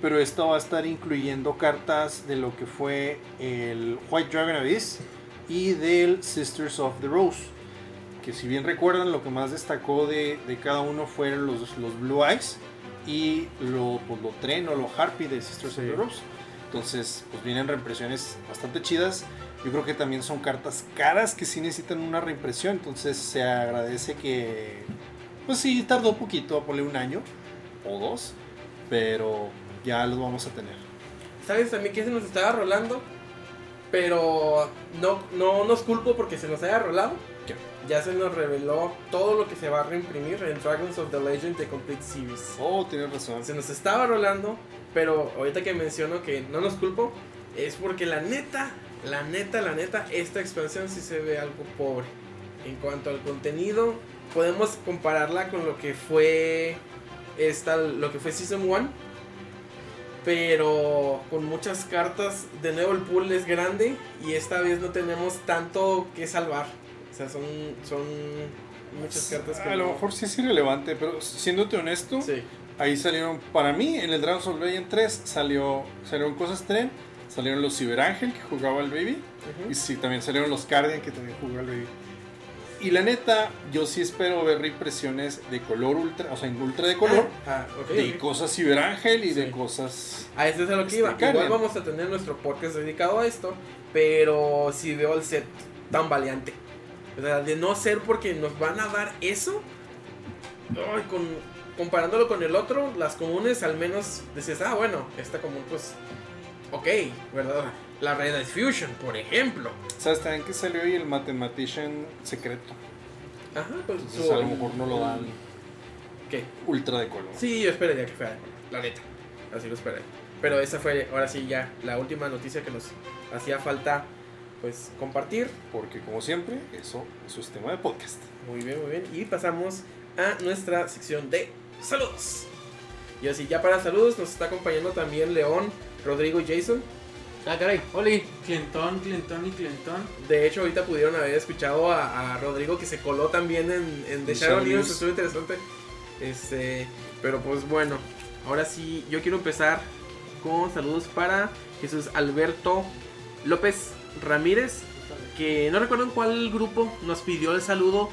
S4: pero esta va a estar incluyendo cartas de lo que fue el White Dragon Abyss y del Sisters of the Rose. Que si bien recuerdan, lo que más destacó de, de cada uno fueron los, los Blue Eyes y lo, pues, lo Tren o lo Harpy de Sisters of the Rose. Entonces, pues vienen reimpresiones bastante chidas. Yo creo que también son cartas caras que sí necesitan una reimpresión. Entonces, se agradece que. Pues sí, tardó poquito, ponle un año o dos. Pero ya los vamos a tener.
S3: ¿Sabes a mí que se nos estaba rolando? Pero no, no nos culpo porque se nos haya rolado.
S4: ¿Qué?
S3: Ya se nos reveló todo lo que se va a reimprimir en Dragons of the Legend The Complete Series.
S4: Oh, tienes razón.
S3: Se nos estaba rolando, pero ahorita que menciono que no nos culpo, es porque la neta, la neta, la neta, esta expansión sí se ve algo pobre. En cuanto al contenido, podemos compararla con lo que fue esta, lo que fue Season 1. Pero con muchas cartas, de nuevo el pool es grande y esta vez no tenemos tanto que salvar. O sea, son, son muchas cartas que...
S4: Pues, a lo
S3: no-
S4: mejor sí es irrelevante, pero siéndote honesto,
S3: Sí.
S4: ahí salieron, para mí, en el Dragon's of Legend 3 salió, salieron cosas tren, salieron los Ciberángel que jugaba el baby,
S3: Ujú.
S4: y sí, también salieron los Cardian que también jugaba el baby. Y la neta, yo sí espero ver reimpresiones de color ultra, o sea, en ultra de color,
S3: Ah, ok,
S4: de
S3: ok.
S4: cosas Ciberángel y de
S3: Sí.
S4: cosas...
S3: A eso es a lo que
S4: Este,
S3: iba. Igual
S4: Karen.
S3: vamos a tener nuestro podcast dedicado a esto, pero si veo el set tan valiante. O sea, de no ser porque nos van a dar eso, ay, con, comparándolo con el otro, las comunes al menos dices, ah, bueno, esta común pues, ok, ¿verdad? La Red Eyes Fusion, por ejemplo.
S4: ¿Sabes también que salió hoy el Mathematician secreto?
S3: Ajá, pues
S4: Entonces
S3: su-
S4: a lo mejor no lo dan
S3: ¿Qué?
S4: ultra de color.
S3: eh, Sí, yo esperaría que fuera, la neta. Así lo esperé. Pero esa fue, ahora sí, ya la última noticia que nos hacía falta, pues, compartir.
S4: Porque como siempre, eso, eso es tema de podcast.
S3: Muy bien, muy bien. Y pasamos a nuestra sección de saludos. Y así, ya para saludos, nos está acompañando también León, Rodrigo y Jason.
S5: Ah, caray. Oli. Clintón, Clintón y Clintón.
S3: De hecho, ahorita pudieron haber escuchado a, a Rodrigo que se coló también en, en The
S4: En
S3: Shadow
S4: Shadow
S3: News.
S4: News.
S3: Estuvo interesante. Este, pero pues bueno, ahora sí, yo quiero empezar con saludos para Jesús Alberto López Ramírez, que no recuerdo en cuál grupo nos pidió el saludo.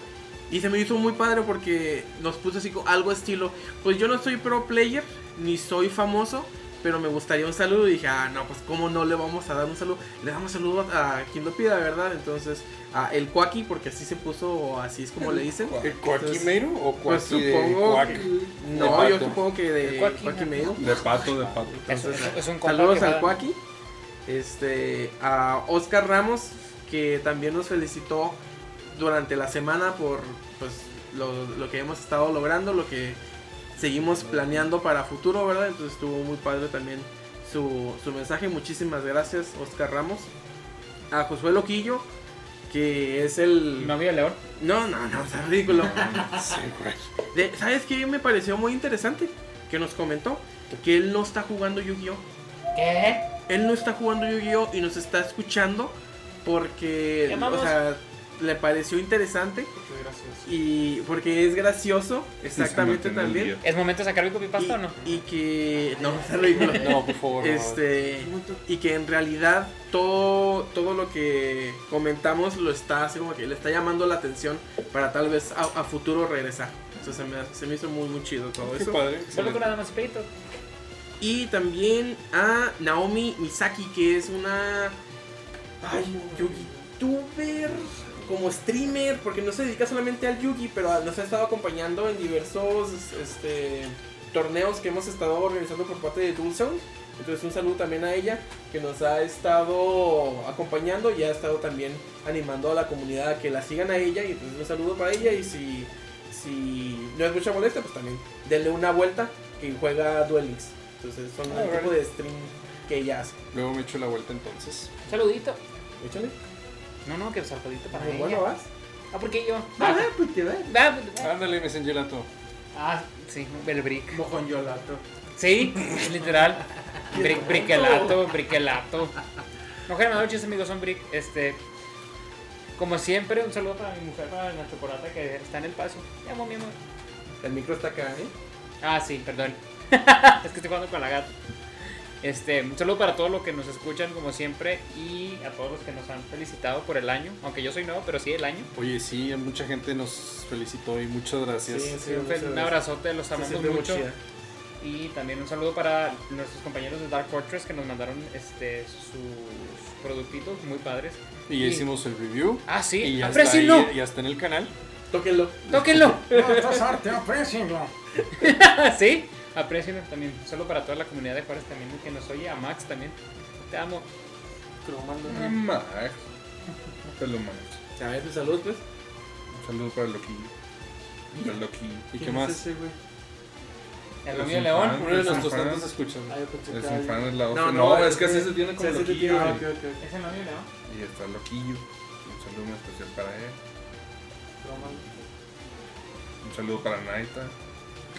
S3: Y se me hizo muy padre porque nos puso así co- algo estilo. Pues yo no soy pro player, ni soy famoso, pero me gustaría un saludo. Y dije, ah, no, pues cómo no le vamos a dar un saludo. Le damos saludo a, a quien lo pida, ¿verdad? Entonces, a el Cuaki, porque así se puso, o así es como le dicen.
S4: ¿El
S3: Entonces,
S4: Cuaquimeiro o Cuaqui
S3: Pues
S4: de
S3: supongo.
S4: Cuac?
S3: que-
S4: De
S3: no,
S4: pato.
S3: yo supongo que de
S5: El Cuaki,
S3: Cuaki
S5: ¿no?
S3: medio.
S4: De pato, de pato.
S3: Entonces,
S5: es un compa
S3: saludos
S5: que
S3: al
S5: va-
S3: Cuaki. Este, a Oscar Ramos, que también nos felicitó durante la semana por pues, lo, lo que hemos estado logrando, lo que seguimos planeando para futuro, ¿verdad? Entonces estuvo muy padre también su, su mensaje. Muchísimas gracias, Oscar Ramos. A Josué Loquillo, que es el...
S5: No había León.
S3: No, no, no, está ridículo.
S4: Sí, güey.
S3: De- ¿Sabes qué me pareció muy interesante? que nos comentó que él no está jugando Yu-Gi-Oh!
S13: ¿Qué?
S3: Él no está jugando Yu-Gi-Oh! y nos está escuchando porque
S13: Llamamos.
S3: o sea, le pareció interesante y porque es gracioso, exactamente también.
S14: ¿Es momento de sacar mi copypasta o no?
S3: Y, y que. No, *laughs* está ridículo.
S14: No, por favor. no.
S3: Este, y que en realidad todo, todo lo que comentamos lo está así como que le está llamando la atención para tal vez a, a futuro regresar. Entonces se me, se me hizo muy, muy chido
S14: *laughs*
S3: todo eso.
S14: Solo con nada más Peito.
S3: Y también a Naomi Misaki, que es una. Ay, YouTuber. Como streamer, porque no se dedica solamente al Yugi, pero nos ha estado acompañando en diversos este, torneos que hemos estado organizando por parte de Tool Zone. Entonces, un saludo también a ella, que nos ha estado acompañando y ha estado también animando a la comunidad a que la sigan a ella. Y entonces, un saludo para ella. Y si, si no es mucha molestia, pues también denle una vuelta que juega Duel Links. Entonces, son un tipo de stream que ella hace.
S4: Luego me echo la vuelta entonces.
S14: Saludito.
S3: Échale.
S14: No, no, que saludito para
S3: Muy
S14: ella.
S3: bueno, vas.
S14: Ah, porque yo.
S3: Ah, pues te va.
S14: Ah, pues, ah.
S4: Ándale, me gelato.
S14: Ah, sí, el brick.
S3: Mojonjolato.
S14: Sí, literal. Brick, briquelato, briquelato. Mujer, buenas noches, amigos, son brick. Este, como siempre, un saludo para mi mujer, para nuestra corata que está en el paso. Te amo, mi amor.
S3: El micro está acá, ¿eh?
S14: Ah, sí, perdón. *laughs* es que estoy jugando con la gata. Este, un saludo para todos los que nos escuchan, como siempre, y a todos los que nos han felicitado por el año. Aunque yo soy nuevo, pero sí el año.
S4: Oye, sí, mucha gente nos felicitó y muchas gracias.
S3: Sí,
S14: un,
S3: muchas
S14: fel- un
S3: gracias.
S14: abrazote, los
S3: Se
S14: amamos
S3: siente muy
S14: mucho.
S3: chida.
S14: Y también un saludo para nuestros compañeros de Dark Fortress que nos mandaron este, sus productitos muy padres.
S4: Y ya hicimos el review.
S14: Ah, sí,
S4: Y ya está,
S14: aprécienlo.
S4: ahí, ya está en el canal.
S3: Tóquenlo.
S4: *laughs*
S14: ¡Tóquenlo!
S15: Estás arte, aprécienlo.
S14: *laughs* sí, aprecienlo también. Un saludo para toda la comunidad de Juárez también que nos oye, a Max también. Te amo.
S4: Max. Saludos, Max.
S3: A ver, tus saludos, pues.
S4: Un saludo para Loquillo. Para Loquillo. ¿Y qué más?
S14: El novio de León.
S4: Uno de nuestros tantos escuchas.
S3: Ay, yo pensé
S4: Es
S3: que
S4: un fan de la
S3: No,
S4: otra.
S3: no,
S4: No, es que así se tiene como
S3: se hace
S4: Loquillo.
S3: Ah,
S4: güey.
S3: ok, ok, ok.
S14: Es el novio de León.
S4: Y está Loquillo. Un saludo muy especial para él. Un saludo para Naita.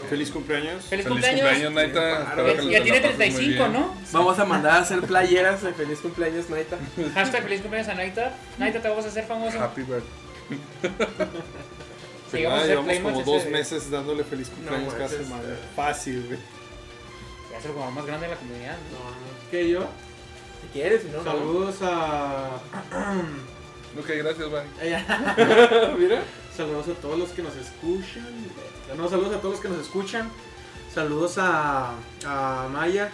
S4: Feliz cumpleaños.
S14: ¡Feliz cumpleaños!
S4: Naita. Espero
S14: Ya-
S4: que
S14: Ya
S4: la
S14: tiene
S4: pases muy
S14: 35,
S4: bien.
S14: ¿no?
S3: Vamos a mandar a hacer playeras de feliz cumpleaños, *laughs* Naita.
S14: Hashtag feliz cumpleaños a Naita. Naita, te vamos a hacer famoso.
S4: Happy birthday. *laughs*
S14: Sí, vamos a
S4: Ah,
S14: hacer
S4: llevamos
S14: Playmobil
S4: como
S14: ese
S4: dos
S14: de-
S4: meses dándole feliz cumpleaños
S3: No,
S4: cada
S3: ese es-
S4: semana. Fácil, güey.
S14: Ya es el jugador más grande de la comunidad. ¿no?
S3: ¿Qué yo? Si quieres, si no, no.
S5: Saludos a.
S4: Ok, gracias, bye.
S3: *laughs* Mira.
S5: Saludos a todos los que nos escuchan. No, saludos a todos los que nos escuchan. Saludos a, a Maya.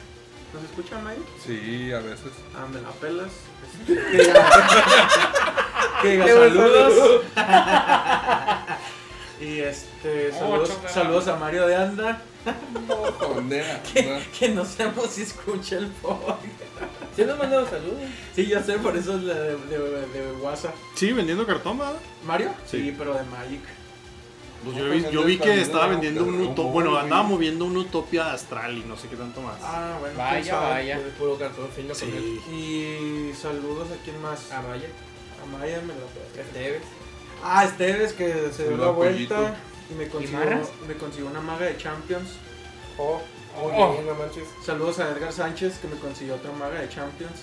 S5: ¿Nos escucha Maya?
S4: Sí, a veces.
S5: A me la
S3: *laughs*
S5: pelas.
S3: Que diga,
S5: Qué buen
S3: saludos.
S5: *laughs* Y este,
S14: Oh,
S5: saludos,
S14: chocolate.
S5: saludos a Mario de Anda.
S4: *laughs* Condena.
S5: Que no sabemos si escucha el podcast.
S3: Si no mandado saludos.
S5: Sí, yo sé, por eso es la de, de, de WhatsApp.
S4: Sí, vendiendo cartón, ¿verdad?
S5: ¿Mario?
S4: Sí.
S5: pero de Magic.
S4: Pues
S15: yo vi- yo vi que estaba vendiendo un Uto- bueno, andaba
S4: moviendo un Utopia Astral y no sé qué tanto más.
S5: Ah, bueno.
S14: Vaya,
S5: quién sabe.
S14: vaya.
S3: Puro cartón fino con él.
S5: Y saludos a quién más.
S3: A Maya.
S5: A Maya me la pela.
S3: Esteves.
S5: Ah, Esteves que se dio
S4: Saludos
S5: la
S4: a Pollito.
S5: vuelta y me consiguió,
S14: marras?
S5: me consiguió una maga de Champions.
S3: Oh, oh,
S14: Oh.
S3: bien, no manches.
S5: Saludos a Edgar Sánchez que me consiguió otra maga de Champions.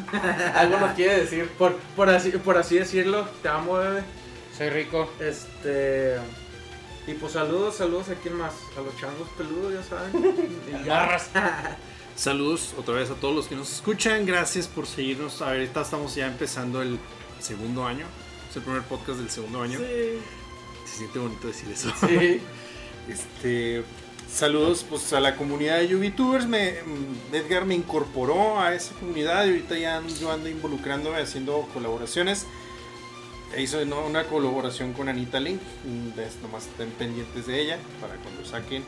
S3: *laughs* Algo nos quiere decir.
S5: Por, por, así, por así decirlo, te amo, bebé.
S14: Soy rico.
S5: Este. Y pues saludos, saludos a quién más. A los changos peludos, ya saben. Y ya.
S14: Barras.
S4: Saludos otra vez a todos los que nos escuchan. Gracias por seguirnos. Ahorita estamos ya empezando el segundo año. Es el primer podcast del segundo año. Se siente bonito decir eso.
S3: Sí.
S4: *laughs* Este, saludos pues a la comunidad de YubiTubers. Me, mm, Edgar me incorporó a esa comunidad y ahorita ya an- yo ando involucrándome haciendo colaboraciones. E hizo ¿no? una colaboración con Anita Link. mm, de- Nomás estén pendientes de ella para cuando saquen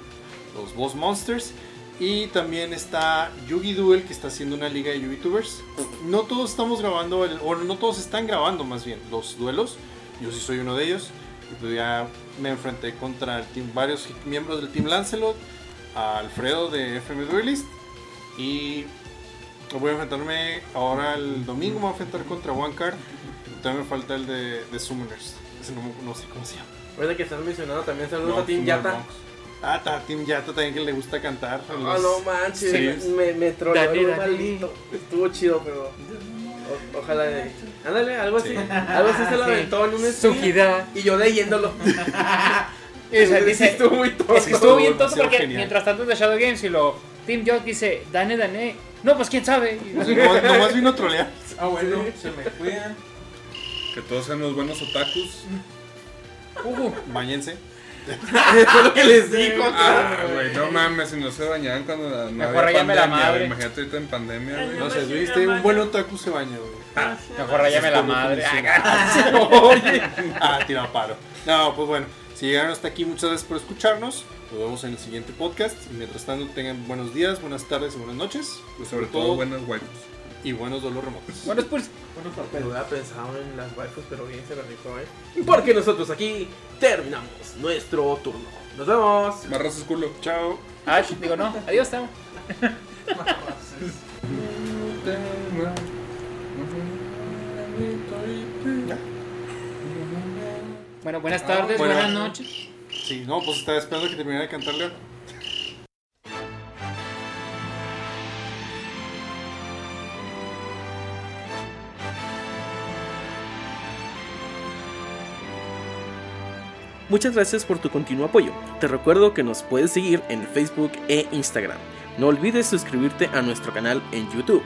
S4: los Boss Monsters. Y también está Yugi Duel que está haciendo una liga de YubiTubers. No todos estamos grabando, el- o no todos están grabando más bien los duelos. Yo sí soy uno de ellos. Y pues ya me enfrenté contra el team- varios miembros del Team Lancelot, a Alfredo de FM Duelist. Y voy a enfrentarme ahora el domingo, me voy a enfrentar contra One Card. También me falta el de, de Summoners. Ese no, me- no sé cómo se llama.
S3: Ahorita que estás mencionando, también saludos
S4: No,
S3: a Team
S4: Summoner
S3: Yata.
S4: Monks. Ah, está Tim Yato también que le gusta cantar. a
S16: Ah,
S4: los-
S16: no manches,
S4: Sí.
S16: me, me troleó
S14: Dale,
S16: bien
S14: dale.
S16: maldito. Estuvo chido, pero. o- ojalá. de- Ándale, algo así. Algo así se lo
S14: Sí.
S16: aventó en un stream.
S14: Sujidad.
S16: Y yo leyéndolo.
S14: O sea,
S16: Sí,
S14: dice-
S16: estuvo muy tonto.
S14: Es que estuvo bien tonto
S4: demasiado
S14: porque
S4: genial.
S14: mientras tanto es de Shadow Games y lo Team Jock dice, Dane, Dane. No, pues quién sabe. Y-
S4: Nomás, nomás vino a trolear.
S17: Ah, bueno, se me cuidan.
S18: Que todos sean los buenos otakus.
S14: Ujú.
S4: Báñense.
S16: Fue lo que les digo.
S18: Ah, güey, no mames, si no se bañaban cuando no
S14: Mejor
S18: había
S14: ráyame la
S18: pandemia,
S14: madre.
S18: güey. Imagínate ahorita en pandemia, güey.
S4: No sé, viste, un buen otaku se baña, güey.
S14: *laughs* Mejor rayame la madre.
S4: Oye. Ah, tira paro. No, pues bueno. Si llegaron hasta aquí, muchas gracias por escucharnos. Nos vemos en el siguiente podcast. Y mientras tanto, tengan buenos días, buenas tardes y buenas noches.
S18: Pues sobre todo buenos guayos.
S4: Y buenos dolores remotos.
S14: Bueno, pues
S16: Bueno, papel. hubiera pensado en las waifus, pero bien se la rifó, ¿eh? Porque nosotros aquí terminamos nuestro turno. Nos vemos.
S18: Barra su culo.
S4: Chao.
S14: Ash, digo no. Adiós, *laughs* Tao. Bueno, buenas tardes,
S4: bueno.
S14: buenas noches.
S4: Sí, no, pues estaba esperando que terminara de cantar León.
S3: Muchas gracias por tu continuo apoyo. Te recuerdo que nos puedes seguir en Facebook e Instagram. No olvides suscribirte a nuestro canal en YouTube.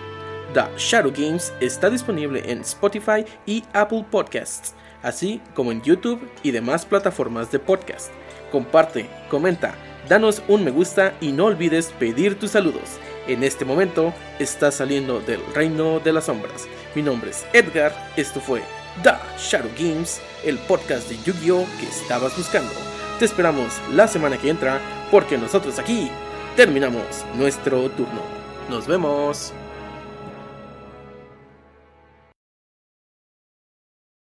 S3: The Shadow Games está disponible en Spotify y Apple Podcasts, así como en YouTube y demás plataformas de podcast. Comparte, comenta, danos un me gusta y no olvides pedir tus saludos. En este momento estás saliendo del reino de las sombras. Mi nombre es Edgar, esto fue The Shadow Games, el podcast de Yu-Gi-Oh que estabas buscando. Te esperamos la semana que entra porque nosotros aquí terminamos nuestro turno. Nos vemos.